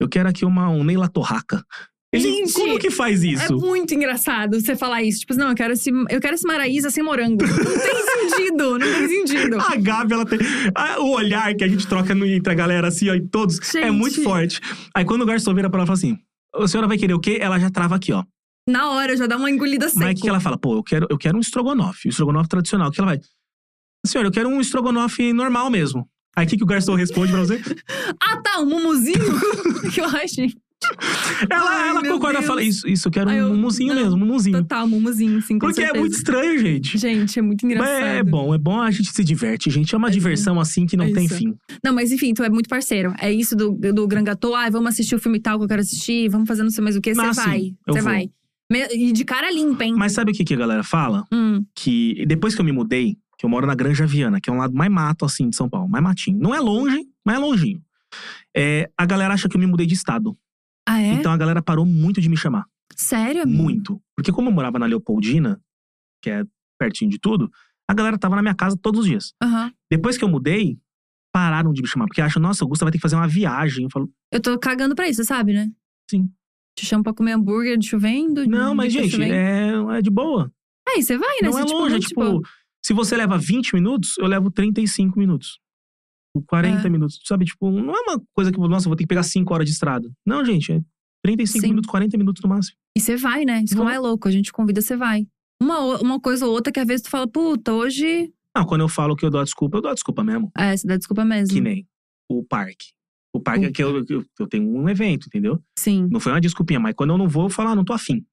S2: Eu quero aqui uma, um Neila Torraca. Ele-
S1: Gente,
S2: como que faz
S1: É
S2: isso?
S1: muito engraçado você falar isso. Tipo, não, eu quero esse, eu quero esse maraíza sem morango. Não tem sentido, não tem sentido.
S2: A Gabi, ela tem. a- o olhar que a gente troca no, entre a galera, assim, ó, e todos, é
S1: Gente.
S2: muito forte. Aí quando o garçom vira pra ela e fala assim: a senhora vai querer o quê? Ela já trava aqui, ó.
S1: Na hora, já dá uma engolida seca.
S2: Mas o que que ela fala? Pô, eu quero, eu quero um estrogonofe, um estrogonofe tradicional. O que ela vai? Senhora, eu quero um estrogonofe normal mesmo. Aí o que, que o garçom responde pra você?
S1: Ah, tá, um mumuzinho? que eu achei.
S2: Ela,
S1: Ai,
S2: ela
S1: meu
S2: concorda,
S1: Deus.
S2: fala isso, isso eu quero
S1: Ai, eu-
S2: um mumuzinho
S1: não.
S2: mesmo, um mumuzinho.
S1: Total, Tá, mumuzinho, sim, com
S2: Porque
S1: certeza.
S2: é muito estranho, gente.
S1: Gente, é muito
S2: Mas
S1: engraçado.
S2: é bom, é bom a gente se diverte, gente. É uma
S1: É,
S2: diversão assim que não
S1: é
S2: tem
S1: isso.
S2: fim.
S1: Não, mas enfim, tu é muito parceiro. É isso do, do Gran Gatô. Ah, vamos assistir o filme tal que eu quero assistir. Vamos fazer não sei mais o que. Você
S2: Ah, sim,
S1: vai.
S2: eu
S1: Você
S2: vou.
S1: vai. Me- E de cara limpa, hein?
S2: Mas sabe o que, que a galera fala?
S1: Hum,
S2: Que depois que eu me mudei, que eu moro na Granja Viana, que é um lado mais mato assim de São Paulo, mais matinho. Não é longe, mas é longinho. É, a galera acha que eu me mudei de estado.
S1: Ah, é?
S2: Então a galera parou muito de me chamar.
S1: Sério? amigo?
S2: Muito. Porque como eu morava na Leopoldina, que é pertinho de tudo, a galera tava na minha casa todos os dias.
S1: Aham.
S2: Depois que eu mudei, pararam de me chamar. Porque acham, nossa, Augusta vai ter que fazer uma viagem. Eu falo,
S1: Eu tô cagando pra isso, você sabe, né?
S2: Sim.
S1: Te chamo pra comer hambúrguer de chovendo. de-
S2: não, mas
S1: de
S2: gente,
S1: chovendo.
S2: é, é de boa.
S1: Aí você vai, né?
S2: não
S1: Você,
S2: é longe. é
S1: muito de
S2: tipo,
S1: boa.
S2: se você leva 20 minutos, eu levo 35 minutos. Ou 40
S1: É.
S2: minutos. Sabe, tipo, não é uma coisa que, nossa, eu vou ter que pegar 5 horas de estrada. Não, gente, é 35
S1: Sim.
S2: minutos, 40 minutos no máximo.
S1: E você vai, né? Isso como
S2: Vou.
S1: é louco, a gente convida, você vai. Uma, o- uma coisa ou outra que às vezes tu fala, puta, hoje.
S2: Não, quando eu falo que eu dou a desculpa, eu dou a desculpa mesmo.
S1: É, você dá desculpa mesmo.
S2: Que nem o parque. O parque é que
S1: Uhum.
S2: eu, que eu- que eu tenho um evento, entendeu?
S1: Sim,
S2: Não foi uma desculpinha, mas quando eu não vou, eu falo, ah, não tô afim.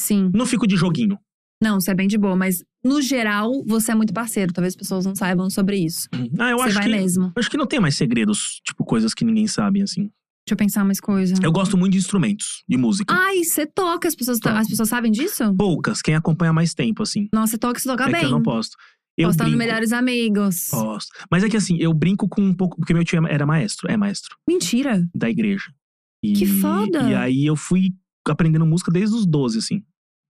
S1: sim.
S2: Não fico de joguinho.
S1: Não, você é bem de boa, mas no geral, você é muito parceiro. Talvez as pessoas não saibam sobre isso.
S2: Ah, eu
S1: você
S2: acho
S1: vai
S2: que.
S1: mesmo.
S2: Eu acho que não tem mais segredos, tipo, coisas que ninguém sabe, assim.
S1: Deixa eu pensar mais coisa.
S2: Eu gosto muito de instrumentos, de música.
S1: Ai, você toca, as pessoas,
S2: Toco.
S1: as pessoas sabem disso?
S2: Poucas, quem acompanha há mais tempo, assim.
S1: Nossa, você toca, você toca
S2: é
S1: Tá bem.
S2: que eu não posto. Eu
S1: Posta no
S2: brinco,
S1: Melhores Amigos.
S2: Posto. Mas é que assim, eu brinco com um pouco. Porque meu tio era maestro, é maestro,
S1: Mentira.
S2: da igreja. E-
S1: Que foda!
S2: E aí eu fui aprendendo música desde os 12, assim.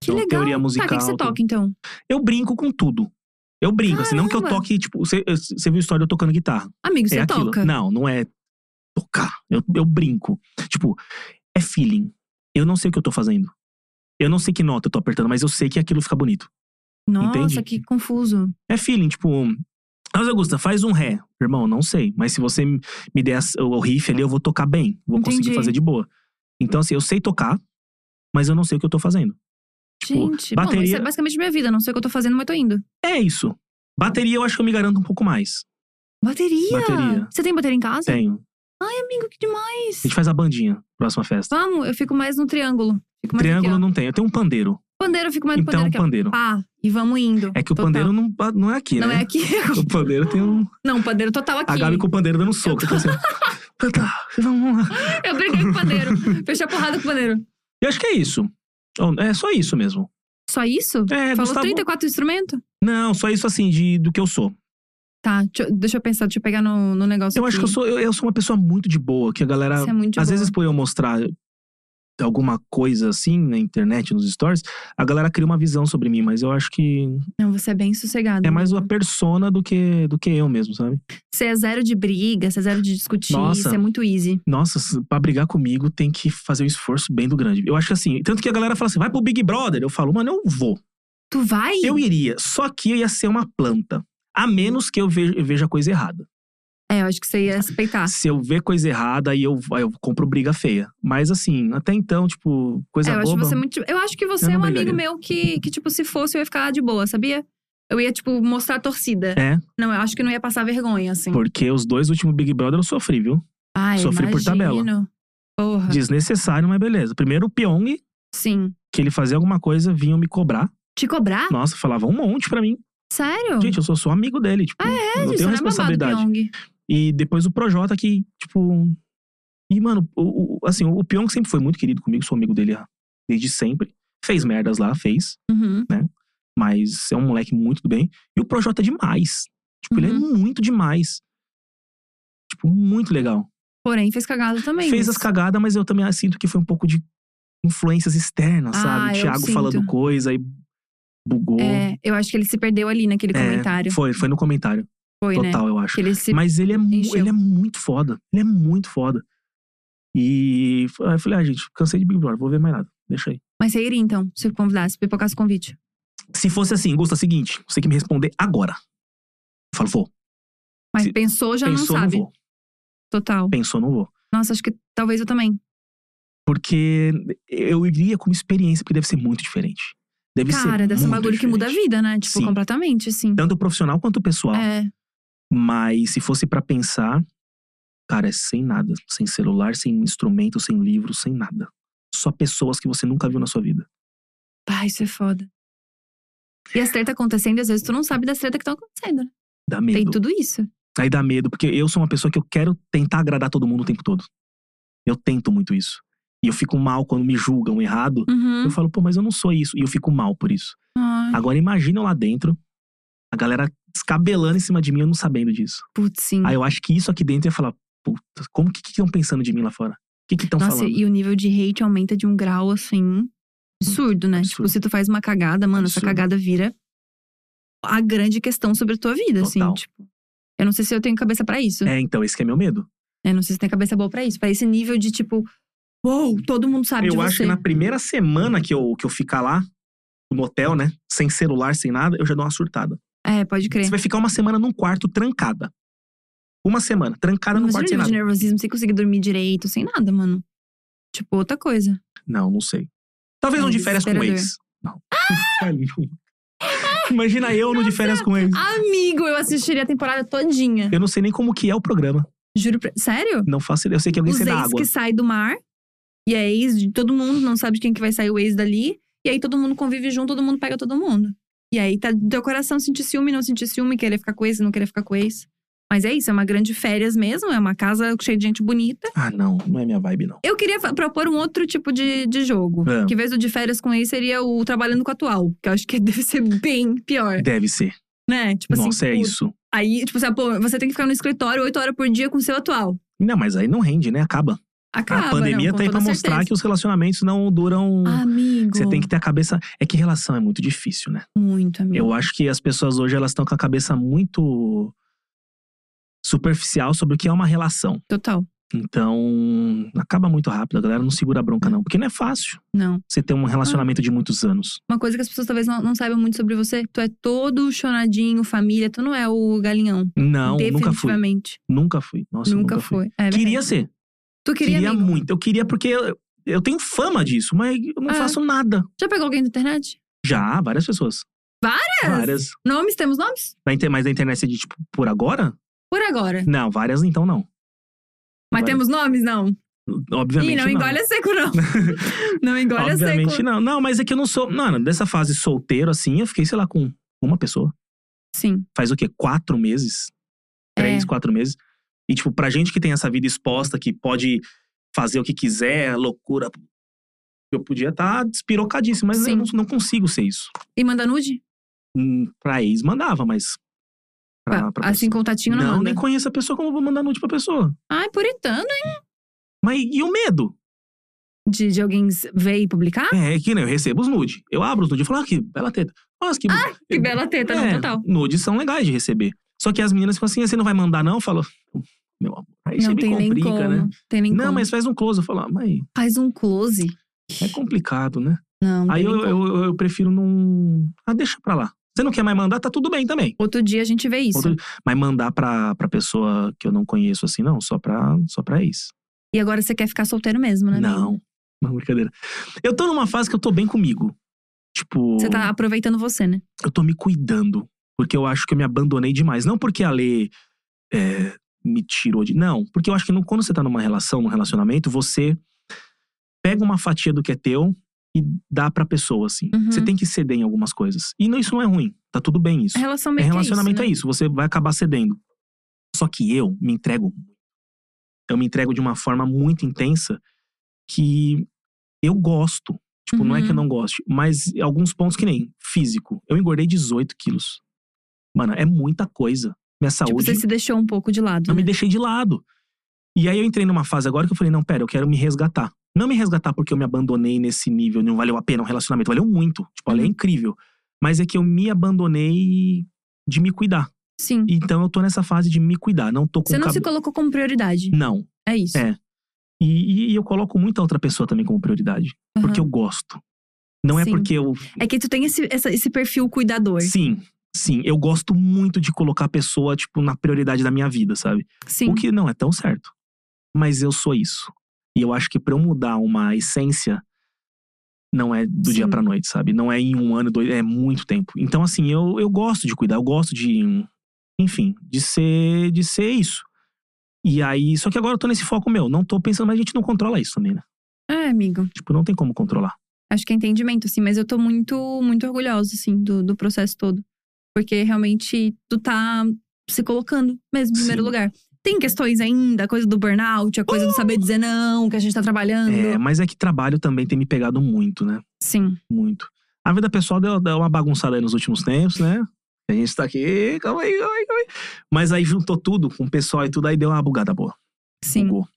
S1: Que
S2: Então,
S1: legal.
S2: teoria musical.
S1: tá, o que, que você
S2: tudo.
S1: toca então?
S2: Eu brinco com tudo. Eu brinco, assim, não que eu
S1: Caramba!
S2: toque, tipo, você você viu a história de eu tocando guitarra.
S1: Amigo, você
S2: é aquilo.
S1: toca.
S2: Não, não é tocar. Eu, eu brinco. Tipo, é feeling. Eu não sei o que eu tô fazendo. Eu não sei que nota eu tô apertando, mas eu sei que aquilo fica bonito.
S1: Nossa,
S2: Entende?
S1: que confuso.
S2: É feeling, tipo. Mas Augusta, faz um ré. Irmão, não sei. Mas se você me me der as- o riff ali, eu vou tocar bem. Vou conseguir
S1: Entendi.
S2: fazer de boa. Então, assim, eu sei tocar, mas eu não sei o que eu tô fazendo. Tipo,
S1: Gente, bom, isso
S2: bateria-
S1: é basicamente minha vida. Não sei o que eu tô fazendo, mas tô indo.
S2: É isso. Bateria, eu acho que eu me garanto um pouco mais.
S1: Bateria!
S2: Bateria.
S1: Você tem bateria em casa?
S2: Tenho.
S1: Ai, amigo, que
S2: A
S1: demais!
S2: gente faz a bandinha, próxima festa.
S1: Vamos, eu fico mais no triângulo. Fico mais
S2: Triângulo
S1: Ah, aqui,
S2: não tenho. Eu tenho um pandeiro.
S1: ó. Pandeiro, eu fico mais no
S2: então,
S1: pandeiro aqui, ó.
S2: pandeiro.
S1: Pá, e vamos indo.
S2: É que o
S1: Total.
S2: pandeiro não, não é aqui,
S1: Não
S2: né?
S1: é aqui.
S2: O pandeiro tem um.
S1: Não, pandeiro total aqui.
S2: A Gabi com o pandeiro dando um soco.
S1: Eu
S2: Eu, assim, tá, tá, vamos lá.
S1: Eu briguei com o pandeiro. Fechei a porrada com o pandeiro.
S2: Eu acho que é isso. Ou- É só isso mesmo.
S1: Só isso?
S2: É,
S1: Falou
S2: Gustavo.
S1: 34 instrumentos?
S2: Não, só isso assim, de, do que eu sou.
S1: Tá, deixa, eu- deixa eu pensar, deixa eu pegar no, no negócio
S2: Eu acho que
S1: aqui.
S2: eu sou, eu, eu sou uma pessoa muito de boa, que a galera.
S1: Isso é muito de
S2: às
S1: boa.
S2: vezes, por eu mostrar alguma coisa assim na internet, nos stories, a galera cria uma visão sobre mim, mas eu acho que
S1: Não, você é bem sossegado.
S2: é mais uma persona do que, do que eu mesmo, sabe?
S1: Você é zero de briga, você é zero de discutir,
S2: Nossa.
S1: você é muito easy.
S2: Nossa, se- pra brigar comigo tem que fazer um esforço bem do grande. Eu acho que assim, tanto que a galera fala assim, vai pro Big Brother. Eu falo, mano, eu vou.
S1: Tu vai?
S2: Eu iria, só que eu ia ser uma planta. A menos que eu veja, eu veja a coisa errada.
S1: É, eu acho que você ia respeitar.
S2: Se eu ver coisa errada, aí eu, aí eu compro briga feia. Mas assim, até então, tipo, coisa
S1: É, eu acho
S2: boba.
S1: você muito. Eu acho que
S2: Eu
S1: você
S2: não
S1: é um
S2: brigaria.
S1: amigo meu que, que, tipo, se fosse, eu ia ficar de boa, sabia? Eu ia, tipo, mostrar a torcida.
S2: É.
S1: Não, eu acho que não ia passar vergonha, assim.
S2: Porque os dois últimos Big Brother eu sofri, viu?
S1: Ai,
S2: sofri por tabela.
S1: imagino. Porra.
S2: Desnecessário, mas beleza. Primeiro o Pyong,
S1: Sim.
S2: que ele fazia alguma coisa, vinham me cobrar.
S1: Te cobrar?
S2: Nossa, falava um monte pra mim.
S1: Sério?
S2: Gente, eu sou só amigo dele, tipo, eu não
S1: Isso
S2: tenho
S1: não é babado,
S2: responsabilidade.
S1: Pyong.
S2: E depois o Projota que, tipo. E, mano, o, o- assim, o Pyong sempre foi muito querido comigo, sou amigo dele ah, desde sempre. Fez merdas lá, fez,
S1: Uhum.
S2: mas é um moleque muito do bem. E o Projota é demais. Tipo, ele é
S1: Uhum.
S2: muito demais. Tipo, muito legal.
S1: Porém, fez cagada também.
S2: Fez as cagadas, mas eu também ah, sinto que foi um pouco de influências externas,
S1: Ah,
S2: sabe?
S1: eu
S2: Thiago
S1: sinto.
S2: falando coisa e bugou.
S1: É, eu acho que ele se perdeu ali naquele
S2: É,
S1: comentário.
S2: Foi, foi no comentário.
S1: Foi, né?
S2: total, eu acho.
S1: Que ele se.
S2: Mas ele é, mu-
S1: encheu.
S2: ele é muito foda. Ele é muito foda. E f- aí eu falei, ah, gente, cansei de Big Brother, vou ver mais nada. Deixa aí.
S1: Mas você iria, então, se eu convidasse, pipocasse o convite.
S2: Se fosse assim, Gusta, seguinte, você tem que me responder agora. Eu falo, vou.
S1: Mas
S2: Se-
S1: pensou, já não
S2: Pensou, não,
S1: sabe.
S2: vou.
S1: Total.
S2: Pensou, não vou.
S1: Nossa, acho que talvez eu também.
S2: Porque eu iria como experiência, porque deve ser muito diferente. Deve ser.
S1: Cara, deve ser um
S2: muito
S1: bagulho que muda a
S2: diferente.
S1: vida, né? Tipo,
S2: Sim.
S1: completamente, assim.
S2: Tanto o profissional quanto o pessoal.
S1: É.
S2: Mas se fosse pra pensar, Cara, é sem nada. Sem celular, sem instrumento, sem livro, sem nada. Só pessoas que você nunca viu na sua vida.
S1: Pá, isso é foda. E as tretas acontecendo, e às vezes tu não sabe das tretas que estão acontecendo, né?
S2: Dá medo.
S1: Tem tudo isso.
S2: Aí dá medo, porque eu sou uma pessoa que eu quero tentar agradar todo mundo o tempo todo. Eu tento muito isso. E eu fico mal quando me julgam errado.
S1: Uhum.
S2: Eu falo, pô, mas eu não sou isso. E eu fico mal por isso.
S1: Ai,
S2: Agora imagina eu lá dentro, a galera descabelando em cima de mim, eu não sabendo disso.
S1: putz, sim.
S2: Aí eu acho que isso aqui dentro ia falar, puta, como que estão pensando de mim lá fora? O que que estão
S1: Nossa,
S2: falando?
S1: e o nível de hate aumenta de um grau, assim, absurdo, né?
S2: Absurdo.
S1: Tipo, se tu faz uma cagada, mano, essa
S2: Absurdo.
S1: cagada vira a grande questão sobre a tua vida, assim.
S2: Total.
S1: Tipo, eu não sei se eu tenho cabeça pra isso.
S2: É, então, esse que é meu medo.
S1: né? Não sei se tem cabeça boa pra isso. Pra esse nível de, tipo, uou, todo mundo sabe de
S2: eu
S1: você.
S2: acho que na primeira semana que eu, que eu ficar lá, no hotel, né? Sem celular, sem nada, eu já dou uma surtada.
S1: É, pode crer.
S2: Você vai ficar uma semana num quarto trancada. Uma semana, trancada num
S1: Imagina o
S2: quarto sem
S1: nível de
S2: nada.
S1: nervosismo sem conseguir dormir direito, sem nada, mano. Tipo, outra coisa.
S2: Não, não sei. Talvez
S1: É
S2: um de férias com o ex. Não. Imagina eu no de férias com o ex.
S1: Amigo, eu assistiria a temporada todinha.
S2: Eu não sei nem como que é o programa.
S1: Juro pra... Sério?
S2: Não faço ideia. Eu sei que alguém
S1: Os
S2: sai é da
S1: ex
S2: água.
S1: que sai do mar. E é ex de todo mundo, não sabe de quem que vai sair o ex dali. E aí todo mundo convive junto, todo mundo pega todo mundo. E aí tá do teu coração sentir ciúme, não sentir ciúme, querer ficar com ex, não querer ficar com ex. Mas é isso, é uma grande férias mesmo, é uma casa cheia de gente bonita.
S2: Ah, não. Não é minha vibe, não.
S1: Eu queria fa- propor um outro tipo de, de jogo.
S2: É.
S1: Que em vez do de férias com ex seria o trabalhando com o atual. Que eu acho que deve ser bem pior,
S2: Deve ser.
S1: né? É. Tipo
S2: Nossa, é
S1: pô,
S2: isso.
S1: Aí, tipo assim, pô, você tem que ficar no escritório oito horas por dia com o seu atual.
S2: Não, mas aí não rende, né? Acaba.
S1: Acaba,
S2: a pandemia
S1: não,
S2: tá aí pra mostrar que os relacionamentos não duram.
S1: Amigo.
S2: Você tem que ter a cabeça. É que relação é muito difícil, né?
S1: Muito, amigo.
S2: Eu acho que as pessoas hoje elas estão com a cabeça muito superficial sobre o que é uma relação.
S1: Total.
S2: Então, acaba muito rápido, a galera não segura a bronca, não. Porque não é fácil
S1: Não.
S2: você ter um relacionamento de muitos anos.
S1: Uma coisa que as pessoas talvez não, não saibam muito sobre você. Tu é todo chonadinho, família. Tu não é o galinhão.
S2: Não, nunca fui.
S1: Definitivamente.
S2: Nunca fui. Nossa,
S1: nunca,
S2: nunca, fui.
S1: foi. É,
S2: Queria
S1: verdade.
S2: ser.
S1: Tu queria,
S2: Queria
S1: amigo?
S2: muito. Eu queria porque eu, eu tenho fama disso, mas eu não
S1: É.
S2: faço nada.
S1: Já pegou alguém da internet?
S2: Já, várias pessoas.
S1: Várias?
S2: Várias.
S1: Nomes? Temos nomes?
S2: Na inter- Mas na internet é de tipo, por agora?
S1: Por agora.
S2: Não, várias então não.
S1: Mas
S2: Várias.
S1: temos nomes? Não.
S2: Obviamente.
S1: Ih, não engole a seco, não. não engole a
S2: Obviamente
S1: seco.
S2: não. Não, mas é que eu não sou. Mano, dessa fase solteiro, assim, eu fiquei, sei lá, com uma pessoa.
S1: Sim.
S2: Faz o quê? Quatro meses?
S1: É.
S2: Três, quatro meses. E, tipo, pra gente que tem essa vida exposta, que pode fazer o que quiser, loucura. Eu podia estar despirocadíssimo, mas
S1: Sim.
S2: eu não, não consigo ser isso.
S1: E manda nude?
S2: Hum, pra ex mandava, mas. Ah, Pra, pra
S1: assim, contatinho
S2: pessoa.
S1: não,
S2: Não,
S1: manda.
S2: nem conheço a pessoa, como eu vou mandar nude pra pessoa?
S1: Ai, puritano, hein?
S2: Mas e o medo?
S1: De, de alguém ver e publicar?
S2: É, é que né, eu recebo os nude. Eu abro os nude e falo, ah, que bela teta. Nossa, que,
S1: Ah, Que bela teta, não,
S2: É,
S1: total.
S2: Nudes são legais de receber. Só que as meninas ficam assim, "Ah, você não vai mandar, não? Eu falo, meu amor, aí você
S1: não
S2: me
S1: tem nem
S2: é complica,
S1: como.
S2: né?
S1: Tem nem
S2: não,
S1: como.
S2: mas faz um close. Eu falo, ah, mas
S1: Faz um close.
S2: é complicado, né?
S1: Não, não
S2: aí
S1: tem
S2: eu,
S1: nem como.
S2: eu, eu- eu prefiro não. Ah, deixa pra lá. Você não quer mais mandar, tá tudo bem também.
S1: Outro dia a gente vê isso.
S2: Outro- Mas mandar pra, pra pessoa que eu não conheço assim, não, só pra, só pra isso.
S1: E agora você quer ficar solteiro mesmo, né? amigo?
S2: Não. Não, brincadeira. Eu tô numa fase que eu tô bem comigo. Tipo.
S1: Você tá aproveitando você, né?
S2: eu tô me cuidando. Porque eu acho que eu me abandonei demais. Não porque a Lê é, me tirou de. Não, porque eu acho que não- quando você tá numa relação, num relacionamento, você pega uma fatia do que é teu e dá pra pessoa, assim.
S1: Uhum.
S2: Você tem que ceder em algumas coisas. E não, isso não é ruim. Tá tudo bem isso.
S1: A relação
S2: É
S1: meio que
S2: relacionamento
S1: é
S2: é
S1: isso.
S2: isso, você vai acabar cedendo. Só que eu me entrego. Eu me entrego de uma forma muito intensa que eu gosto. Tipo, não é que eu
S1: Uhum.
S2: não goste, mas alguns pontos que nem físico. Eu engordei 18 quilos. Mano, é muita coisa.
S1: né?
S2: Minha
S1: Tipo,
S2: saúde.
S1: você se deixou um pouco de lado.
S2: Eu me
S1: né?
S2: deixei de lado. E aí eu entrei numa fase agora que eu falei, não, pera, eu quero me resgatar. Não me resgatar porque eu me abandonei nesse nível, não valeu a pena um relacionamento, valeu muito. Tipo, ela é
S1: Uhum.
S2: incrível. Mas é que eu me abandonei de me cuidar.
S1: Sim.
S2: Então eu tô nessa fase de me cuidar, não tô com
S1: Você não se
S2: cabe-
S1: colocou como prioridade.
S2: Não.
S1: É isso.
S2: É. E, e- e eu coloco muita outra pessoa também como prioridade.
S1: Aham.
S2: Porque eu gosto. Não é
S1: Sim.
S2: porque eu.
S1: É que tu tem esse, essa- esse perfil cuidador.
S2: Sim, sim. Eu gosto muito de colocar a pessoa, tipo, na prioridade da minha vida, sabe?
S1: Sim.
S2: O que não é tão certo. Mas eu sou isso. E eu acho que pra eu mudar uma essência, não é do dia
S1: Sim.
S2: pra noite, sabe? Não é em um ano, dois, é muito tempo. Então, assim, eu, eu gosto de cuidar, eu gosto de. Enfim, de ser, de ser isso. E aí, só que agora eu tô nesse foco meu, não tô pensando, mas a gente não controla isso também, né?
S1: É, amigo.
S2: Tipo, não tem como controlar.
S1: Acho que é entendimento, sim. Mas eu tô muito, muito orgulhosa, assim, do, do processo todo. Porque realmente tu tá se colocando mesmo em
S2: Sim.
S1: primeiro lugar. Tem questões ainda, a coisa do burnout, a coisa do saber dizer não, que a gente tá trabalhando.
S2: Oh! É, mas é que trabalho também tem me pegado muito, né?
S1: Sim.
S2: Muito. A vida pessoal deu, deu uma bagunçada aí nos últimos tempos, né? A gente tá aqui, calma aí, calma aí, calma aí. Mas aí juntou tudo com o pessoal e tudo, aí deu uma bugada boa.
S1: Sim.
S2: Bugou.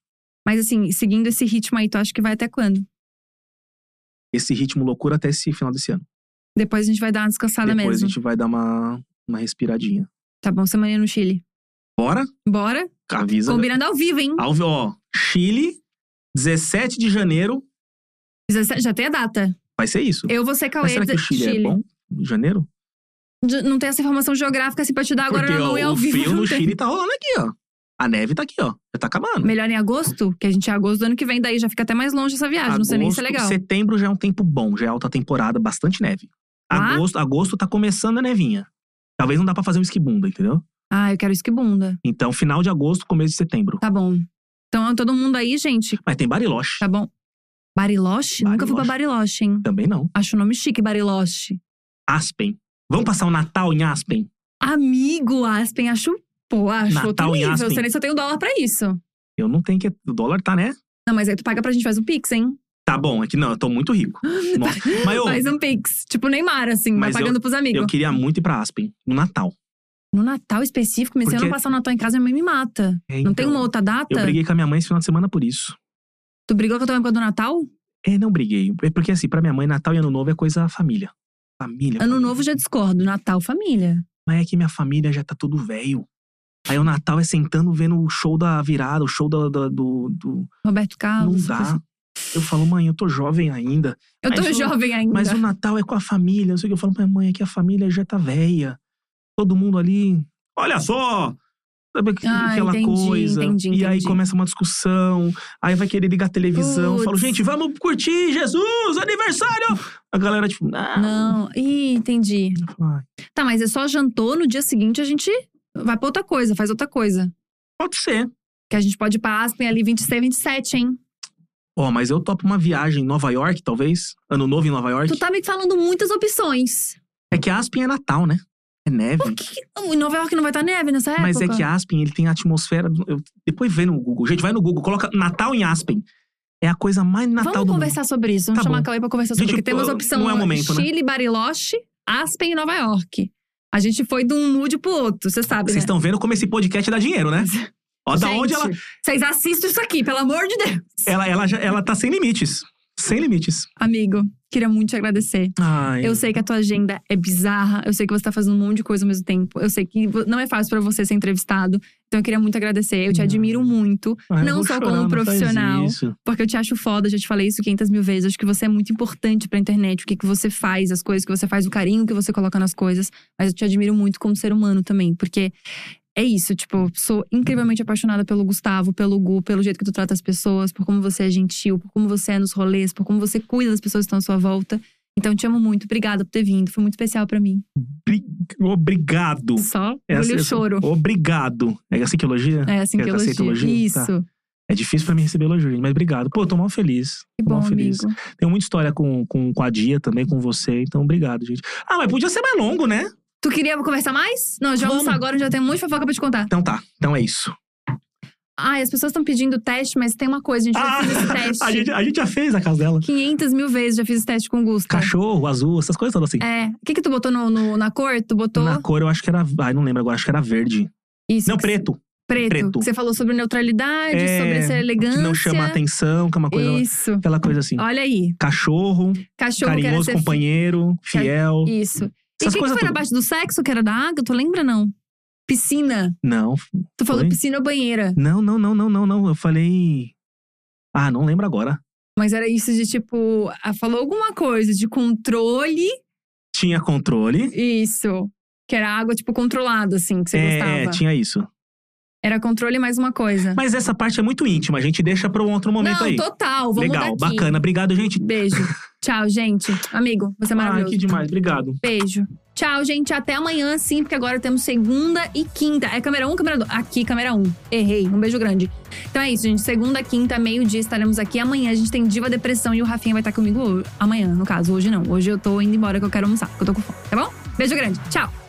S1: Mas assim, seguindo esse ritmo aí, tu acha que vai até quando?
S2: Esse ritmo loucura até esse final desse ano.
S1: Depois a gente vai dar uma descansada
S2: Depois
S1: mesmo.
S2: a gente vai dar uma, uma respiradinha.
S1: Tá bom, semana no Chile.
S2: Bora?
S1: Bora?
S2: Avisa.
S1: Combinando ao vivo, hein?
S2: Ao, ó, Chile, 17 de janeiro,
S1: 17 Já tem a data.
S2: vai ser isso.
S1: Eu vou ser Cauê.
S2: Mas será que o
S1: de-
S2: Chile, é bom? Em janeiro?
S1: De- Não tem essa informação geográfica assim pra te dar agora
S2: Porque
S1: na mão
S2: ó,
S1: e ao
S2: o
S1: vivo.
S2: frio
S1: não
S2: no
S1: tem.
S2: Chile tá rolando aqui, ó. A neve tá aqui, ó. Já tá acabando.
S1: Melhor em agosto, que a gente é agosto do ano que vem, daí já fica até mais longe essa viagem. não sei nem se é
S2: Agosto,
S1: legal.
S2: Setembro já é um tempo bom, já é alta temporada, bastante neve.
S1: Lá?
S2: Agosto, agosto tá começando a nevinha. Talvez não dá pra fazer um esquibunda, entendeu?
S1: Ah, eu quero isso que bunda.
S2: Então, final de agosto, começo de setembro.
S1: Tá bom. Então, todo mundo aí, gente,
S2: Mas tem Bariloche.
S1: tá bom. Bariloche? Nunca fui pra Bariloche, hein?
S2: Também não.
S1: Acho o nome chique, Bariloche.
S2: Aspen. Vamos passar o Natal em Aspen?
S1: Amigo, Aspen, acho. Pô, acho
S2: Natal
S1: outro
S2: em
S1: nível.
S2: Aspen.
S1: Eu sei nem se eu tenho dólar pra isso.
S2: Eu não tenho que. O dólar tá, né?
S1: Não, mas aí tu paga pra gente, faz um pix, hein?
S2: Tá bom, é que não, eu tô muito rico. Nossa. Mas eu,
S1: Faz Tá. um pix. Tipo Neymar, assim, vai
S2: Mas eu-
S1: pagando pros amigos.
S2: eu queria muito ir pra Aspen, no Natal.
S1: No Natal específico, mas se eu
S2: Porque-
S1: não passar o Natal em casa, minha mãe me mata.
S2: É,
S1: Não
S2: então,
S1: tem uma outra data?
S2: Eu briguei com a minha mãe esse final de semana por isso.
S1: Tu brigou com a tua mãe por causa do Natal?
S2: É, não briguei. É porque assim, pra minha mãe, Natal e Ano Novo é coisa família. Família.
S1: Ano
S2: família.
S1: novo já discordo. Natal, família.
S2: Mas é que minha família já tá tudo velho. Aí o Natal é sentando vendo o show da virada, o show da- da- do. do-
S1: Roberto
S2: não
S1: Carlos.
S2: dá. Eu falo, mãe, eu tô jovem ainda.
S1: Eu tô
S2: Mas o-
S1: jovem ainda.
S2: Mas o Natal é com a família. Não sei o que. Eu falo, mas mãe, é que a família já tá velha. Todo mundo ali. Olha só! Sabe aqu-
S1: Ah,
S2: aquela
S1: entendi,
S2: coisa.
S1: entendi,
S2: E aí
S1: entendi.
S2: começa uma discussão. Aí vai querer ligar a televisão. Eu Falo,
S1: Putz.
S2: gente, vamos curtir Jesus! Aniversário! A galera, tipo, ah,
S1: Não. Ih, entendi.
S2: Eu falo, "Ah,
S1: Tá, mas é só jantou, no dia seguinte a gente vai pra outra coisa, faz outra coisa.
S2: pode ser.
S1: Que a gente pode ir pra Aspen ali 26, 27, hein?
S2: Ó, mas eu topo uma viagem em Nova York, talvez. Ano novo em Nova York.
S1: Tu tá me falando muitas opções.
S2: É que Aspen é Natal, né? É neve.
S1: Por que. que- Em Nova York não vai estar neve nessa época?
S2: Mas é que Aspen, ele tem a atmosfera. do- eu- depois vê no Google. Gente, vai no Google, coloca Natal em Aspen. É a coisa mais Natal
S1: Vamos
S2: do
S1: conversar sobre isso. Vamos
S2: Tá
S1: chamar
S2: bom.
S1: a Cauê pra conversar sobre
S2: Gente,
S1: isso. Porque temos
S2: eu-
S1: opção
S2: não é o momento, né?
S1: Chile, Bariloche, Aspen e Nova York. A gente foi de um mood pro outro, você
S2: mundo.
S1: sabe,
S2: Vocês
S1: né?
S2: estão vendo como esse podcast dá dinheiro, né? Ó, da
S1: Gente,
S2: onde ela,
S1: Vocês assistem isso aqui, pelo amor de Deus.
S2: ela, ela, já- ela tá sem limites. Sem limites.
S1: Amigo, queria muito te agradecer.
S2: Ai,
S1: Eu sei que a tua agenda é bizarra, eu sei que você tá fazendo um monte de coisa ao mesmo tempo. Eu sei que vo- não é fácil pra você ser entrevistado. Então eu queria muito agradecer, eu te
S2: Não.
S1: admiro muito,
S2: ai, eu
S1: não
S2: vou
S1: sou
S2: chorar,
S1: como
S2: não faz
S1: profissional.
S2: isso.
S1: porque eu te acho foda, já te falei isso 500 mil vezes. Acho que você é muito importante pra internet, o que, que você faz, as coisas que você faz, o carinho que você coloca nas coisas. Mas eu te admiro muito como ser humano também, porque é isso, tipo, sou incrivelmente apaixonada pelo Gustavo, pelo Gu, pelo jeito que tu trata as pessoas, por como você é gentil, por como você é nos rolês, por como você cuida das pessoas que estão à sua volta. Então, te amo muito. Obrigada por ter vindo. Foi muito especial pra mim.
S2: Bri- Obrigado.
S1: Só
S2: Essa-
S1: olho o
S2: essa-
S1: choro.
S2: Obrigado. É assim que elogia?
S1: É assim
S2: Quer
S1: que eu
S2: que eu aceite
S1: elogio.
S2: elogio?
S1: Isso.
S2: Tá. É difícil pra mim receber elogio, gente, mas obrigado. Pô, eu tô mal feliz.
S1: Que bom,
S2: mal feliz.
S1: amigo.
S2: Tenho muita história com, com, com a Dia também, com você, então obrigado, gente. Ah, mas podia ser mais longo, né?
S1: Tu queria conversar mais? Não, já
S2: Vamos.
S1: almoçar agora, já tem um monte de fofoca pra te contar.
S2: Então tá, então é isso.
S1: Ai, as pessoas estão pedindo teste, mas tem uma coisa, a gente já
S2: Ah,
S1: fez esse teste.
S2: A gente, a gente já fez a casa dela.
S1: 500 mil vezes já fiz esse teste com o Gusta.
S2: Cachorro, azul, essas coisas todas assim.
S1: É. O que que tu botou no, no- na cor? Tu botou…
S2: Na cor eu acho que era. Ai, não lembro agora, acho que era verde.
S1: Isso.
S2: Não,
S1: que-
S2: preto.
S1: Preto.
S2: preto.
S1: Você falou sobre neutralidade,
S2: É,
S1: sobre essa
S2: Que
S1: elegância.
S2: não chama atenção, que é uma coisa.
S1: Isso.
S2: Aquela coisa assim.
S1: Olha aí.
S2: Cachorro,
S1: Cachorro que era
S2: carinhoso,
S1: ser…
S2: companheiro, fiel.
S1: fi- Isso. E o
S2: Essas
S1: que, que
S2: coisas
S1: foi na
S2: tudo.
S1: parte do sexo, que era da água? Tu lembra, não? Piscina.
S2: Não,
S1: Tu falou
S2: Foi?
S1: piscina ou banheira.
S2: não, não, não, não, não, não. Eu falei. Ah, não lembro agora.
S1: Mas era isso de tipo… ah, Falou alguma coisa de controle…
S2: Tinha controle.
S1: Isso. Que era água, tipo, controlada, assim, que você
S2: É,
S1: gostava.
S2: tinha isso.
S1: Era controle mais uma coisa.
S2: Mas essa parte é muito íntima, a gente deixa pra um outro momento
S1: Não,
S2: aí.
S1: total. Vamos
S2: Legal,
S1: daqui.
S2: bacana. Obrigado, gente.
S1: Beijo. Tchau, gente. Amigo, você é
S2: Ah,
S1: maravilhoso.
S2: que demais. Obrigado.
S1: Beijo. Tchau, gente. Até amanhã, sim, porque agora temos segunda e quinta. É câmera 1, câmera 2? Aqui, câmera 1. Errei. Um beijo grande. Então é isso, gente. Segunda, quinta, meio-dia estaremos aqui. Amanhã a gente tem Diva Depressão e o Rafinha vai estar comigo amanhã, no caso. Hoje não. Hoje eu tô indo embora que eu quero almoçar, que eu tô com fome. Tá bom? Beijo grande. Tchau.